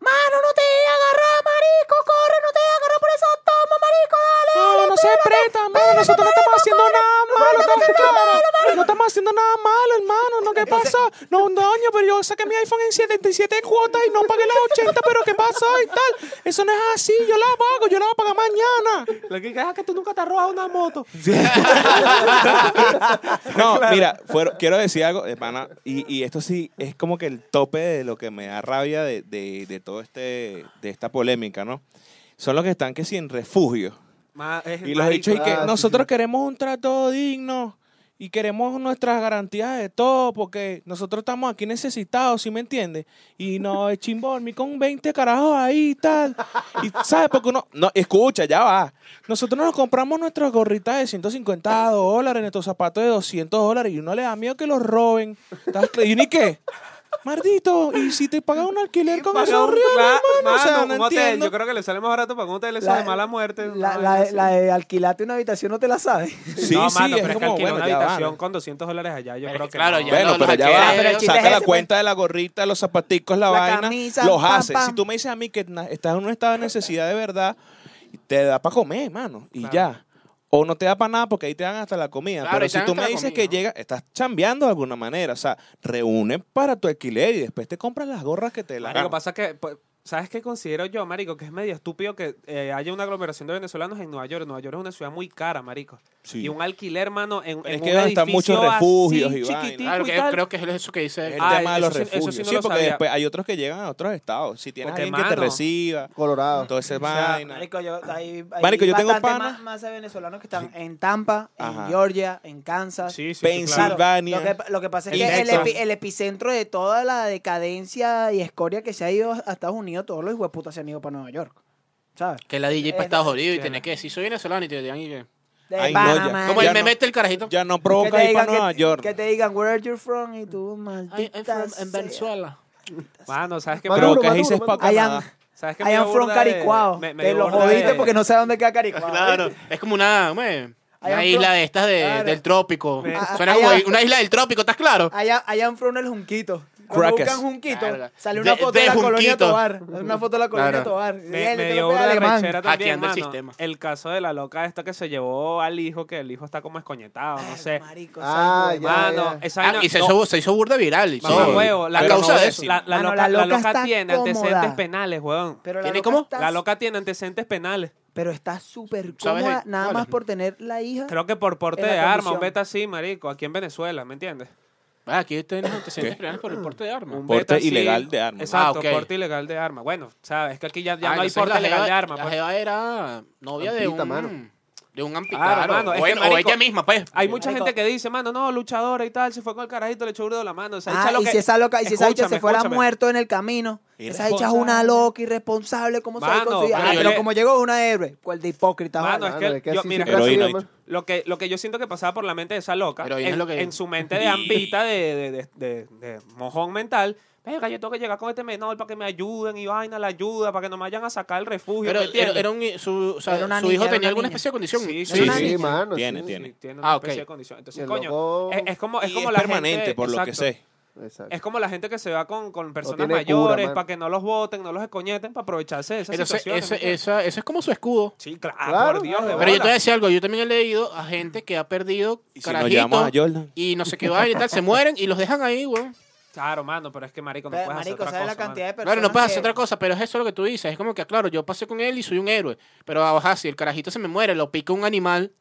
[SPEAKER 3] Mano, no te agarras, marico, corre, no te agarras por esa toma, marico, dale.
[SPEAKER 6] Mano, no se aprieta, mano. Nosotros no estamos haciendo nada malo, tan claro. No estamos haciendo nada malo, hermano. ¿No qué pasó? No, un daño, pero yo saqué mi iPhone en 77 cuotas y no pagué las 80, pero ¿qué pasó? Y tal. Eso no es así. Yo la pago, yo la voy a pagar mañana.
[SPEAKER 2] Lo que es que tú nunca te has robado una moto.
[SPEAKER 1] *laughs* No, mira, fueron- quiero decir algo, hermana, y, y esto sí es como que el tope de lo que me da rabia de, de, de todo este, de esta polémica, ¿no? Son los que están que sin refugio.
[SPEAKER 2] Ma- es
[SPEAKER 1] Y los
[SPEAKER 2] marico.
[SPEAKER 1] dicho y que
[SPEAKER 5] Ah, sí,
[SPEAKER 6] nosotros
[SPEAKER 5] sí.
[SPEAKER 6] queremos un trato digno y queremos nuestras garantías de todo porque nosotros estamos aquí necesitados, ¿sí me entiendes? Y no es chimbón, mi con 20 carajos ahí y tal. Y sabes, porque uno, no, escucha, ya va. Nosotros nos compramos nuestras gorritas de 150 dólares, nuestros zapatos de 200 dólares y uno le da miedo que los roben. ¿Estás cl- ¿Y ni qué? Mardito, ¿y si te pagan un alquiler con
[SPEAKER 2] Paga
[SPEAKER 6] esos
[SPEAKER 2] un-
[SPEAKER 6] reales,
[SPEAKER 2] cla-
[SPEAKER 6] hermano? O sea,
[SPEAKER 2] mano,
[SPEAKER 6] no
[SPEAKER 2] un hotel,
[SPEAKER 6] entiendo.
[SPEAKER 2] Yo creo que le sale más barato para un hotel eso
[SPEAKER 3] La-
[SPEAKER 2] de mala muerte.
[SPEAKER 3] La,
[SPEAKER 2] una
[SPEAKER 3] la
[SPEAKER 2] vaina
[SPEAKER 3] de-
[SPEAKER 2] así.
[SPEAKER 3] la de alquilarte una habitación no te la sabes.
[SPEAKER 1] Sí,
[SPEAKER 2] no,
[SPEAKER 1] sí,
[SPEAKER 2] mano,
[SPEAKER 1] es
[SPEAKER 2] pero es que
[SPEAKER 1] como,
[SPEAKER 2] alquilar
[SPEAKER 1] bueno,
[SPEAKER 2] una
[SPEAKER 1] ya va,
[SPEAKER 2] habitación
[SPEAKER 1] ¿no?
[SPEAKER 2] con 200 dólares allá, yo
[SPEAKER 4] Pero
[SPEAKER 2] creo que
[SPEAKER 4] es que claro,
[SPEAKER 2] no.
[SPEAKER 4] ya
[SPEAKER 1] Bueno,
[SPEAKER 4] no,
[SPEAKER 1] pero
[SPEAKER 4] los
[SPEAKER 1] ya va.
[SPEAKER 4] alquileres- Pero el
[SPEAKER 3] chiste
[SPEAKER 1] Saca
[SPEAKER 3] es
[SPEAKER 1] la
[SPEAKER 3] ese,
[SPEAKER 1] cuenta de la gorrita, los zapaticos, la,
[SPEAKER 3] La
[SPEAKER 1] vaina.
[SPEAKER 3] camisa,
[SPEAKER 1] los
[SPEAKER 3] pam,
[SPEAKER 1] haces.
[SPEAKER 3] pam.
[SPEAKER 1] Si tú me dices a mí que na- estás en un estado de necesidad de verdad, te da para comer, mano. Y
[SPEAKER 2] Claro.
[SPEAKER 1] ya. O no te da para nada porque ahí te dan hasta la comida.
[SPEAKER 4] Claro,
[SPEAKER 1] Pero
[SPEAKER 4] y te
[SPEAKER 1] si
[SPEAKER 4] dan
[SPEAKER 1] tú
[SPEAKER 4] hasta
[SPEAKER 1] me
[SPEAKER 4] la
[SPEAKER 1] dices
[SPEAKER 4] comida,
[SPEAKER 1] que
[SPEAKER 4] ¿no?
[SPEAKER 1] llega, estás chambeando de alguna manera. O sea, reúne para tu alquiler y después te compras las gorras que te la
[SPEAKER 2] Marico, pasa que, pues, ¿sabes qué considero yo, Marico? Que es medio estúpido que eh, haya una aglomeración de venezolanos en Nueva York. Nueva York es una ciudad muy cara, Marico.
[SPEAKER 1] Sí.
[SPEAKER 2] Y un alquiler, mano, en,
[SPEAKER 1] Pero es
[SPEAKER 2] en
[SPEAKER 1] que
[SPEAKER 2] un
[SPEAKER 1] deben estar
[SPEAKER 2] edificio
[SPEAKER 1] muchos refugios
[SPEAKER 2] así,
[SPEAKER 1] y vainas.
[SPEAKER 2] chiquitico
[SPEAKER 4] Claro,
[SPEAKER 2] y
[SPEAKER 4] que
[SPEAKER 2] tal.
[SPEAKER 4] creo que es eso que dice.
[SPEAKER 1] El
[SPEAKER 2] Ah,
[SPEAKER 1] tema de los
[SPEAKER 2] eso sí- eso sí
[SPEAKER 1] refugios. Sí,
[SPEAKER 2] no lo
[SPEAKER 1] porque
[SPEAKER 2] sabía.
[SPEAKER 1] después hay otros que llegan a otros estados. Si tienes
[SPEAKER 2] Porque,
[SPEAKER 1] alguien que te
[SPEAKER 2] mano,
[SPEAKER 1] reciba,
[SPEAKER 5] Colorado.
[SPEAKER 1] todo ese
[SPEAKER 3] O sea,
[SPEAKER 1] vaina.
[SPEAKER 3] Marico, yo, hay, hay
[SPEAKER 1] Marico, yo tengo
[SPEAKER 3] bastante
[SPEAKER 1] pana-
[SPEAKER 3] más, más de venezolanos que están en Tampa, en
[SPEAKER 1] Ajá.
[SPEAKER 3] Georgia, en Kansas.
[SPEAKER 2] Sí, sí, sí,
[SPEAKER 1] Pensil-
[SPEAKER 2] claro.
[SPEAKER 3] Claro,
[SPEAKER 1] Pensilvania,
[SPEAKER 3] lo, que, lo que pasa es
[SPEAKER 1] el
[SPEAKER 3] que el,
[SPEAKER 1] Texas.
[SPEAKER 3] epi- el epicentro de toda la decadencia y escoria que se ha ido a Estados Unidos, todos los hueputas se han ido para Nueva York. ¿Sabes?
[SPEAKER 4] Que la DJ para
[SPEAKER 3] Eh,
[SPEAKER 4] Estados Unidos y
[SPEAKER 2] sí,
[SPEAKER 4] tenés
[SPEAKER 2] no.
[SPEAKER 4] que decir, soy venezolano y te digan, y que-
[SPEAKER 3] De
[SPEAKER 1] Ay,
[SPEAKER 3] pana,
[SPEAKER 1] no, ya.
[SPEAKER 3] marico.
[SPEAKER 4] Como el
[SPEAKER 1] ya no.
[SPEAKER 4] meme este, el carajito.
[SPEAKER 1] Ya no
[SPEAKER 3] que
[SPEAKER 1] provoca
[SPEAKER 3] te,
[SPEAKER 1] ir para
[SPEAKER 3] digan,
[SPEAKER 1] Nueva
[SPEAKER 3] que,
[SPEAKER 1] York.
[SPEAKER 3] que te digan, where are you from? Y tú,
[SPEAKER 4] I- I'm
[SPEAKER 3] maldita
[SPEAKER 4] from- en
[SPEAKER 3] sea.
[SPEAKER 4] Venezuela.
[SPEAKER 2] Mano, ¿sabes qué?
[SPEAKER 1] Pero
[SPEAKER 5] Maduro,
[SPEAKER 2] Pero,
[SPEAKER 1] que
[SPEAKER 5] Maduro,
[SPEAKER 1] dices
[SPEAKER 5] Maduro.
[SPEAKER 1] pa'
[SPEAKER 3] I
[SPEAKER 1] Canadá.
[SPEAKER 3] am,
[SPEAKER 2] ¿sabes qué?
[SPEAKER 3] I am from
[SPEAKER 2] burda de-
[SPEAKER 3] Caricuao.
[SPEAKER 2] me- me
[SPEAKER 3] Te
[SPEAKER 2] dio
[SPEAKER 3] lo
[SPEAKER 2] burda
[SPEAKER 3] jodiste
[SPEAKER 2] de-
[SPEAKER 3] porque no sé dónde queda Caricuao.
[SPEAKER 4] Claro, *laughs* es como una, ¿cómo es?
[SPEAKER 3] I am
[SPEAKER 4] una isla
[SPEAKER 3] from-
[SPEAKER 4] de estas de-
[SPEAKER 3] Claro.
[SPEAKER 4] del trópico.
[SPEAKER 3] Ah,
[SPEAKER 4] Suena
[SPEAKER 3] ah,
[SPEAKER 4] como
[SPEAKER 3] ah,
[SPEAKER 4] una isla del trópico, ¿estás claro?
[SPEAKER 2] Ah,
[SPEAKER 4] Ah,
[SPEAKER 3] Allá, allá en Front el Junquito. Cuando
[SPEAKER 1] Crackers.
[SPEAKER 3] buscan Junquito,
[SPEAKER 4] Verga.
[SPEAKER 3] sale una
[SPEAKER 4] De-
[SPEAKER 3] foto de,
[SPEAKER 4] de
[SPEAKER 3] la colonia
[SPEAKER 4] Junquito.
[SPEAKER 3] Tobar. Una foto de la colonia
[SPEAKER 4] Claro.
[SPEAKER 3] Tobar. Y
[SPEAKER 2] Me,
[SPEAKER 3] él,
[SPEAKER 2] me
[SPEAKER 3] te
[SPEAKER 2] dio
[SPEAKER 3] lo pega
[SPEAKER 2] una
[SPEAKER 3] alemán.
[SPEAKER 2] rechera también,
[SPEAKER 4] Hackeando el
[SPEAKER 2] mano.
[SPEAKER 4] sistema.
[SPEAKER 2] El caso de la loca esta que se llevó al hijo, que el hijo está como escoñetado, no
[SPEAKER 3] Ay,
[SPEAKER 2] sé.
[SPEAKER 3] marico,
[SPEAKER 5] Ah,
[SPEAKER 3] esa es
[SPEAKER 5] ya,
[SPEAKER 3] buena.
[SPEAKER 2] Mano,
[SPEAKER 5] ya.
[SPEAKER 2] esa
[SPEAKER 4] Ah,
[SPEAKER 2] vaina-
[SPEAKER 4] y se,
[SPEAKER 2] no,
[SPEAKER 4] hizo, se hizo burda viral. y
[SPEAKER 2] Mamá
[SPEAKER 4] todo.
[SPEAKER 2] huevo, la
[SPEAKER 4] a
[SPEAKER 1] pero
[SPEAKER 4] causa
[SPEAKER 1] no
[SPEAKER 4] de eso.
[SPEAKER 2] La, la
[SPEAKER 3] Mano,
[SPEAKER 2] loca,
[SPEAKER 3] la
[SPEAKER 2] la
[SPEAKER 3] loca
[SPEAKER 2] loca
[SPEAKER 3] está
[SPEAKER 2] tiene antecedentes
[SPEAKER 3] cómoda.
[SPEAKER 2] penales, weón.
[SPEAKER 3] Pero
[SPEAKER 4] ¿Tiene
[SPEAKER 3] loca
[SPEAKER 4] cómo?
[SPEAKER 3] está-
[SPEAKER 2] La loca tiene antecedentes penales.
[SPEAKER 3] Pero está súper
[SPEAKER 4] ¿Sabes
[SPEAKER 3] cómoda,
[SPEAKER 4] de
[SPEAKER 3] nada
[SPEAKER 4] cuáles?
[SPEAKER 3] más por tener la hija.
[SPEAKER 2] Creo que por porte
[SPEAKER 3] En la
[SPEAKER 2] de arma,
[SPEAKER 3] comisión.
[SPEAKER 2] un beta así, marico, aquí en Venezuela, ¿me entiendes?
[SPEAKER 4] Ah, aquí tenemos antecedentes penales por el porte de armas.
[SPEAKER 2] Un
[SPEAKER 1] Porte
[SPEAKER 2] beta, sí.
[SPEAKER 1] ilegal de armas.
[SPEAKER 2] Exacto,
[SPEAKER 4] Ah, ok.
[SPEAKER 2] porte ilegal de armas. Bueno, sabes, es que aquí ya, ya
[SPEAKER 4] Ah,
[SPEAKER 2] no hay
[SPEAKER 4] entonces la
[SPEAKER 2] porte ilegal
[SPEAKER 4] jeva-
[SPEAKER 2] de armas.
[SPEAKER 4] La
[SPEAKER 2] pues.
[SPEAKER 4] jeva era novia de
[SPEAKER 5] Ampita,
[SPEAKER 4] un...
[SPEAKER 5] mano.
[SPEAKER 4] De un ampita,
[SPEAKER 2] Claro,
[SPEAKER 4] claro.
[SPEAKER 2] mano, es
[SPEAKER 4] o,
[SPEAKER 2] que,
[SPEAKER 4] él- o
[SPEAKER 2] marico,
[SPEAKER 4] ella misma, pues.
[SPEAKER 2] Hay mucha
[SPEAKER 3] Marico.
[SPEAKER 2] gente que dice, mano, no, luchadora y tal, se fue con el carajito, le echó burdo de la mano. O sea,
[SPEAKER 3] Ah,
[SPEAKER 2] echa lo
[SPEAKER 3] y
[SPEAKER 2] que-
[SPEAKER 3] si esa loca, y si esa bicha se
[SPEAKER 2] Escúchame,
[SPEAKER 3] fuera
[SPEAKER 2] escúchame.
[SPEAKER 3] muerto en el camino, esa bicha es una
[SPEAKER 2] Irresponsable.
[SPEAKER 3] loca, irresponsable, ¿cómo se va a
[SPEAKER 2] Mano,
[SPEAKER 3] conseguir? Ah,
[SPEAKER 4] pero yo
[SPEAKER 3] pero
[SPEAKER 2] le-
[SPEAKER 3] como llegó es una héroe, cuál de hipócrita,
[SPEAKER 2] Mano,
[SPEAKER 3] vale.
[SPEAKER 2] es que yo- mira,
[SPEAKER 5] siempre ha sido,
[SPEAKER 1] Heroína,
[SPEAKER 5] man.
[SPEAKER 2] Lo que, lo que yo siento que pasaba por la mente de esa loca,
[SPEAKER 4] Pero bien es
[SPEAKER 2] en,
[SPEAKER 4] lo que-
[SPEAKER 2] en su mente de ampita, de, de, de- de- de mojón mental, venga, yo tengo que llegar con este menor para que me ayuden y vaina la ayuda, para que no me vayan a sacar el refugio.
[SPEAKER 4] Pero
[SPEAKER 2] ¿me
[SPEAKER 4] era,
[SPEAKER 2] entiendes?
[SPEAKER 4] era un, su, o sea,
[SPEAKER 3] Era una
[SPEAKER 4] su
[SPEAKER 3] niña,
[SPEAKER 4] hijo
[SPEAKER 3] era
[SPEAKER 4] tenía
[SPEAKER 3] una
[SPEAKER 4] alguna
[SPEAKER 3] niña.
[SPEAKER 4] especie de condición.
[SPEAKER 2] Sí,
[SPEAKER 5] Sí,
[SPEAKER 2] sí,
[SPEAKER 5] sí,
[SPEAKER 2] sí.
[SPEAKER 5] mano.
[SPEAKER 1] Tiene,
[SPEAKER 5] sí,
[SPEAKER 1] tiene.
[SPEAKER 5] sí.
[SPEAKER 2] Tiene
[SPEAKER 4] Ah,
[SPEAKER 2] una
[SPEAKER 4] ok.
[SPEAKER 2] especie de condición. Entonces,
[SPEAKER 5] El
[SPEAKER 2] coño,
[SPEAKER 5] loco-
[SPEAKER 2] es, es como, es
[SPEAKER 1] Y
[SPEAKER 2] como
[SPEAKER 1] es
[SPEAKER 2] la
[SPEAKER 1] permanente,
[SPEAKER 2] gente-
[SPEAKER 1] por lo que
[SPEAKER 2] exacto.
[SPEAKER 1] sé.
[SPEAKER 5] Exacto.
[SPEAKER 2] Es como la gente que se va con, con personas
[SPEAKER 5] tiene cura,
[SPEAKER 2] mayores
[SPEAKER 5] man.
[SPEAKER 2] para que no los voten, no los escoñeten, para aprovecharse de esas
[SPEAKER 4] Entonces,
[SPEAKER 2] situaciones.
[SPEAKER 4] ese,
[SPEAKER 2] ¿me entiendes?
[SPEAKER 4] esa, eso es como su escudo.
[SPEAKER 2] Sí, claro, ah,
[SPEAKER 5] Claro,
[SPEAKER 2] por Dios,
[SPEAKER 5] claro.
[SPEAKER 2] de
[SPEAKER 4] Pero yo te voy a
[SPEAKER 2] bola.
[SPEAKER 4] decir algo. Yo también he leído a gente que ha perdido
[SPEAKER 1] Y si nos
[SPEAKER 4] carajitos
[SPEAKER 1] llamas a Jordan.
[SPEAKER 4] y no sé qué vaina y tal. Se mueren y los dejan ahí, güey.
[SPEAKER 2] Claro, mano, pero es que marico, no
[SPEAKER 3] Pero,
[SPEAKER 2] puedes
[SPEAKER 3] marico,
[SPEAKER 2] hacer
[SPEAKER 3] ¿sabes
[SPEAKER 2] otra
[SPEAKER 3] la
[SPEAKER 2] cosa,
[SPEAKER 3] cantidad
[SPEAKER 2] mano.
[SPEAKER 3] de personas?
[SPEAKER 4] Claro, no puedes hacer
[SPEAKER 3] que-
[SPEAKER 4] otra cosa, pero es eso lo que tú dices. Es como que, claro, yo pasé con él y soy un héroe. Pero ajá, si el carajito se me muere, lo pica un animal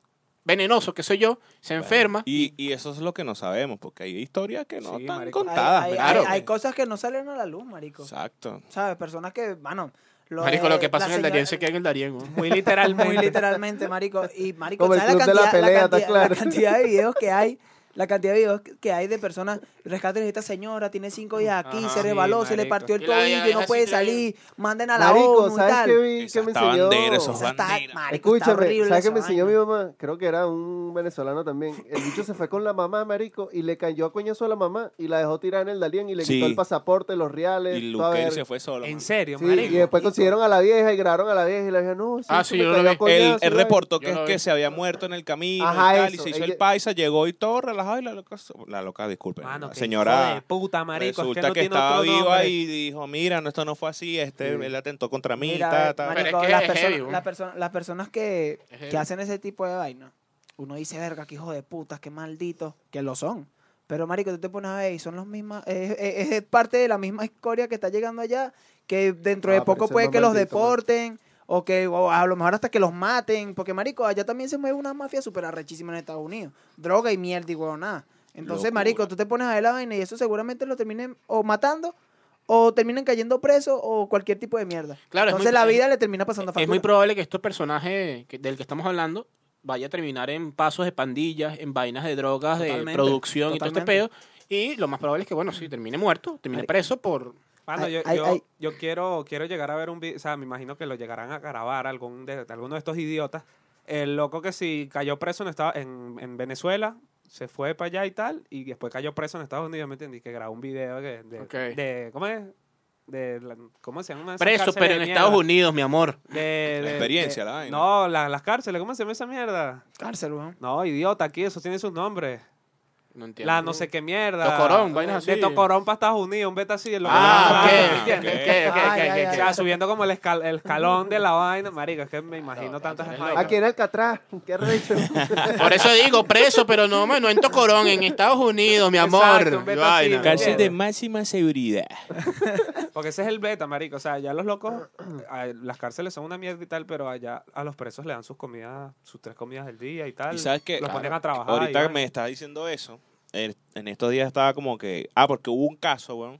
[SPEAKER 4] venenoso, que soy yo, se enferma.
[SPEAKER 1] Y, y eso es lo que no sabemos, porque hay historias que no
[SPEAKER 2] Sí,
[SPEAKER 1] están
[SPEAKER 2] marico.
[SPEAKER 3] Hay,
[SPEAKER 1] contadas.
[SPEAKER 3] hay-
[SPEAKER 1] ¿me
[SPEAKER 4] claro.
[SPEAKER 3] hay- hay
[SPEAKER 1] entiendes?
[SPEAKER 3] cosas que no salen a la luz, marico.
[SPEAKER 1] Exacto.
[SPEAKER 3] ¿Sabes? Personas que, mano. Lo
[SPEAKER 4] Marico,
[SPEAKER 3] de-
[SPEAKER 4] lo que pasa en
[SPEAKER 3] la
[SPEAKER 4] el Darién se
[SPEAKER 3] señora-
[SPEAKER 4] queda en el Darién, güey.
[SPEAKER 5] *laughs*
[SPEAKER 2] Muy literalmente.
[SPEAKER 3] Muy literalmente, marico. Y, marico,
[SPEAKER 5] Como el
[SPEAKER 3] ¿sabes la
[SPEAKER 5] club de
[SPEAKER 3] cantidad,
[SPEAKER 5] la pelea, está
[SPEAKER 3] cantidad- la
[SPEAKER 5] claro.
[SPEAKER 3] cantidad de videos que
[SPEAKER 5] *laughs*
[SPEAKER 3] hay? La cantidad de videos que hay de personas, rescaten a esta señora, tiene cinco días aquí,
[SPEAKER 2] Ajá,
[SPEAKER 3] se
[SPEAKER 2] sí,
[SPEAKER 3] rebaló, se le
[SPEAKER 2] marico.
[SPEAKER 3] partió el
[SPEAKER 4] Y la- la
[SPEAKER 3] tobillo, no
[SPEAKER 4] deja
[SPEAKER 3] puede
[SPEAKER 4] sin
[SPEAKER 3] salir, manden a la
[SPEAKER 5] Marico,
[SPEAKER 3] ONU y
[SPEAKER 5] ¿sabes
[SPEAKER 3] tal.
[SPEAKER 5] qué, vi,
[SPEAKER 1] Esa
[SPEAKER 5] qué me
[SPEAKER 1] está
[SPEAKER 5] enseñó?
[SPEAKER 1] bandera, esos
[SPEAKER 3] Esa está-
[SPEAKER 1] Bandera.
[SPEAKER 3] marico, está
[SPEAKER 5] Escúchame,
[SPEAKER 3] horrible
[SPEAKER 5] ¿sabes qué
[SPEAKER 3] esa
[SPEAKER 5] me enseñó mi
[SPEAKER 3] vaina.
[SPEAKER 5] mamá? Creo que era un venezolano también. El bicho se fue con la mamá, marico, y le cayó a coñazo a la mamá y la dejó tirar en el Dalian y le
[SPEAKER 1] Sí.
[SPEAKER 5] quitó el pasaporte, los reales,
[SPEAKER 1] Y
[SPEAKER 5] toda
[SPEAKER 1] Luque
[SPEAKER 5] verga.
[SPEAKER 1] se fue solo.
[SPEAKER 2] En
[SPEAKER 1] mano.
[SPEAKER 2] serio,
[SPEAKER 5] Sí,
[SPEAKER 2] marico.
[SPEAKER 5] y después consiguieron a la vieja y grabaron a la vieja y la vieja, no,
[SPEAKER 4] Ah,
[SPEAKER 5] se
[SPEAKER 4] sí,
[SPEAKER 5] me
[SPEAKER 4] yo lo
[SPEAKER 5] cayó
[SPEAKER 4] vi.
[SPEAKER 5] a
[SPEAKER 1] El,
[SPEAKER 5] coñazo, y
[SPEAKER 1] el
[SPEAKER 5] vaina.
[SPEAKER 1] reportó
[SPEAKER 4] Yo
[SPEAKER 1] que es
[SPEAKER 4] lo vi.
[SPEAKER 1] que se había muerto en el camino
[SPEAKER 5] Ajá,
[SPEAKER 1] y tal, y
[SPEAKER 5] eso,
[SPEAKER 1] se hizo
[SPEAKER 5] ella-
[SPEAKER 1] el paisa, llegó y todo relajado y la loca, la loca disculpe,
[SPEAKER 2] Mano,
[SPEAKER 1] la
[SPEAKER 2] qué hijo de
[SPEAKER 1] señora
[SPEAKER 2] puta, marico, es
[SPEAKER 1] resulta
[SPEAKER 2] que,
[SPEAKER 1] que,
[SPEAKER 2] no tiene
[SPEAKER 1] estaba
[SPEAKER 2] otro
[SPEAKER 1] viva
[SPEAKER 2] nombre.
[SPEAKER 1] y dijo, mira, no, esto no fue así, este, él atentó contra mí,
[SPEAKER 3] Mira,
[SPEAKER 1] ta, ta".
[SPEAKER 3] marico,
[SPEAKER 4] Pero es que
[SPEAKER 3] las,
[SPEAKER 4] es
[SPEAKER 3] personas,
[SPEAKER 4] heavy, güey.
[SPEAKER 3] las personas- las personas que,
[SPEAKER 4] Es heavy.
[SPEAKER 3] que hacen ese tipo de vaina, uno dice, verga, qué hijo de putas, qué malditos, que lo son. Pero, marico, tú te pones a ver y son los mismas, es, es- es parte de la misma historia que está llegando allá, que dentro de
[SPEAKER 5] Ah,
[SPEAKER 3] poco
[SPEAKER 5] parece
[SPEAKER 3] puede
[SPEAKER 5] más
[SPEAKER 3] que los
[SPEAKER 5] maldito, man.
[SPEAKER 3] deporten, o que o a lo mejor hasta que los maten, porque, marico, allá también se mueve una mafia súper arrechísima en Estados Unidos. Droga y mierda y huevonada. Entonces,
[SPEAKER 1] Locura.
[SPEAKER 3] marico, tú te pones a ver la vaina y eso seguramente lo terminen o matando o terminan cayendo presos o cualquier tipo de mierda.
[SPEAKER 4] Claro, es
[SPEAKER 3] Entonces
[SPEAKER 4] muy-
[SPEAKER 3] la
[SPEAKER 4] es-
[SPEAKER 3] vida le termina pasando factura.
[SPEAKER 4] Es muy probable que este personaje que- del que estamos hablando vaya a terminar en pasos de pandillas, en vainas de drogas, de
[SPEAKER 3] Totalmente,
[SPEAKER 4] producción y todo
[SPEAKER 3] totalmente.
[SPEAKER 4] este pedo. Y lo más probable es que, bueno, sí, termine muerto, termine
[SPEAKER 3] Ay.
[SPEAKER 4] preso por...
[SPEAKER 2] Mano,
[SPEAKER 3] Ay,
[SPEAKER 2] yo,
[SPEAKER 3] ay,
[SPEAKER 2] yo,
[SPEAKER 3] ay.
[SPEAKER 2] yo quiero, quiero llegar a ver un video, o sea, me imagino que lo llegarán a grabar algún de, alguno de estos idiotas. El loco que si cayó preso en, Estados- en, en Venezuela, se fue para allá y tal, y después cayó preso en Estados Unidos, ¿me entendí? Que grabó un video de, de,
[SPEAKER 4] Ok.
[SPEAKER 2] de- ¿cómo es? De, la- ¿Cómo se llama? esa
[SPEAKER 4] Preso,
[SPEAKER 2] cárcel
[SPEAKER 4] pero
[SPEAKER 2] de
[SPEAKER 4] en
[SPEAKER 2] mierda?
[SPEAKER 4] Estados Unidos, mi amor.
[SPEAKER 2] De, de-
[SPEAKER 1] La experiencia,
[SPEAKER 2] de-
[SPEAKER 1] la vaina.
[SPEAKER 2] No, la- las cárceles, ¿cómo se llama esa mierda?
[SPEAKER 3] Cárcel, weón.
[SPEAKER 2] No, idiota, aquí eso tiene sus nombres.
[SPEAKER 4] No entiendo.
[SPEAKER 2] La no sé qué mierda.
[SPEAKER 4] Tocorón, vainas
[SPEAKER 2] De
[SPEAKER 4] así.
[SPEAKER 2] Tocorón para Estados Unidos, un beta así. el loco.
[SPEAKER 4] Ah,
[SPEAKER 2] ¿me
[SPEAKER 4] ok, ok,
[SPEAKER 2] entiendes?
[SPEAKER 4] ok, ok,
[SPEAKER 3] Ay,
[SPEAKER 4] ok,
[SPEAKER 3] ay,
[SPEAKER 4] ok.
[SPEAKER 2] O
[SPEAKER 3] ay.
[SPEAKER 2] sea, subiendo como el, escal- el escalón de la vaina. Marico, es que me imagino tantas
[SPEAKER 4] eres
[SPEAKER 2] vainas.
[SPEAKER 4] loco.
[SPEAKER 5] eh, Aquí en Alcatraz, *laughs* qué recho.
[SPEAKER 4] Por eso digo preso, pero no, man, no en Tocorón, en Estados Unidos, mi amor.
[SPEAKER 2] Exacto, un
[SPEAKER 4] Y
[SPEAKER 2] beta
[SPEAKER 4] vaina.
[SPEAKER 2] así, Cárcel de
[SPEAKER 1] máxima seguridad.
[SPEAKER 2] Porque ese es el beta, marico. O sea, ya los locos, *clears throat* a- las cárceles son una mierda y tal, pero allá a los presos le dan sus comidas, sus tres comidas del día y tal.
[SPEAKER 1] Y sabes que
[SPEAKER 2] Los ponen a trabajar. y
[SPEAKER 1] ahorita
[SPEAKER 2] vaina.
[SPEAKER 1] me estás diciendo eso. el- en estos días estaba como que. Ah, porque hubo un caso, weón.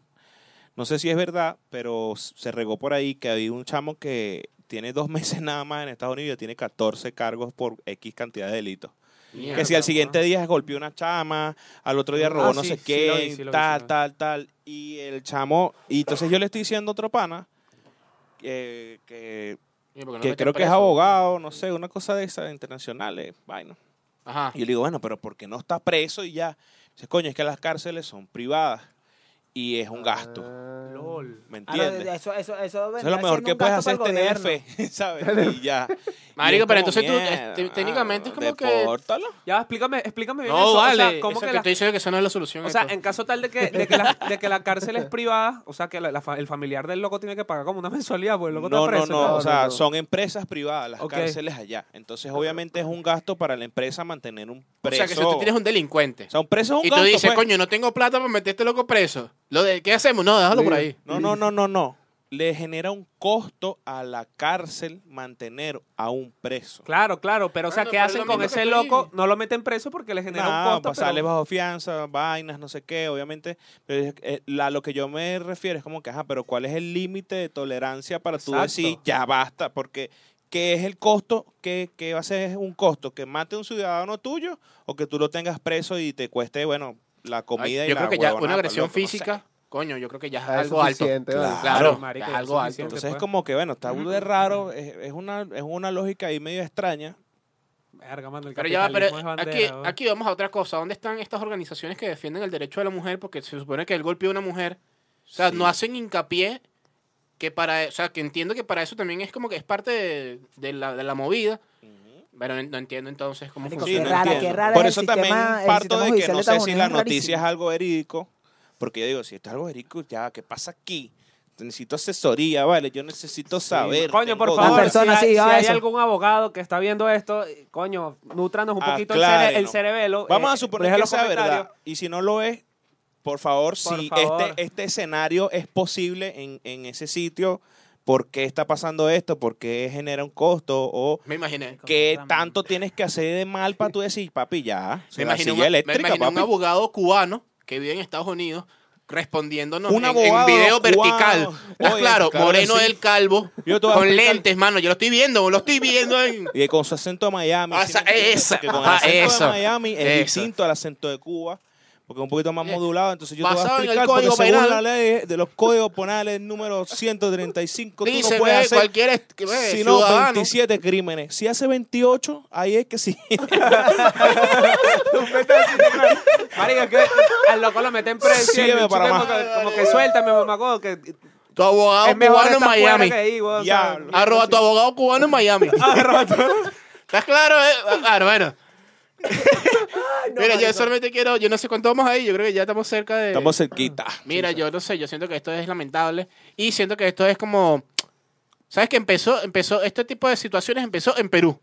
[SPEAKER 1] No sé si es verdad, pero s- se regó por ahí que había un chamo que tiene dos *laughs* meses nada más en Estados Unidos y tiene 14 cargos por X cantidad de delitos.
[SPEAKER 4] Mierda,
[SPEAKER 1] Que si al siguiente día golpeó una chama, al otro día robó
[SPEAKER 2] Ah,
[SPEAKER 1] no
[SPEAKER 2] sí,
[SPEAKER 1] sé
[SPEAKER 2] sí
[SPEAKER 1] qué,
[SPEAKER 2] lo vi, sí lo vi,
[SPEAKER 1] tal,
[SPEAKER 2] sí lo vi.
[SPEAKER 1] tal, tal. Y el chamo. Y entonces yo le estoy diciendo a otro pana que- que
[SPEAKER 4] Sí, porque no
[SPEAKER 1] que
[SPEAKER 4] meten
[SPEAKER 1] creo que es
[SPEAKER 4] preso.
[SPEAKER 1] abogado, no sé, una cosa de esas internacionales, vaina.
[SPEAKER 4] Ajá.
[SPEAKER 1] Y yo le digo, bueno, pero ¿por qué no está preso y ya? Dice, coño, es que las cárceles son privadas y es un gasto,
[SPEAKER 2] LOL.
[SPEAKER 1] ¿me
[SPEAKER 3] Ah, no,
[SPEAKER 1] entiendes?
[SPEAKER 3] eso, eso, eso
[SPEAKER 1] Entonces
[SPEAKER 3] vendría
[SPEAKER 1] lo mejor
[SPEAKER 3] siendo
[SPEAKER 1] que
[SPEAKER 3] un
[SPEAKER 1] puedes
[SPEAKER 3] gasto
[SPEAKER 1] hacer es
[SPEAKER 3] para el
[SPEAKER 1] tener
[SPEAKER 3] gobierno.
[SPEAKER 1] fe, *laughs* ¿sabes? Y ya. Y
[SPEAKER 4] Marico,
[SPEAKER 1] es
[SPEAKER 4] pero
[SPEAKER 1] como,
[SPEAKER 4] entonces tú,
[SPEAKER 1] mierda,
[SPEAKER 4] este, técnicamente es como que-
[SPEAKER 1] depórtalo.
[SPEAKER 2] Ya, explícame, explícame bien
[SPEAKER 4] No,
[SPEAKER 2] eso.
[SPEAKER 4] vale.
[SPEAKER 2] O sea, ¿cómo
[SPEAKER 4] eso
[SPEAKER 2] que
[SPEAKER 4] que
[SPEAKER 2] las-
[SPEAKER 4] estoy diciendo que eso no es la solución.
[SPEAKER 2] O sea,
[SPEAKER 4] esto.
[SPEAKER 2] en caso tal de que, de que, la, de que la cárcel es privada, o sea, que la- la fa- el familiar del loco tiene que pagar como una *laughs* mensualidad, pues el loco
[SPEAKER 1] No,
[SPEAKER 2] está
[SPEAKER 1] no,
[SPEAKER 2] preso.
[SPEAKER 1] no,
[SPEAKER 5] No,
[SPEAKER 1] o
[SPEAKER 5] no,
[SPEAKER 1] sea,
[SPEAKER 5] no.
[SPEAKER 1] son empresas privadas las
[SPEAKER 2] Ok.
[SPEAKER 1] cárceles allá. Entonces, obviamente es un gasto para la empresa mantener un
[SPEAKER 4] o
[SPEAKER 1] preso.
[SPEAKER 4] sea, que si tú tienes un delincuente.
[SPEAKER 1] O sea, un preso es un
[SPEAKER 4] Y tú
[SPEAKER 1] gasto,
[SPEAKER 4] dices,
[SPEAKER 1] pues.
[SPEAKER 4] coño, no tengo plata para meter a este loco preso. Lo de, ¿Qué hacemos? No, déjalo por ahí.
[SPEAKER 1] No, no, no, no, no. le genera un costo a la cárcel mantener a un preso.
[SPEAKER 2] Claro, claro, pero o sea,
[SPEAKER 4] Bueno,
[SPEAKER 2] ¿qué
[SPEAKER 4] pero es
[SPEAKER 2] hacen
[SPEAKER 4] lo
[SPEAKER 2] con
[SPEAKER 4] mismo que
[SPEAKER 2] ese
[SPEAKER 4] te
[SPEAKER 2] loco?
[SPEAKER 4] dije.
[SPEAKER 2] No lo meten preso porque le genera
[SPEAKER 1] Nah,
[SPEAKER 2] un costo.
[SPEAKER 1] pasarles
[SPEAKER 2] pero-
[SPEAKER 1] bajo fianza, vainas, no sé qué, obviamente. Pero es- eh, la- lo que yo me refiero es como que, ajá, pero ¿cuál es el límite de tolerancia para tú
[SPEAKER 2] Exacto.
[SPEAKER 1] decir ya basta? Porque, ¿qué es el costo? ¿Qué, qué va a ser un costo? ¿Que mate a un ciudadano tuyo o que tú lo tengas preso y te cueste, bueno, la comida y
[SPEAKER 4] Ay, yo
[SPEAKER 1] la
[SPEAKER 4] creo que ya
[SPEAKER 1] huevonada,
[SPEAKER 4] una agresión
[SPEAKER 1] loco, no sé.
[SPEAKER 4] física, coño, yo creo que ya es
[SPEAKER 5] Ya es
[SPEAKER 4] algo alto.
[SPEAKER 5] suficiente,
[SPEAKER 4] Claro,
[SPEAKER 5] vale.
[SPEAKER 2] Claro,
[SPEAKER 4] ya
[SPEAKER 2] marico,
[SPEAKER 4] es
[SPEAKER 2] ya es
[SPEAKER 4] algo alto.
[SPEAKER 2] suficiente.
[SPEAKER 1] Entonces es
[SPEAKER 2] pues.
[SPEAKER 1] como que, bueno, está burda de raro, es, es una, es una lógica ahí medio extraña.
[SPEAKER 2] Verga, mano, el
[SPEAKER 4] Pero ya va, pero
[SPEAKER 2] capitalismo es bandera,
[SPEAKER 4] aquí,
[SPEAKER 2] weón.
[SPEAKER 4] aquí vamos a otra cosa. ¿Dónde están estas organizaciones que defienden el derecho de la mujer? Porque se supone que el golpe de una mujer, o sea, no hacen hincapié que para, o sea, que entiendo que para eso también es como que es parte de, de la, de la movida. Pero no entiendo entonces cómo
[SPEAKER 3] Marico,
[SPEAKER 4] funciona.
[SPEAKER 3] qué rara, qué
[SPEAKER 1] entiendo.
[SPEAKER 3] rara
[SPEAKER 1] Por
[SPEAKER 3] el
[SPEAKER 1] eso
[SPEAKER 3] sistema-
[SPEAKER 1] también
[SPEAKER 3] el
[SPEAKER 1] parto
[SPEAKER 3] sistema
[SPEAKER 1] de que
[SPEAKER 3] judicial
[SPEAKER 1] no
[SPEAKER 3] de
[SPEAKER 1] sé
[SPEAKER 3] Estados
[SPEAKER 1] si la
[SPEAKER 3] Unidos es
[SPEAKER 1] noticia es
[SPEAKER 3] rarísimo.
[SPEAKER 1] algo verídico, porque yo digo, si esto es algo verídico, ya, ¿qué pasa aquí? Necesito asesoría, ¿vale? Yo necesito saber.
[SPEAKER 2] Coño, por
[SPEAKER 1] tengo
[SPEAKER 2] favor,
[SPEAKER 1] dudas.
[SPEAKER 3] La persona,
[SPEAKER 2] si, hay,
[SPEAKER 3] sí,
[SPEAKER 2] si
[SPEAKER 3] va
[SPEAKER 2] hay
[SPEAKER 3] eso.
[SPEAKER 2] algún abogado que está viendo esto, eh, coño, nutranos un poquito el, cere-
[SPEAKER 1] Aclárenos.
[SPEAKER 2] el cerebelo.
[SPEAKER 1] Ah, Vamos
[SPEAKER 2] eh,
[SPEAKER 1] a suponer
[SPEAKER 2] deja
[SPEAKER 1] que
[SPEAKER 2] los
[SPEAKER 1] sea
[SPEAKER 2] comentarios. *laughs*
[SPEAKER 1] verdad. Y si no lo es, por favor,
[SPEAKER 2] Por
[SPEAKER 1] si
[SPEAKER 2] favor.
[SPEAKER 1] Este, este escenario es posible en, en ese sitio, ¿por qué está pasando esto? ¿Por qué genera un costo? ¿O
[SPEAKER 4] Me imaginé.
[SPEAKER 1] qué
[SPEAKER 3] Completamente.
[SPEAKER 1] tanto tienes que hacer de mal para tú decir, papi, ya?
[SPEAKER 4] Me
[SPEAKER 1] se la
[SPEAKER 4] imaginé, un,
[SPEAKER 1] silla
[SPEAKER 4] me
[SPEAKER 1] eléctrica,
[SPEAKER 4] imaginé un
[SPEAKER 1] papi.
[SPEAKER 4] abogado cubano que vive en Estados Unidos respondiéndonos
[SPEAKER 1] Un
[SPEAKER 4] en- en,
[SPEAKER 1] abogado cubano.
[SPEAKER 4] video vertical. ¿Estás
[SPEAKER 1] Oye,
[SPEAKER 4] claro?
[SPEAKER 1] claro
[SPEAKER 4] Moreno
[SPEAKER 1] que sí.
[SPEAKER 4] el calvo,
[SPEAKER 1] Yo te voy a
[SPEAKER 4] con
[SPEAKER 1] explicar-
[SPEAKER 4] lentes, mano. Yo lo estoy viendo, lo estoy viendo en...
[SPEAKER 1] *laughs* Y con su acento de Miami.
[SPEAKER 4] Ah,
[SPEAKER 1] ¿sí
[SPEAKER 4] esa-
[SPEAKER 1] me entiendes?
[SPEAKER 4] esa,
[SPEAKER 1] Porque con el
[SPEAKER 4] ajá,
[SPEAKER 1] acento
[SPEAKER 4] eso,
[SPEAKER 1] de Miami es
[SPEAKER 4] eso.
[SPEAKER 1] distinto al acento de Cuba, porque es un poquito más
[SPEAKER 4] Eh,
[SPEAKER 1] modulado. Entonces yo te voy a
[SPEAKER 4] basado en el
[SPEAKER 1] explicar, porque
[SPEAKER 4] Código
[SPEAKER 1] según la
[SPEAKER 4] Penal.
[SPEAKER 1] ley de los códigos penales número 135, tú
[SPEAKER 4] Dice,
[SPEAKER 1] no puedes
[SPEAKER 4] ve,
[SPEAKER 1] hacer
[SPEAKER 4] cualquier est- ve,
[SPEAKER 1] sino
[SPEAKER 4] ciudadano.
[SPEAKER 1] 27 crímenes. Si hace 28, ahí es que
[SPEAKER 4] *laughs*
[SPEAKER 1] sí.
[SPEAKER 2] Marica, que al loco lo meten preso. y el
[SPEAKER 1] Sígueme
[SPEAKER 2] bicho
[SPEAKER 1] para
[SPEAKER 2] como
[SPEAKER 1] más.
[SPEAKER 2] que- Como que suéltame, mamá, que
[SPEAKER 4] Tu abogado
[SPEAKER 2] es mejor
[SPEAKER 4] cubano Ah, en
[SPEAKER 2] estar fuera
[SPEAKER 4] Miami.
[SPEAKER 2] que ahí, weón, o sea, *laughs*
[SPEAKER 1] Diablo.
[SPEAKER 4] Arroba tu abogado cubano en Miami. ¿Estás claro? eh?
[SPEAKER 2] *laughs*
[SPEAKER 4] Claro, bueno. Mira, yo solamente quiero, yo no sé cuánto vamos ahí, yo creo que ya estamos cerca de...
[SPEAKER 1] Estamos cerquita.
[SPEAKER 4] Mira, yo no sé, yo siento que esto es lamentable y siento que esto es como... ¿Sabes que empezó, empezó, este tipo de situaciones empezó en Perú?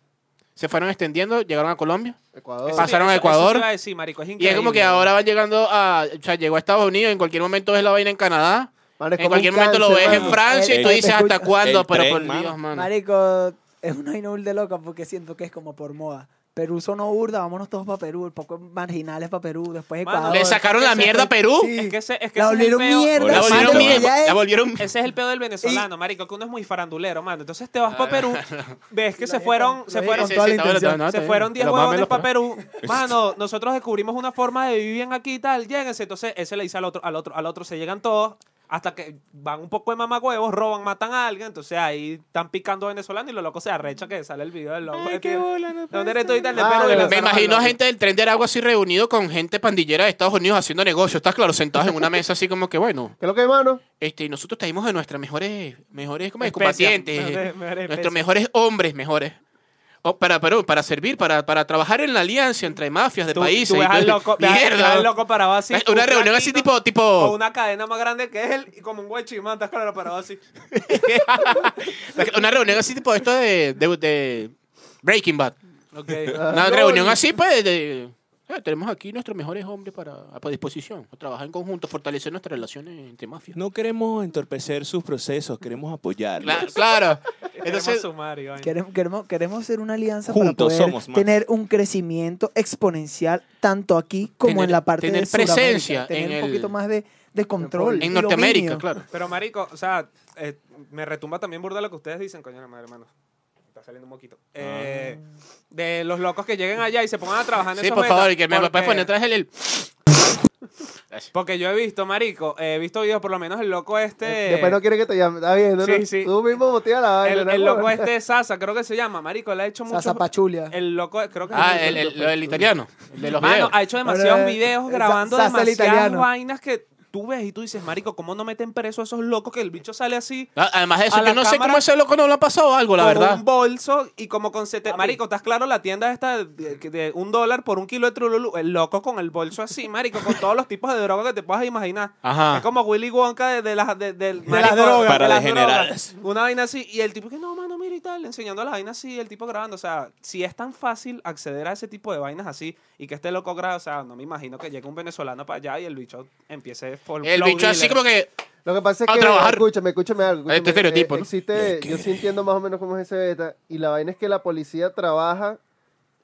[SPEAKER 4] Se fueron extendiendo, llegaron a Colombia
[SPEAKER 5] Ecuador.
[SPEAKER 4] Pasa- pasaron a
[SPEAKER 2] Eso- eso te
[SPEAKER 4] Ecuador.
[SPEAKER 2] iba a decir, marico, es
[SPEAKER 4] y es como
[SPEAKER 2] increíble.
[SPEAKER 4] que ahora van llegando a... O sea, llegó a Estados Unidos, en cualquier momento es la vaina en Canadá,
[SPEAKER 5] Mano, es
[SPEAKER 4] en
[SPEAKER 5] como
[SPEAKER 4] cualquier
[SPEAKER 5] un
[SPEAKER 4] momento lo
[SPEAKER 5] cáncer,
[SPEAKER 4] ves en
[SPEAKER 5] mano.
[SPEAKER 4] Francia y
[SPEAKER 1] El-
[SPEAKER 4] tú
[SPEAKER 1] el-
[SPEAKER 4] dices hasta cuándo,
[SPEAKER 1] el
[SPEAKER 4] pero
[SPEAKER 1] tren,
[SPEAKER 4] por
[SPEAKER 1] mano.
[SPEAKER 4] Dios, mano.
[SPEAKER 3] Marico, es una vaina burda de loca porque siento que es como por moda. Perú sonó burda, vámonos todos para Perú, un poco marginales para Perú, después
[SPEAKER 2] Mano,
[SPEAKER 3] Ecuador.
[SPEAKER 4] Le sacaron la
[SPEAKER 2] Ese-
[SPEAKER 4] mierda a Perú.
[SPEAKER 3] Sí.
[SPEAKER 2] Es que ese, es que
[SPEAKER 3] La
[SPEAKER 2] ese es el
[SPEAKER 3] volvieron
[SPEAKER 2] peo-
[SPEAKER 3] mierda.
[SPEAKER 4] La
[SPEAKER 1] Hola,
[SPEAKER 4] volvieron
[SPEAKER 1] mano,
[SPEAKER 4] mierda.
[SPEAKER 3] ya es-
[SPEAKER 4] La volvieron
[SPEAKER 2] Ese es el
[SPEAKER 3] *laughs*
[SPEAKER 2] pedo del venezolano, marico, que uno es muy farandulero, mano. Entonces te vas para Perú, ves que
[SPEAKER 3] Lo
[SPEAKER 2] se
[SPEAKER 3] dije
[SPEAKER 2] fueron,
[SPEAKER 3] con-
[SPEAKER 2] se
[SPEAKER 3] lo dije
[SPEAKER 2] fueron,
[SPEAKER 3] con toda la intención.
[SPEAKER 2] se fueron 10 huevones para
[SPEAKER 4] pues. *laughs*
[SPEAKER 2] Perú. Mano, nosotros descubrimos una forma de vivir bien aquí y tal, lléguense. Entonces ese le dice al otro, al otro, al otro, se llegan todos hasta que van un poco de mamagüevos, roban, matan a alguien. Entonces ahí están picando venezolanos y los locos se arrecha que sale el video del loco. este. de tío. ¿Dónde eres tú y tal de
[SPEAKER 5] Mano,
[SPEAKER 2] Perú? Y
[SPEAKER 5] me
[SPEAKER 4] Ah, Me
[SPEAKER 2] lanzaron al
[SPEAKER 4] imagino a
[SPEAKER 2] loco.
[SPEAKER 4] gente del tren de Aragua así reunido con gente pandillera de Estados Unidos haciendo negocios, estás claro, sentados en una mesa así como que bueno,
[SPEAKER 5] ¿Qué es lo que hay, mano?
[SPEAKER 4] este, nosotros traímos de nuestras mejores, mejores como
[SPEAKER 2] Especias,
[SPEAKER 4] combatientes, eh,
[SPEAKER 2] mejores- mejores
[SPEAKER 4] nuestros
[SPEAKER 2] especias.
[SPEAKER 4] mejores hombres, mejores. O para, pero, para servir, para, para trabajar en la alianza entre mafias de
[SPEAKER 2] Tú-
[SPEAKER 4] países.
[SPEAKER 2] Tú ves
[SPEAKER 4] y
[SPEAKER 2] al
[SPEAKER 4] todo.
[SPEAKER 2] loco, ves al-
[SPEAKER 4] Mierda.
[SPEAKER 2] ves al loco parado así.
[SPEAKER 4] Una
[SPEAKER 2] un
[SPEAKER 4] reunión así
[SPEAKER 2] flaquito,
[SPEAKER 4] tipo, tipo.
[SPEAKER 2] Con una cadena más grande que él y como un güey chimán, estás claro, parado así.
[SPEAKER 4] una reunión así tipo esto de, de, de Breaking Bad. *laughs*
[SPEAKER 2] Ok.
[SPEAKER 4] Una reunión así, pues, de- eh, tenemos aquí nuestros mejores hombres para, a disposición, a trabajar en conjunto, fortalecer nuestras relaciones entre mafias.
[SPEAKER 1] No queremos entorpecer sus procesos, queremos apoyarlos.
[SPEAKER 2] *laughs*
[SPEAKER 4] Cla- claro.
[SPEAKER 2] Entonces,
[SPEAKER 4] Entonces,
[SPEAKER 2] sumario,
[SPEAKER 3] Queremos, queremos, queremos hacer una alianza
[SPEAKER 1] Juntos
[SPEAKER 3] para poder
[SPEAKER 1] somos más.
[SPEAKER 3] tener un crecimiento exponencial tanto aquí como
[SPEAKER 4] Tener-
[SPEAKER 3] en la parte
[SPEAKER 4] tener
[SPEAKER 3] de Sudamérica,
[SPEAKER 4] presencia
[SPEAKER 3] tener
[SPEAKER 4] en
[SPEAKER 3] un
[SPEAKER 4] el-
[SPEAKER 3] poquito más de, de control
[SPEAKER 4] en
[SPEAKER 3] y
[SPEAKER 4] Norteamérica,
[SPEAKER 3] dominio.
[SPEAKER 4] claro.
[SPEAKER 2] Pero, marico, o sea, eh, me retumba también burda lo que ustedes dicen, coño, la madre, hermano. Me Está saliendo un poquito.
[SPEAKER 4] Ah.
[SPEAKER 2] Eh, de los locos que lleguen allá y se pongan a trabajar en
[SPEAKER 4] Sí,
[SPEAKER 2] esos
[SPEAKER 4] por favor,
[SPEAKER 2] metas,
[SPEAKER 4] y que me
[SPEAKER 2] porque-
[SPEAKER 4] puedes poner atrás el... el-
[SPEAKER 2] Porque yo he visto, marico, he visto videos, por lo menos el loco este...
[SPEAKER 5] Eh, Después no quiere que te llame. Está bien, ¿no?
[SPEAKER 2] sí, sí.
[SPEAKER 5] Tú mismo botea la vaina.
[SPEAKER 2] el,
[SPEAKER 5] ¿no,
[SPEAKER 2] el loco
[SPEAKER 5] amor?
[SPEAKER 2] este Sasa, creo que se llama, marico, le ha hecho mucho...
[SPEAKER 3] Sasa Pachulia.
[SPEAKER 2] El loco, creo que...
[SPEAKER 4] Ah, el, el- lo del italiano, el de los
[SPEAKER 2] Mano,
[SPEAKER 4] videos.
[SPEAKER 2] ha hecho demasiados
[SPEAKER 3] Ahora,
[SPEAKER 2] videos
[SPEAKER 3] eh,
[SPEAKER 2] grabando
[SPEAKER 3] Sa- Sasa el
[SPEAKER 2] demasiadas
[SPEAKER 3] italiano.
[SPEAKER 2] vainas que tú ves y tú dices, marico, ¿cómo no meten preso a esos locos que el bicho sale así?
[SPEAKER 4] Ah, Además de eso,
[SPEAKER 2] a
[SPEAKER 4] yo
[SPEAKER 2] la
[SPEAKER 4] no sé
[SPEAKER 2] cámara-
[SPEAKER 4] cómo ese loco no le ha pasado algo, la
[SPEAKER 2] con
[SPEAKER 4] verdad.
[SPEAKER 2] un bolso y como con sete... Marico, ¿estás claro? La tienda está de, de un dólar por un kilo de trululu. El loco con el bolso
[SPEAKER 4] *laughs*
[SPEAKER 2] así, marico, con todos los tipos de drogas que te puedas imaginar.
[SPEAKER 4] Ajá.
[SPEAKER 2] Es como Willy Wonka de, de las de, del-
[SPEAKER 1] las drogas. Para
[SPEAKER 2] las
[SPEAKER 1] degeneradas.
[SPEAKER 2] drogas. Una vaina así. Y el tipo que no, mano, mira y tal, enseñando la vaina así, el tipo grabando. O sea, si es tan fácil acceder a ese tipo de vainas así y que este loco graba, o sea, no me imagino que llegue un venezolano para allá y el bicho empiece full
[SPEAKER 4] El
[SPEAKER 2] flow
[SPEAKER 4] bicho así
[SPEAKER 2] dealer.
[SPEAKER 4] como que...
[SPEAKER 5] Lo que pasa es
[SPEAKER 4] A
[SPEAKER 5] que,
[SPEAKER 4] trabajar.
[SPEAKER 5] escúchame, escúchame algo.
[SPEAKER 4] Este
[SPEAKER 5] escúchame,
[SPEAKER 4] estereotipo, ¿no?
[SPEAKER 5] Existe, yo sí entiendo más o menos cómo es ese beta, y la vaina es que la policía trabaja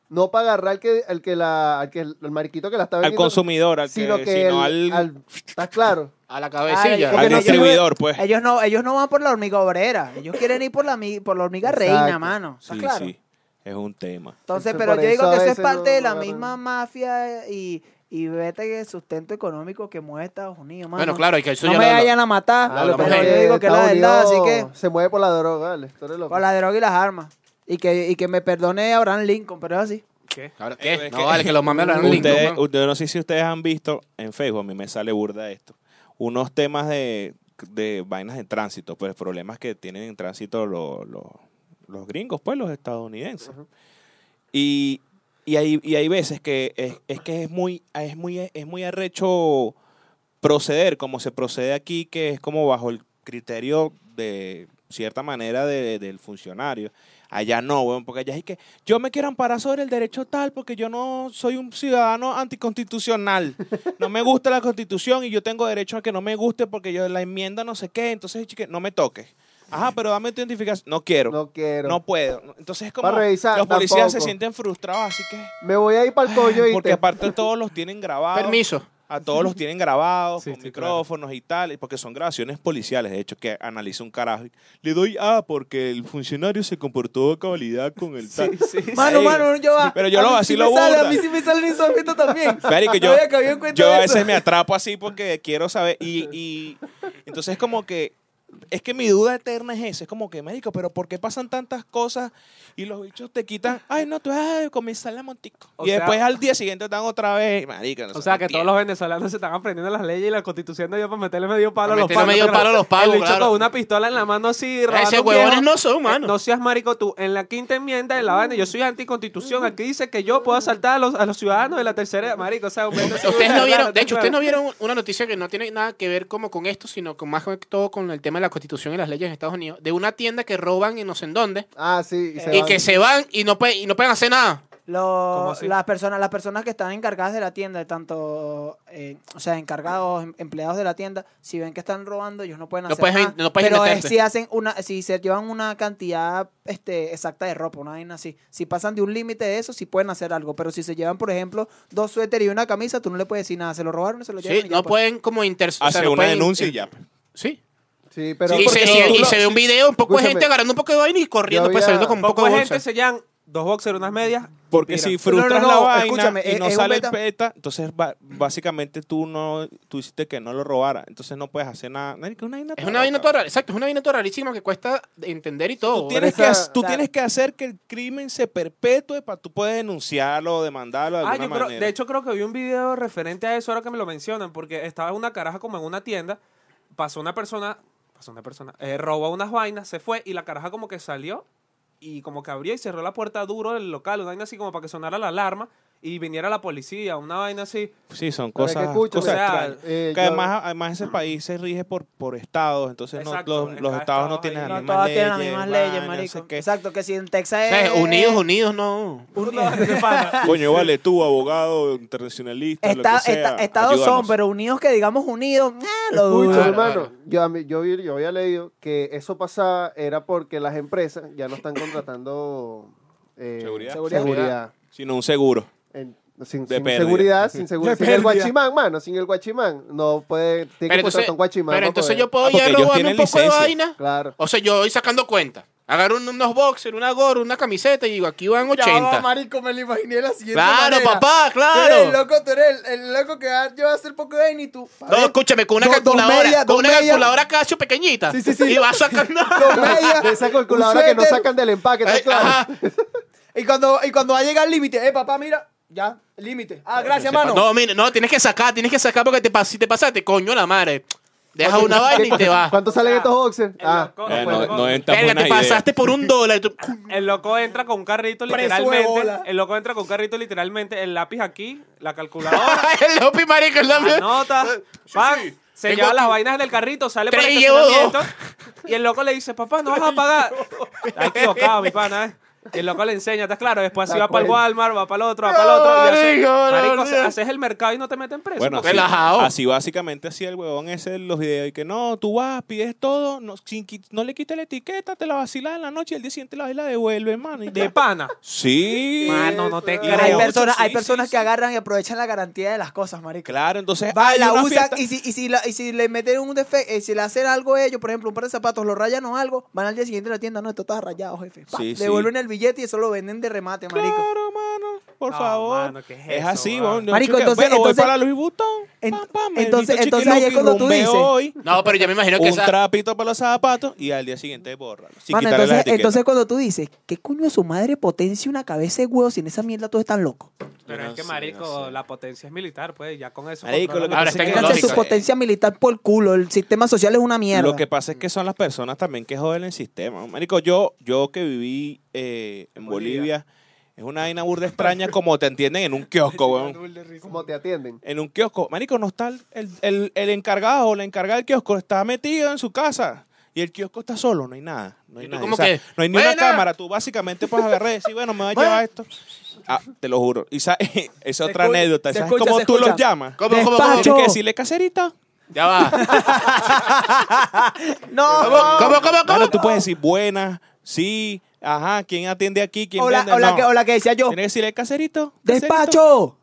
[SPEAKER 5] no para agarrar al que, al que la, al que el mariquito que la está
[SPEAKER 1] Al
[SPEAKER 5] vendiendo.
[SPEAKER 1] consumidor, al que,
[SPEAKER 5] sino que,
[SPEAKER 1] sino al,
[SPEAKER 5] el- al- ¿Estás claro?
[SPEAKER 4] A la
[SPEAKER 3] Ay,
[SPEAKER 4] cabecilla.
[SPEAKER 3] porque
[SPEAKER 1] al
[SPEAKER 3] no sirve-
[SPEAKER 1] distribuidor, pues.
[SPEAKER 3] *laughs* Ellos no, ellos no van por la hormiga obrera. Ellos quieren ir por la, mi- por la hormiga
[SPEAKER 5] Exacto.
[SPEAKER 3] reina, mano. ¿Estás
[SPEAKER 1] Sí,
[SPEAKER 3] claro?
[SPEAKER 1] sí. Es un tema.
[SPEAKER 3] Entonces,
[SPEAKER 5] Entonces,
[SPEAKER 3] pero
[SPEAKER 5] por
[SPEAKER 3] yo digo
[SPEAKER 5] eso a
[SPEAKER 3] que eso es
[SPEAKER 5] veces
[SPEAKER 3] parte
[SPEAKER 5] no-
[SPEAKER 3] de
[SPEAKER 5] no
[SPEAKER 3] la
[SPEAKER 5] agarran.
[SPEAKER 3] misma mafia y, y vete el sustento económico que mueve Estados Unidos, mano.
[SPEAKER 4] Bueno, claro, hay que eso
[SPEAKER 3] no
[SPEAKER 4] ya
[SPEAKER 3] me
[SPEAKER 4] lo- lo-
[SPEAKER 3] vayan a matar,
[SPEAKER 4] lo hablamos
[SPEAKER 3] pero
[SPEAKER 4] ahí.
[SPEAKER 3] yo digo que es Ah, la
[SPEAKER 5] Estados
[SPEAKER 3] verdad, así
[SPEAKER 5] Unidos
[SPEAKER 3] que
[SPEAKER 5] Se mueve por la droga, vale. Tú eres loco.
[SPEAKER 3] con la droga y las armas. Y que, y que me perdone Abraham Lincoln, pero es así.
[SPEAKER 2] ¿Qué?
[SPEAKER 4] Ahora,
[SPEAKER 1] Eh,
[SPEAKER 4] ¿qué?
[SPEAKER 1] es
[SPEAKER 4] No
[SPEAKER 1] que-
[SPEAKER 4] vale, que
[SPEAKER 1] *laughs*
[SPEAKER 4] los mames hablan
[SPEAKER 1] Ustedes,
[SPEAKER 4] Lincoln. weón.
[SPEAKER 1] ustedes- no sé si ustedes han visto en Facebook, a mí me sale burda esto. Unos temas de, de vainas de tránsito, pues problemas que tienen en tránsito los, los, los gringos, pues los estadounidenses. Y, y hay, y hay veces que es, es que es muy, es muy, es muy arrecho proceder como se procede aquí, que es como bajo el criterio de cierta manera de- del funcionario. Allá no, weón, porque allá es que yo me quiero amparar sobre el derecho tal porque yo no soy un ciudadano anticonstitucional. No me gusta la constitución y yo tengo derecho a que no me guste porque yo la enmienda no sé qué, entonces chique, no me toques. Ajá, pero dame tu identificación. No quiero. No,
[SPEAKER 5] No quiero.
[SPEAKER 1] puedo. Entonces es como
[SPEAKER 5] Para revisar,
[SPEAKER 1] los policías se
[SPEAKER 5] tampoco.
[SPEAKER 1] sienten frustrados, así que
[SPEAKER 5] Me voy a ir para el coño y
[SPEAKER 1] porque aparte todos los tienen grabados.
[SPEAKER 4] Permiso.
[SPEAKER 1] A todos los tienen grabados,
[SPEAKER 2] Sí,
[SPEAKER 1] con
[SPEAKER 2] sí, claro.
[SPEAKER 1] micrófonos y tal, y porque son grabaciones policiales, de hecho, que analiza un carajo. y, Le doy A porque el funcionario se comportó a cabalidad con el
[SPEAKER 2] *laughs*
[SPEAKER 1] tal.
[SPEAKER 3] Mano,
[SPEAKER 1] Sí.
[SPEAKER 3] mano, yo va.
[SPEAKER 1] Pero yo
[SPEAKER 3] a
[SPEAKER 1] lo
[SPEAKER 3] mí sí
[SPEAKER 1] vacilo
[SPEAKER 3] me sale, A
[SPEAKER 1] burda.
[SPEAKER 3] mí sí me sale el insólito también.
[SPEAKER 1] Marico,
[SPEAKER 3] No
[SPEAKER 1] yo,
[SPEAKER 3] había caído en cuenta
[SPEAKER 1] yo
[SPEAKER 3] de
[SPEAKER 1] a
[SPEAKER 3] eso.
[SPEAKER 1] veces me atrapo así porque quiero saber. Y, y entonces como que... Es que mi duda eterna es esa. Es como que, médico, pero ¿por qué pasan tantas cosas y los bichos te
[SPEAKER 2] *laughs*
[SPEAKER 1] quitan? Ay, no, tú vas a comenzar la montico.
[SPEAKER 2] O
[SPEAKER 1] y
[SPEAKER 2] sea-
[SPEAKER 1] después al día siguiente están otra vez. Marico,
[SPEAKER 2] O sea, que todos los venezolanos se están aprendiendo las leyes y la constitución de Dios para meterle medio palo a
[SPEAKER 4] Para
[SPEAKER 2] los
[SPEAKER 4] meterle
[SPEAKER 2] pagos.
[SPEAKER 4] medio
[SPEAKER 2] ¿no?
[SPEAKER 4] palo a los pagos,
[SPEAKER 2] El bicho
[SPEAKER 4] claro.
[SPEAKER 2] con una pistola en la mano así, robando
[SPEAKER 4] Esos
[SPEAKER 2] un
[SPEAKER 4] huevones
[SPEAKER 2] viejo.
[SPEAKER 4] no son,
[SPEAKER 2] Eh,
[SPEAKER 4] mano.
[SPEAKER 2] No seas marico tú. En la quinta enmienda de la vaina, yo soy anticonstitución. Aquí dice que yo puedo asaltar a los, a los ciudadanos de la tercera edad, marico. O sea,
[SPEAKER 4] Ustedes no vieron, de hecho, ustedes no vieron una noticia que no tiene nada que ver como con esto, sino con más que todo con el tema de la constitución y las leyes en Estados Unidos, de una tienda que roban y no sé en dónde,
[SPEAKER 5] Ah, sí. Y, se
[SPEAKER 4] y
[SPEAKER 5] van.
[SPEAKER 4] que se van y no, pueden, y no pueden hacer nada.
[SPEAKER 3] Los-
[SPEAKER 2] ¿Cómo así?
[SPEAKER 3] las personas las personas que están encargadas de la tienda tanto eh, o sea encargados em- empleados de la tienda si ven que están robando ellos no pueden
[SPEAKER 4] No
[SPEAKER 3] hacer
[SPEAKER 4] puedes
[SPEAKER 3] nada
[SPEAKER 4] in- no puedes
[SPEAKER 3] pero es
[SPEAKER 4] meterte.
[SPEAKER 3] si hacen una si se llevan una cantidad este exacta de ropa una vaina así si pasan de un límite de eso sí pueden hacer algo pero si se llevan por ejemplo dos suéteres y una camisa tú no le puedes decir nada se lo robaron se lo llevan
[SPEAKER 4] Sí,
[SPEAKER 3] y ya,
[SPEAKER 4] no
[SPEAKER 3] pues.
[SPEAKER 4] pueden como inter... o
[SPEAKER 1] Hace
[SPEAKER 4] sea, no
[SPEAKER 1] una
[SPEAKER 4] pueden-
[SPEAKER 1] denuncia y
[SPEAKER 4] eh,
[SPEAKER 1] ya.
[SPEAKER 4] Sí.
[SPEAKER 5] Sí, pero.
[SPEAKER 4] y, se,
[SPEAKER 5] porque
[SPEAKER 4] y-
[SPEAKER 5] tú
[SPEAKER 4] y
[SPEAKER 5] lo-
[SPEAKER 4] se ve un video, un poco de
[SPEAKER 5] Escúchame.
[SPEAKER 4] gente agarrando un poco de vaina y corriendo,
[SPEAKER 5] Yo
[SPEAKER 4] pues
[SPEAKER 5] había-
[SPEAKER 4] saliendo con un poco
[SPEAKER 2] Poco
[SPEAKER 4] de
[SPEAKER 2] gente
[SPEAKER 4] bolsa.
[SPEAKER 2] sellan dos boxers, unas medias.
[SPEAKER 1] Porque
[SPEAKER 2] Mira.
[SPEAKER 1] si frustras
[SPEAKER 3] No, no, no,
[SPEAKER 1] la
[SPEAKER 3] escúchame,
[SPEAKER 1] vaina y
[SPEAKER 3] es-
[SPEAKER 1] no
[SPEAKER 3] es un
[SPEAKER 1] sale el
[SPEAKER 3] beta-
[SPEAKER 1] peta, entonces ba- básicamente tú no tú hiciste que no lo robara, entonces no puedes hacer nada. Marico, una vaina
[SPEAKER 4] Es
[SPEAKER 1] toda
[SPEAKER 4] una vaina
[SPEAKER 1] loca.
[SPEAKER 4] toda rara, exacto, es una vaina toda rarísima que cuesta entender y todo.
[SPEAKER 1] Tú, tienes que,
[SPEAKER 5] esa-
[SPEAKER 1] hac- tú
[SPEAKER 3] claro.
[SPEAKER 1] tienes que hacer que el crimen se perpetúe para tú puedes denunciarlo, demandarlo de
[SPEAKER 2] Ah,
[SPEAKER 1] alguna
[SPEAKER 2] yo creo,
[SPEAKER 1] manera.
[SPEAKER 2] de hecho creo que vi un video referente a eso ahora que me lo mencionan, porque estaba una caraja como en una tienda, pasó una persona, pasó una persona, eh, robó unas vainas, se fue y la caraja como que salió y como que abrió y cerró la puerta duro del local, una vaina así como para que sonara la alarma y viniera la policía, una vaina así.
[SPEAKER 1] sí, son
[SPEAKER 5] Pero es que
[SPEAKER 1] cosas,
[SPEAKER 5] escúchame,
[SPEAKER 1] cosas
[SPEAKER 2] o sea,
[SPEAKER 1] extrañas.
[SPEAKER 5] eh,
[SPEAKER 1] Que
[SPEAKER 5] yo-
[SPEAKER 1] además, además ese país se rige por, por estados, entonces no-
[SPEAKER 2] Exacto,
[SPEAKER 1] los,
[SPEAKER 2] en
[SPEAKER 1] los
[SPEAKER 2] cada
[SPEAKER 1] estados
[SPEAKER 2] estado
[SPEAKER 1] no tienen
[SPEAKER 2] hay-
[SPEAKER 1] las
[SPEAKER 3] no
[SPEAKER 1] mismas
[SPEAKER 3] todas
[SPEAKER 1] leyes.
[SPEAKER 3] tienen las mismas leyes
[SPEAKER 1] vaina, no
[SPEAKER 3] marico
[SPEAKER 1] sé qué.
[SPEAKER 3] exacto que si en Texas
[SPEAKER 4] O sea,
[SPEAKER 3] es-
[SPEAKER 4] unidos, unidos, no.
[SPEAKER 3] *laughs*
[SPEAKER 1] Coño, vale, tú, abogado, internacionalista,
[SPEAKER 3] Esta-
[SPEAKER 1] lo que sea,
[SPEAKER 3] esta- estados
[SPEAKER 1] ayúdanos.
[SPEAKER 3] son pero unidos que digamos unidos eh, lo dudo.
[SPEAKER 5] Escucha,
[SPEAKER 4] Claro,
[SPEAKER 5] hermano,
[SPEAKER 4] claro.
[SPEAKER 5] yo, a mí- yo, vi- yo había leído que eso pasaba era porque las empresas ya no están contratando eh,
[SPEAKER 1] Seguridad.
[SPEAKER 5] seguridad.
[SPEAKER 1] Sino un seguro.
[SPEAKER 5] En- sin,
[SPEAKER 1] De
[SPEAKER 5] sin
[SPEAKER 1] pérdida. *laughs*
[SPEAKER 5] seguridad, sin, seguro-
[SPEAKER 2] De
[SPEAKER 5] sin
[SPEAKER 2] pérdida.
[SPEAKER 5] el guachimán, mano, sin el guachimán. No puede, tiene
[SPEAKER 4] Pero
[SPEAKER 5] que
[SPEAKER 4] entonces,
[SPEAKER 5] contratar un guachimán.
[SPEAKER 4] pero
[SPEAKER 5] para
[SPEAKER 4] entonces
[SPEAKER 5] poder-
[SPEAKER 4] yo puedo
[SPEAKER 1] Ah,
[SPEAKER 4] ir a
[SPEAKER 1] porque ellos
[SPEAKER 4] robarme un
[SPEAKER 1] tienen
[SPEAKER 4] poco de
[SPEAKER 1] licencia.
[SPEAKER 4] vaina.
[SPEAKER 5] Claro.
[SPEAKER 4] O sea, yo voy sacando cuenta. Agarro un- unos boxers, una gorra, una camiseta y digo, aquí van 80.
[SPEAKER 3] marico, me lo imaginé la siguiente
[SPEAKER 4] Claro,
[SPEAKER 3] manera.
[SPEAKER 4] papá,
[SPEAKER 3] Tú eres el
[SPEAKER 4] claro.
[SPEAKER 3] loco, tú eres el, el loco que va- yo voy a hacer poco de y tú.
[SPEAKER 4] No, escúchame, con una
[SPEAKER 3] Do- dos
[SPEAKER 4] calculadora,
[SPEAKER 3] medias,
[SPEAKER 4] con
[SPEAKER 3] dos
[SPEAKER 4] una
[SPEAKER 3] medias.
[SPEAKER 4] calculadora cacho pequeñita.
[SPEAKER 3] Sí, sí, sí.
[SPEAKER 4] Y
[SPEAKER 3] *laughs*
[SPEAKER 4] vas sacando.
[SPEAKER 3] Dos medias,
[SPEAKER 5] *laughs* De esa calculadora
[SPEAKER 3] un
[SPEAKER 5] que no
[SPEAKER 3] suéter,
[SPEAKER 5] sacan del empaque, ¿estás
[SPEAKER 4] Ay,
[SPEAKER 5] claro?
[SPEAKER 4] ajá.
[SPEAKER 3] *laughs* Y cuando, y cuando va a llegar el límite, eh, papá, mira, ya, límite. Ah, gracias, mano.
[SPEAKER 4] No, mira, no, tienes que sacar, tienes que sacar porque te pas- si te pasaste, coño la madre. Deja una vaina y te vas.
[SPEAKER 5] ¿Cuánto salen
[SPEAKER 2] sea,
[SPEAKER 5] estos boxers?
[SPEAKER 2] el
[SPEAKER 5] Ah,
[SPEAKER 2] loco-
[SPEAKER 1] Eh,
[SPEAKER 3] pues,
[SPEAKER 1] no, no es tan
[SPEAKER 4] Verga,
[SPEAKER 1] buena
[SPEAKER 4] te
[SPEAKER 1] idea.
[SPEAKER 4] pasaste por un dólar.
[SPEAKER 3] *laughs*
[SPEAKER 4] y tú-
[SPEAKER 2] El loco entra con un carrito
[SPEAKER 3] Preso de bola.
[SPEAKER 2] literalmente, el loco entra con un carrito literalmente, el lápiz aquí, la calculadora,
[SPEAKER 4] el Lopi, marico, el Lopi.
[SPEAKER 2] Anota. pan, Se
[SPEAKER 4] Tengo
[SPEAKER 2] lleva
[SPEAKER 4] aquí-
[SPEAKER 2] las vainas del carrito, sale para
[SPEAKER 4] Tres
[SPEAKER 2] el
[SPEAKER 4] y llevo dos.
[SPEAKER 2] estacionamiento. Y el loco le dice, papá, no vas a pagar. Está equivocado, mi pana, ¿eh? Y el loco le enseña, ¿estás claro? Después así
[SPEAKER 5] La
[SPEAKER 2] va para el
[SPEAKER 5] cuenta.
[SPEAKER 2] Walmart, va para el otro, va para el otro. y hace-
[SPEAKER 4] Marico, no,
[SPEAKER 2] marico,
[SPEAKER 4] no,
[SPEAKER 2] hace-
[SPEAKER 4] no.
[SPEAKER 2] haces el mercado y no te meten preso.
[SPEAKER 1] Bueno,
[SPEAKER 2] porque-
[SPEAKER 1] así,
[SPEAKER 4] Relajado.
[SPEAKER 1] así básicamente así el huevón ese en los videos. Y que no, tú vas, pides todo, no, sin qui- no le quites la etiqueta, te la vacilas en la noche y el día siguiente la, la devuelve, hermano. Y
[SPEAKER 2] de
[SPEAKER 1] de-
[SPEAKER 2] pana.
[SPEAKER 1] Sí.
[SPEAKER 2] Mano, no te
[SPEAKER 1] Y
[SPEAKER 3] Pero
[SPEAKER 2] creo.
[SPEAKER 3] hay
[SPEAKER 1] de-
[SPEAKER 3] personas,
[SPEAKER 1] sí,
[SPEAKER 3] hay
[SPEAKER 1] sí,
[SPEAKER 3] personas
[SPEAKER 1] sí.
[SPEAKER 3] que agarran y aprovechan la garantía de las cosas, marico.
[SPEAKER 1] Claro, entonces.
[SPEAKER 3] Va,
[SPEAKER 1] hay
[SPEAKER 3] la
[SPEAKER 1] una
[SPEAKER 3] usan
[SPEAKER 1] fiesta-
[SPEAKER 3] y si, y, si, la- y si le meten un defecto, si le hacen algo ellos, por ejemplo, un par de zapatos, lo rayan o algo, van al día siguiente a la tienda, no, esto está rayado, jefe. Pa,
[SPEAKER 1] Sí, sí.
[SPEAKER 3] devuelven el billete y eso lo venden de remate, marico.
[SPEAKER 1] Claro, mano. Por
[SPEAKER 2] No,
[SPEAKER 1] favor.
[SPEAKER 2] mano, ¿qué es
[SPEAKER 1] es,
[SPEAKER 2] eso,
[SPEAKER 1] así,
[SPEAKER 2] mano?
[SPEAKER 1] weón. Yo
[SPEAKER 3] Marico,
[SPEAKER 1] sé que,
[SPEAKER 3] entonces-
[SPEAKER 1] bueno,
[SPEAKER 3] entonces-
[SPEAKER 1] voy para Luis Vuitton.
[SPEAKER 3] en-
[SPEAKER 1] Pam, pam,
[SPEAKER 3] entonces-
[SPEAKER 1] maldito
[SPEAKER 3] entonces ahí es
[SPEAKER 1] chiquiluki,
[SPEAKER 3] cuando tú
[SPEAKER 1] rumbeo
[SPEAKER 3] dices-
[SPEAKER 1] hoy,
[SPEAKER 4] No, pero yo me imagino que
[SPEAKER 1] un
[SPEAKER 4] esa...
[SPEAKER 1] trapito para los zapatos y al día siguiente borra. Sin
[SPEAKER 3] Mano,
[SPEAKER 1] quitarle las
[SPEAKER 3] entonces,
[SPEAKER 1] etiquetas.
[SPEAKER 3] entonces cuando tú dices, ¿qué coño su madre potencia una cabeza de huevo sin esa mierda todos están locos?
[SPEAKER 2] Pero
[SPEAKER 1] Yo
[SPEAKER 2] es
[SPEAKER 1] no
[SPEAKER 2] que,
[SPEAKER 1] sé,
[SPEAKER 2] marico,
[SPEAKER 1] no sé.
[SPEAKER 2] la potencia es militar, pues. Ya con eso.
[SPEAKER 1] Marico, lo que
[SPEAKER 4] Ahora
[SPEAKER 1] pasa
[SPEAKER 2] controlan-
[SPEAKER 4] está
[SPEAKER 1] es que-
[SPEAKER 3] Vénganse
[SPEAKER 4] lógico,
[SPEAKER 3] su
[SPEAKER 4] eh.
[SPEAKER 3] potencia militar por culo, el sistema social es una mierda.
[SPEAKER 1] Lo que pasa es que son las personas también que joden el sistema. Marico, yo, yo que viví eh, en Bolivia,
[SPEAKER 2] Bolivia.
[SPEAKER 1] es una vaina burda extraña como te entienden en un kiosco, weón.
[SPEAKER 5] ¿Cómo te atienden?
[SPEAKER 1] En un kiosco. Marico, no está el, el, el- el encargado o la encargada del kiosco, está metido en su casa. Y el kiosco está solo, no hay nada. No hay,
[SPEAKER 4] ¿Y tú
[SPEAKER 1] nada.
[SPEAKER 4] cómo
[SPEAKER 1] O sea,
[SPEAKER 4] que,
[SPEAKER 1] no hay ni una
[SPEAKER 4] "Buena"?
[SPEAKER 1] cámara. Tú básicamente puedes agarrar y decir, bueno, me voy a llevar esto. Ah, te lo juro. Y sa- *laughs* esa otra
[SPEAKER 3] escucha,
[SPEAKER 1] anécdota.
[SPEAKER 3] se
[SPEAKER 1] ¿Sabes
[SPEAKER 3] escucha,
[SPEAKER 1] cómo
[SPEAKER 3] se
[SPEAKER 1] tú los
[SPEAKER 3] escucha.
[SPEAKER 1] llamas?
[SPEAKER 4] ¿Cómo, cómo, cómo?
[SPEAKER 3] Despacho.
[SPEAKER 1] Tienes que decirle caserita.
[SPEAKER 4] Ya va.
[SPEAKER 3] No,
[SPEAKER 4] ¿Cómo, cómo, cómo, cómo?
[SPEAKER 1] Bueno, tú puedes decir buena, sí, ajá, ¿quién atiende aquí? ¿Quién
[SPEAKER 3] o la,
[SPEAKER 1] vende?
[SPEAKER 3] o la
[SPEAKER 1] No.
[SPEAKER 3] que, o la que decía yo,
[SPEAKER 1] Tienes que decirle caserito. caserito".
[SPEAKER 3] ¡despacho!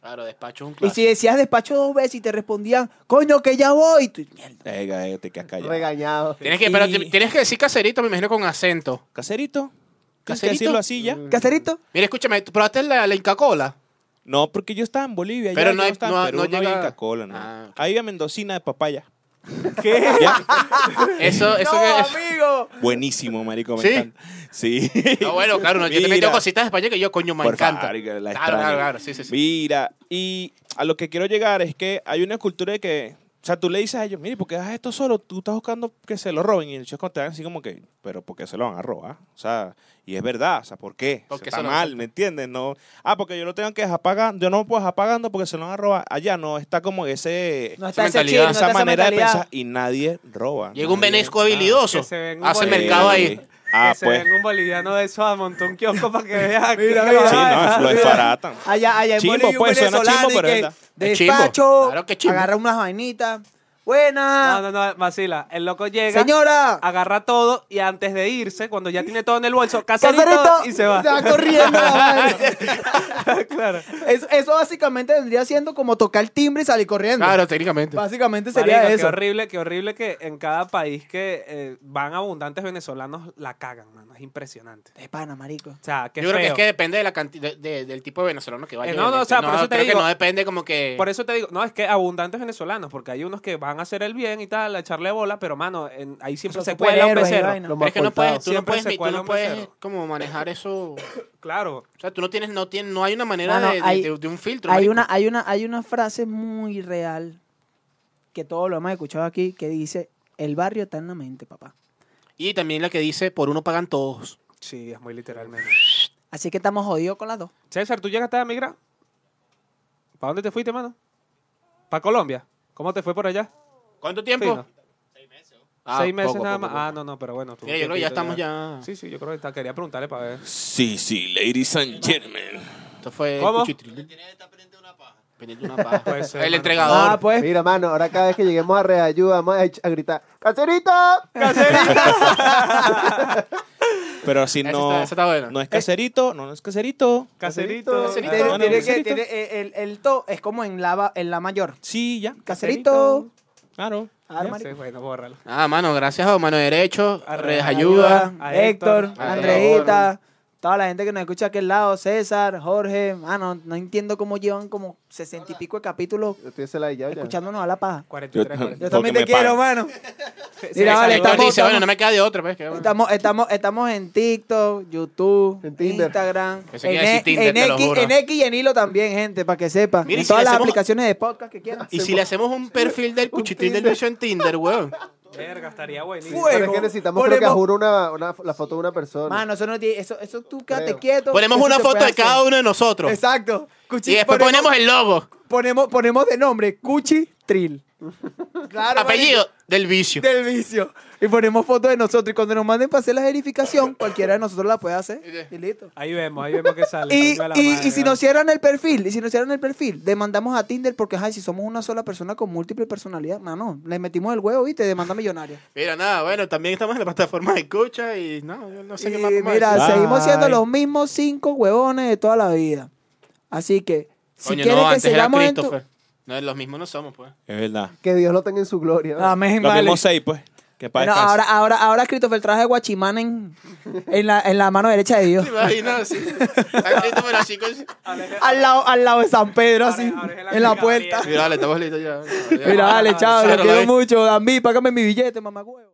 [SPEAKER 4] Claro, despacho es un
[SPEAKER 3] Y
[SPEAKER 4] clásico.
[SPEAKER 3] si decías despacho dos veces y te respondían, coño, que ya voy. y tú, mierda.
[SPEAKER 1] Venga, eh, te quedas callado.
[SPEAKER 5] Regañado.
[SPEAKER 4] Tienes que, pero
[SPEAKER 1] Y-
[SPEAKER 4] te- tienes que decir caserito, me imagino, con acento.
[SPEAKER 1] Caserito. Tienes que
[SPEAKER 4] ¿Caserito?
[SPEAKER 1] decirlo así
[SPEAKER 3] Mm.
[SPEAKER 1] ya.
[SPEAKER 3] ¿Caserito?
[SPEAKER 4] Mira, escúchame, ¿tú probaste la, la Inca
[SPEAKER 3] *laughs*
[SPEAKER 4] Cola?
[SPEAKER 1] No, porque yo estaba en Bolivia.
[SPEAKER 4] Pero
[SPEAKER 1] ya,
[SPEAKER 4] no
[SPEAKER 1] yo
[SPEAKER 4] hay-
[SPEAKER 1] estaba
[SPEAKER 4] no-
[SPEAKER 1] en Perú,
[SPEAKER 4] no
[SPEAKER 1] había
[SPEAKER 4] llega-
[SPEAKER 1] Coca-Cola, no.
[SPEAKER 4] Ah, ok.
[SPEAKER 1] Ahí había mendocina de papaya.
[SPEAKER 2] ¿Qué?
[SPEAKER 1] Ya.
[SPEAKER 4] Eso, eso
[SPEAKER 3] no,
[SPEAKER 4] que...
[SPEAKER 3] amigo.
[SPEAKER 1] Buenísimo, marico, me
[SPEAKER 4] ¿Sí?
[SPEAKER 1] encanta. Sí.
[SPEAKER 4] No, bueno, claro, no, yo te metido
[SPEAKER 1] Mira.
[SPEAKER 4] cositas de España que yo, coño, me
[SPEAKER 1] Por
[SPEAKER 4] encanta.
[SPEAKER 1] favor, que la
[SPEAKER 4] claro,
[SPEAKER 1] extraño.
[SPEAKER 4] claro, claro, sí, sí, sí.
[SPEAKER 1] Mira, y a lo que quiero llegar es que hay una cultura de que, o sea, tú le dices a ellos, mire, ¿por qué haces esto solo? Tú estás buscando que se lo roben. Y ellos contestan así como que, pero ¿por qué se lo van a robar? O sea, y es verdad, o sea, ¿por qué?
[SPEAKER 4] Porque
[SPEAKER 1] está
[SPEAKER 4] se lo-
[SPEAKER 1] mal, ¿me entiendes? No, ah, porque yo lo tengo que dejar pagando, yo no me puedo dejar pagando porque se lo van a robar. Allá no está como ese,
[SPEAKER 3] No está ese
[SPEAKER 4] mentalidad,
[SPEAKER 3] chip, no
[SPEAKER 1] esa
[SPEAKER 3] está esa
[SPEAKER 1] manera de
[SPEAKER 3] mentalidad.
[SPEAKER 1] pensar y nadie roba.
[SPEAKER 4] Llega un
[SPEAKER 1] nadie-
[SPEAKER 4] venesco habilidoso,
[SPEAKER 2] ah, que se ven
[SPEAKER 4] hace
[SPEAKER 2] buen-
[SPEAKER 4] mercado ahí.
[SPEAKER 1] Sí. Ah,
[SPEAKER 2] que se
[SPEAKER 1] pues.
[SPEAKER 2] venga un boliviano de esos a montar un kiosco para que veas.
[SPEAKER 3] Mira,
[SPEAKER 2] que lo
[SPEAKER 3] mira.
[SPEAKER 1] Sí, no,
[SPEAKER 3] *laughs*
[SPEAKER 1] lo
[SPEAKER 2] hagan.
[SPEAKER 1] desbaratan.
[SPEAKER 3] Allá, allá en
[SPEAKER 1] Chimbo,
[SPEAKER 3] Bolivia, un
[SPEAKER 1] pues, suena
[SPEAKER 3] venezolano
[SPEAKER 1] chimbo,
[SPEAKER 3] y
[SPEAKER 1] pero
[SPEAKER 3] que
[SPEAKER 1] es verdad.
[SPEAKER 4] Es chimbo.
[SPEAKER 3] despacho,
[SPEAKER 4] Claro que es chimbo.
[SPEAKER 3] agarra unas vainitas.
[SPEAKER 2] No,
[SPEAKER 3] Buena.
[SPEAKER 2] no, no, vacila. El loco llega,
[SPEAKER 3] Señora.
[SPEAKER 2] agarra todo y antes de irse, cuando ya tiene todo en el bolso, caserito,
[SPEAKER 3] Caserito.
[SPEAKER 2] y se va.
[SPEAKER 3] corriendo. la
[SPEAKER 2] *laughs*
[SPEAKER 3] madre.
[SPEAKER 2] claro.
[SPEAKER 3] eso, eso básicamente vendría siendo como tocar el timbre y salir corriendo.
[SPEAKER 4] Claro, técnicamente.
[SPEAKER 3] Básicamente sería
[SPEAKER 2] Marico, Qué
[SPEAKER 3] eso.
[SPEAKER 2] horrible, qué horrible que en cada país que eh, van abundantes venezolanos la cagan, mano. Es impresionante.
[SPEAKER 3] De pana, marico.
[SPEAKER 2] O sea, qué
[SPEAKER 4] Yo creo que es
[SPEAKER 2] feo.
[SPEAKER 4] que depende de la canti- de- de- del tipo de venezolano que vaya.
[SPEAKER 2] Eh, no, no, o sea, por eso te
[SPEAKER 4] creo
[SPEAKER 2] digo-
[SPEAKER 4] que no depende como que...
[SPEAKER 2] Por eso te digo, no, es que abundantes venezolanos, porque hay unos que van a hacer el bien y tal, a echarle bola, pero mano, en- ahí siempre
[SPEAKER 3] Son
[SPEAKER 2] se cuela un
[SPEAKER 3] superhéroes y
[SPEAKER 2] pecero.
[SPEAKER 3] vaina.
[SPEAKER 5] Lo
[SPEAKER 4] Pero
[SPEAKER 5] más
[SPEAKER 4] es que no
[SPEAKER 5] cortado.
[SPEAKER 4] puedes, tú no
[SPEAKER 2] Siempre
[SPEAKER 4] puedes,
[SPEAKER 2] se
[SPEAKER 4] mi- tú
[SPEAKER 2] cuela
[SPEAKER 4] no
[SPEAKER 2] un
[SPEAKER 4] puedes
[SPEAKER 2] mesero.
[SPEAKER 4] como manejar eso. O
[SPEAKER 2] Claro.
[SPEAKER 4] sea, tú no tienes, no tienes, no hay una manera
[SPEAKER 3] Mano,
[SPEAKER 4] de, de-
[SPEAKER 3] hay-
[SPEAKER 4] de- de un filtro.
[SPEAKER 3] Hay
[SPEAKER 4] marico.
[SPEAKER 3] una, hay, una, hay una frase muy real que todos lo hemos escuchado aquí que dice, el barrio está en la mente, papá.
[SPEAKER 4] Y también la que dice, por uno pagan todos.
[SPEAKER 2] Sí, es muy literalmente.
[SPEAKER 3] Así que estamos jodidos con las dos.
[SPEAKER 2] César, ¿tú llegaste a migrar? ¿Para dónde te fuiste, mano? ¿Para Colombia? ¿Cómo te fue por allá?
[SPEAKER 4] ¿Cuánto tiempo?
[SPEAKER 2] Fino.
[SPEAKER 4] Ah,
[SPEAKER 2] Seis meses
[SPEAKER 4] poco,
[SPEAKER 2] nada
[SPEAKER 4] poco,
[SPEAKER 2] más.
[SPEAKER 4] poco.
[SPEAKER 2] Ah, no, no, pero bueno. tú
[SPEAKER 4] Mira, yo creo que ya estamos ya.
[SPEAKER 2] Sí, sí, yo creo que está- quería preguntarle para ver.
[SPEAKER 1] Sí, sí, ladies and gentlemen.
[SPEAKER 4] Esto fue
[SPEAKER 2] Ah. ¿Cómo?
[SPEAKER 4] Cuchitril. Pendiente de una paja.
[SPEAKER 2] Puede ser,
[SPEAKER 4] el
[SPEAKER 2] mano.
[SPEAKER 4] entregador.
[SPEAKER 3] Ah, pues.
[SPEAKER 5] Mira, mano, ahora cada vez que lleguemos a reayuda, vamos a, ech- a gritar, ¡Caserita!
[SPEAKER 1] Pero si
[SPEAKER 4] Ese
[SPEAKER 1] no,
[SPEAKER 4] está- ese está bueno.
[SPEAKER 1] no es caserito, no, no es caserito.
[SPEAKER 2] Caserito.
[SPEAKER 4] Caserito.
[SPEAKER 3] Tiene-
[SPEAKER 1] bueno,
[SPEAKER 3] tiene que-
[SPEAKER 1] caserito.
[SPEAKER 3] tiene- eh, el, el to es como en la, va- en la mayor.
[SPEAKER 1] Sí, ya.
[SPEAKER 3] Caserito.
[SPEAKER 1] Claro.
[SPEAKER 3] Ah,
[SPEAKER 2] Ya
[SPEAKER 3] marico.
[SPEAKER 2] sé, bueno, bórralo.
[SPEAKER 4] Ah, mano, gracias a Mano Derecho,
[SPEAKER 2] A
[SPEAKER 4] a
[SPEAKER 2] Redes
[SPEAKER 4] Redes
[SPEAKER 2] Ayuda.
[SPEAKER 4] Ayuda.
[SPEAKER 3] A
[SPEAKER 2] A
[SPEAKER 3] Héctor,
[SPEAKER 2] Héctor,
[SPEAKER 4] a
[SPEAKER 3] Andreita, toda la gente que nos escucha a aquel lado, César, Jorge, mano, no entiendo cómo llevan como sesenta y pico de capítulos
[SPEAKER 5] Yo estoy ese ladillado ya.
[SPEAKER 3] escuchándonos a la paja.
[SPEAKER 2] 43,
[SPEAKER 3] Yo
[SPEAKER 1] Porque
[SPEAKER 2] 43.
[SPEAKER 3] también
[SPEAKER 1] me
[SPEAKER 3] te quiero,
[SPEAKER 1] pagan.
[SPEAKER 3] mano.
[SPEAKER 2] Sí,
[SPEAKER 3] Mira, vale,
[SPEAKER 4] Héctor
[SPEAKER 3] estamos-
[SPEAKER 4] dice,
[SPEAKER 3] estamos-
[SPEAKER 4] bueno, no me queda de otra. Pues, que, bueno.
[SPEAKER 3] Estamos, estamos, estamos en TikTok, YouTube,
[SPEAKER 5] En Tinder.
[SPEAKER 3] Instagram,
[SPEAKER 4] Pensé que iba a
[SPEAKER 3] en,
[SPEAKER 4] decir Tinder,
[SPEAKER 3] en
[SPEAKER 4] te lo
[SPEAKER 3] X,
[SPEAKER 4] juro.
[SPEAKER 3] en X y en Hilo también, gente, para que sepa.
[SPEAKER 4] Mira, y
[SPEAKER 3] en
[SPEAKER 4] si
[SPEAKER 3] todas
[SPEAKER 4] le
[SPEAKER 3] las
[SPEAKER 4] hacemos-
[SPEAKER 3] aplicaciones de podcast que quieran.
[SPEAKER 4] Y si le hacemos un
[SPEAKER 3] *laughs*
[SPEAKER 4] perfil del Cuchitril del bicho en Tinder, weón.
[SPEAKER 2] Verga, estaría buenísimo.
[SPEAKER 3] Fue.
[SPEAKER 5] Pero es que necesitamos, creo que a
[SPEAKER 3] Ponemos-
[SPEAKER 5] juro, una, una- la foto de una persona.
[SPEAKER 3] Mano, eso no tiene, eso, eso tú quédate
[SPEAKER 5] Creo.
[SPEAKER 3] quieto.
[SPEAKER 4] Ponemos
[SPEAKER 3] eso
[SPEAKER 4] una
[SPEAKER 3] se puede
[SPEAKER 4] foto de
[SPEAKER 3] hacer.
[SPEAKER 4] cada uno de nosotros.
[SPEAKER 3] Exacto. Cuchi-
[SPEAKER 4] Y después ponemos el logo.
[SPEAKER 3] ponemos, ponemos de nombre Cuchi Trill. *laughs* Claro,
[SPEAKER 4] Apellido del vicio.
[SPEAKER 3] marico, Del vicio. Y ponemos fotos de nosotros. Y cuando nos manden para hacer la verificación, cualquiera de nosotros la puede hacer. Y listo.
[SPEAKER 2] Ahí vemos, ahí vemos que sale.
[SPEAKER 3] Y,
[SPEAKER 2] coño de la
[SPEAKER 3] y-
[SPEAKER 2] madre,
[SPEAKER 3] y si
[SPEAKER 2] ¿no?
[SPEAKER 3] nos cierran el perfil, y si nos cierran el perfil, demandamos a Tinder porque, ay, si somos una sola persona con múltiple personalidad, mano, le metimos el huevo y te demanda millonaria.
[SPEAKER 4] Mira, nada, bueno, también estamos en la plataforma de escucha y no, yo no sé qué más.
[SPEAKER 3] Y
[SPEAKER 4] podemos
[SPEAKER 3] mira,
[SPEAKER 4] decir.
[SPEAKER 6] Bye.
[SPEAKER 3] seguimos siendo los mismos cinco huevones de toda la vida. Así que, si
[SPEAKER 4] Coño,
[SPEAKER 3] quieres
[SPEAKER 4] no,
[SPEAKER 3] que
[SPEAKER 4] antes era
[SPEAKER 3] sigamos en tu...
[SPEAKER 4] Christopher. No, los mismos no somos, pues. *laughs*
[SPEAKER 1] Es verdad.
[SPEAKER 5] Que Dios lo tenga en su gloria. ¿no?
[SPEAKER 3] Amén,
[SPEAKER 1] Los
[SPEAKER 3] vale.
[SPEAKER 1] mismos seis, pues. Que para
[SPEAKER 3] Bueno, ahora, ahora, ahora Christopher traje guachimán en, en, la, en la mano derecha de Dios.
[SPEAKER 4] ¿Te imaginas? Sí. A Christopher así con...
[SPEAKER 3] *laughs* al, lado, al lado de San Pedro,
[SPEAKER 2] Ahora-
[SPEAKER 3] así,
[SPEAKER 2] ahora es el
[SPEAKER 3] en la
[SPEAKER 2] amigo
[SPEAKER 3] puerta.
[SPEAKER 2] Gabriel.
[SPEAKER 4] Mira, dale, estamos listos ya.
[SPEAKER 3] Mira, vale, chao,
[SPEAKER 4] Cero,
[SPEAKER 3] lo quiero
[SPEAKER 4] like.
[SPEAKER 3] mucho. Dambi, págame mi billete, mamá huevo.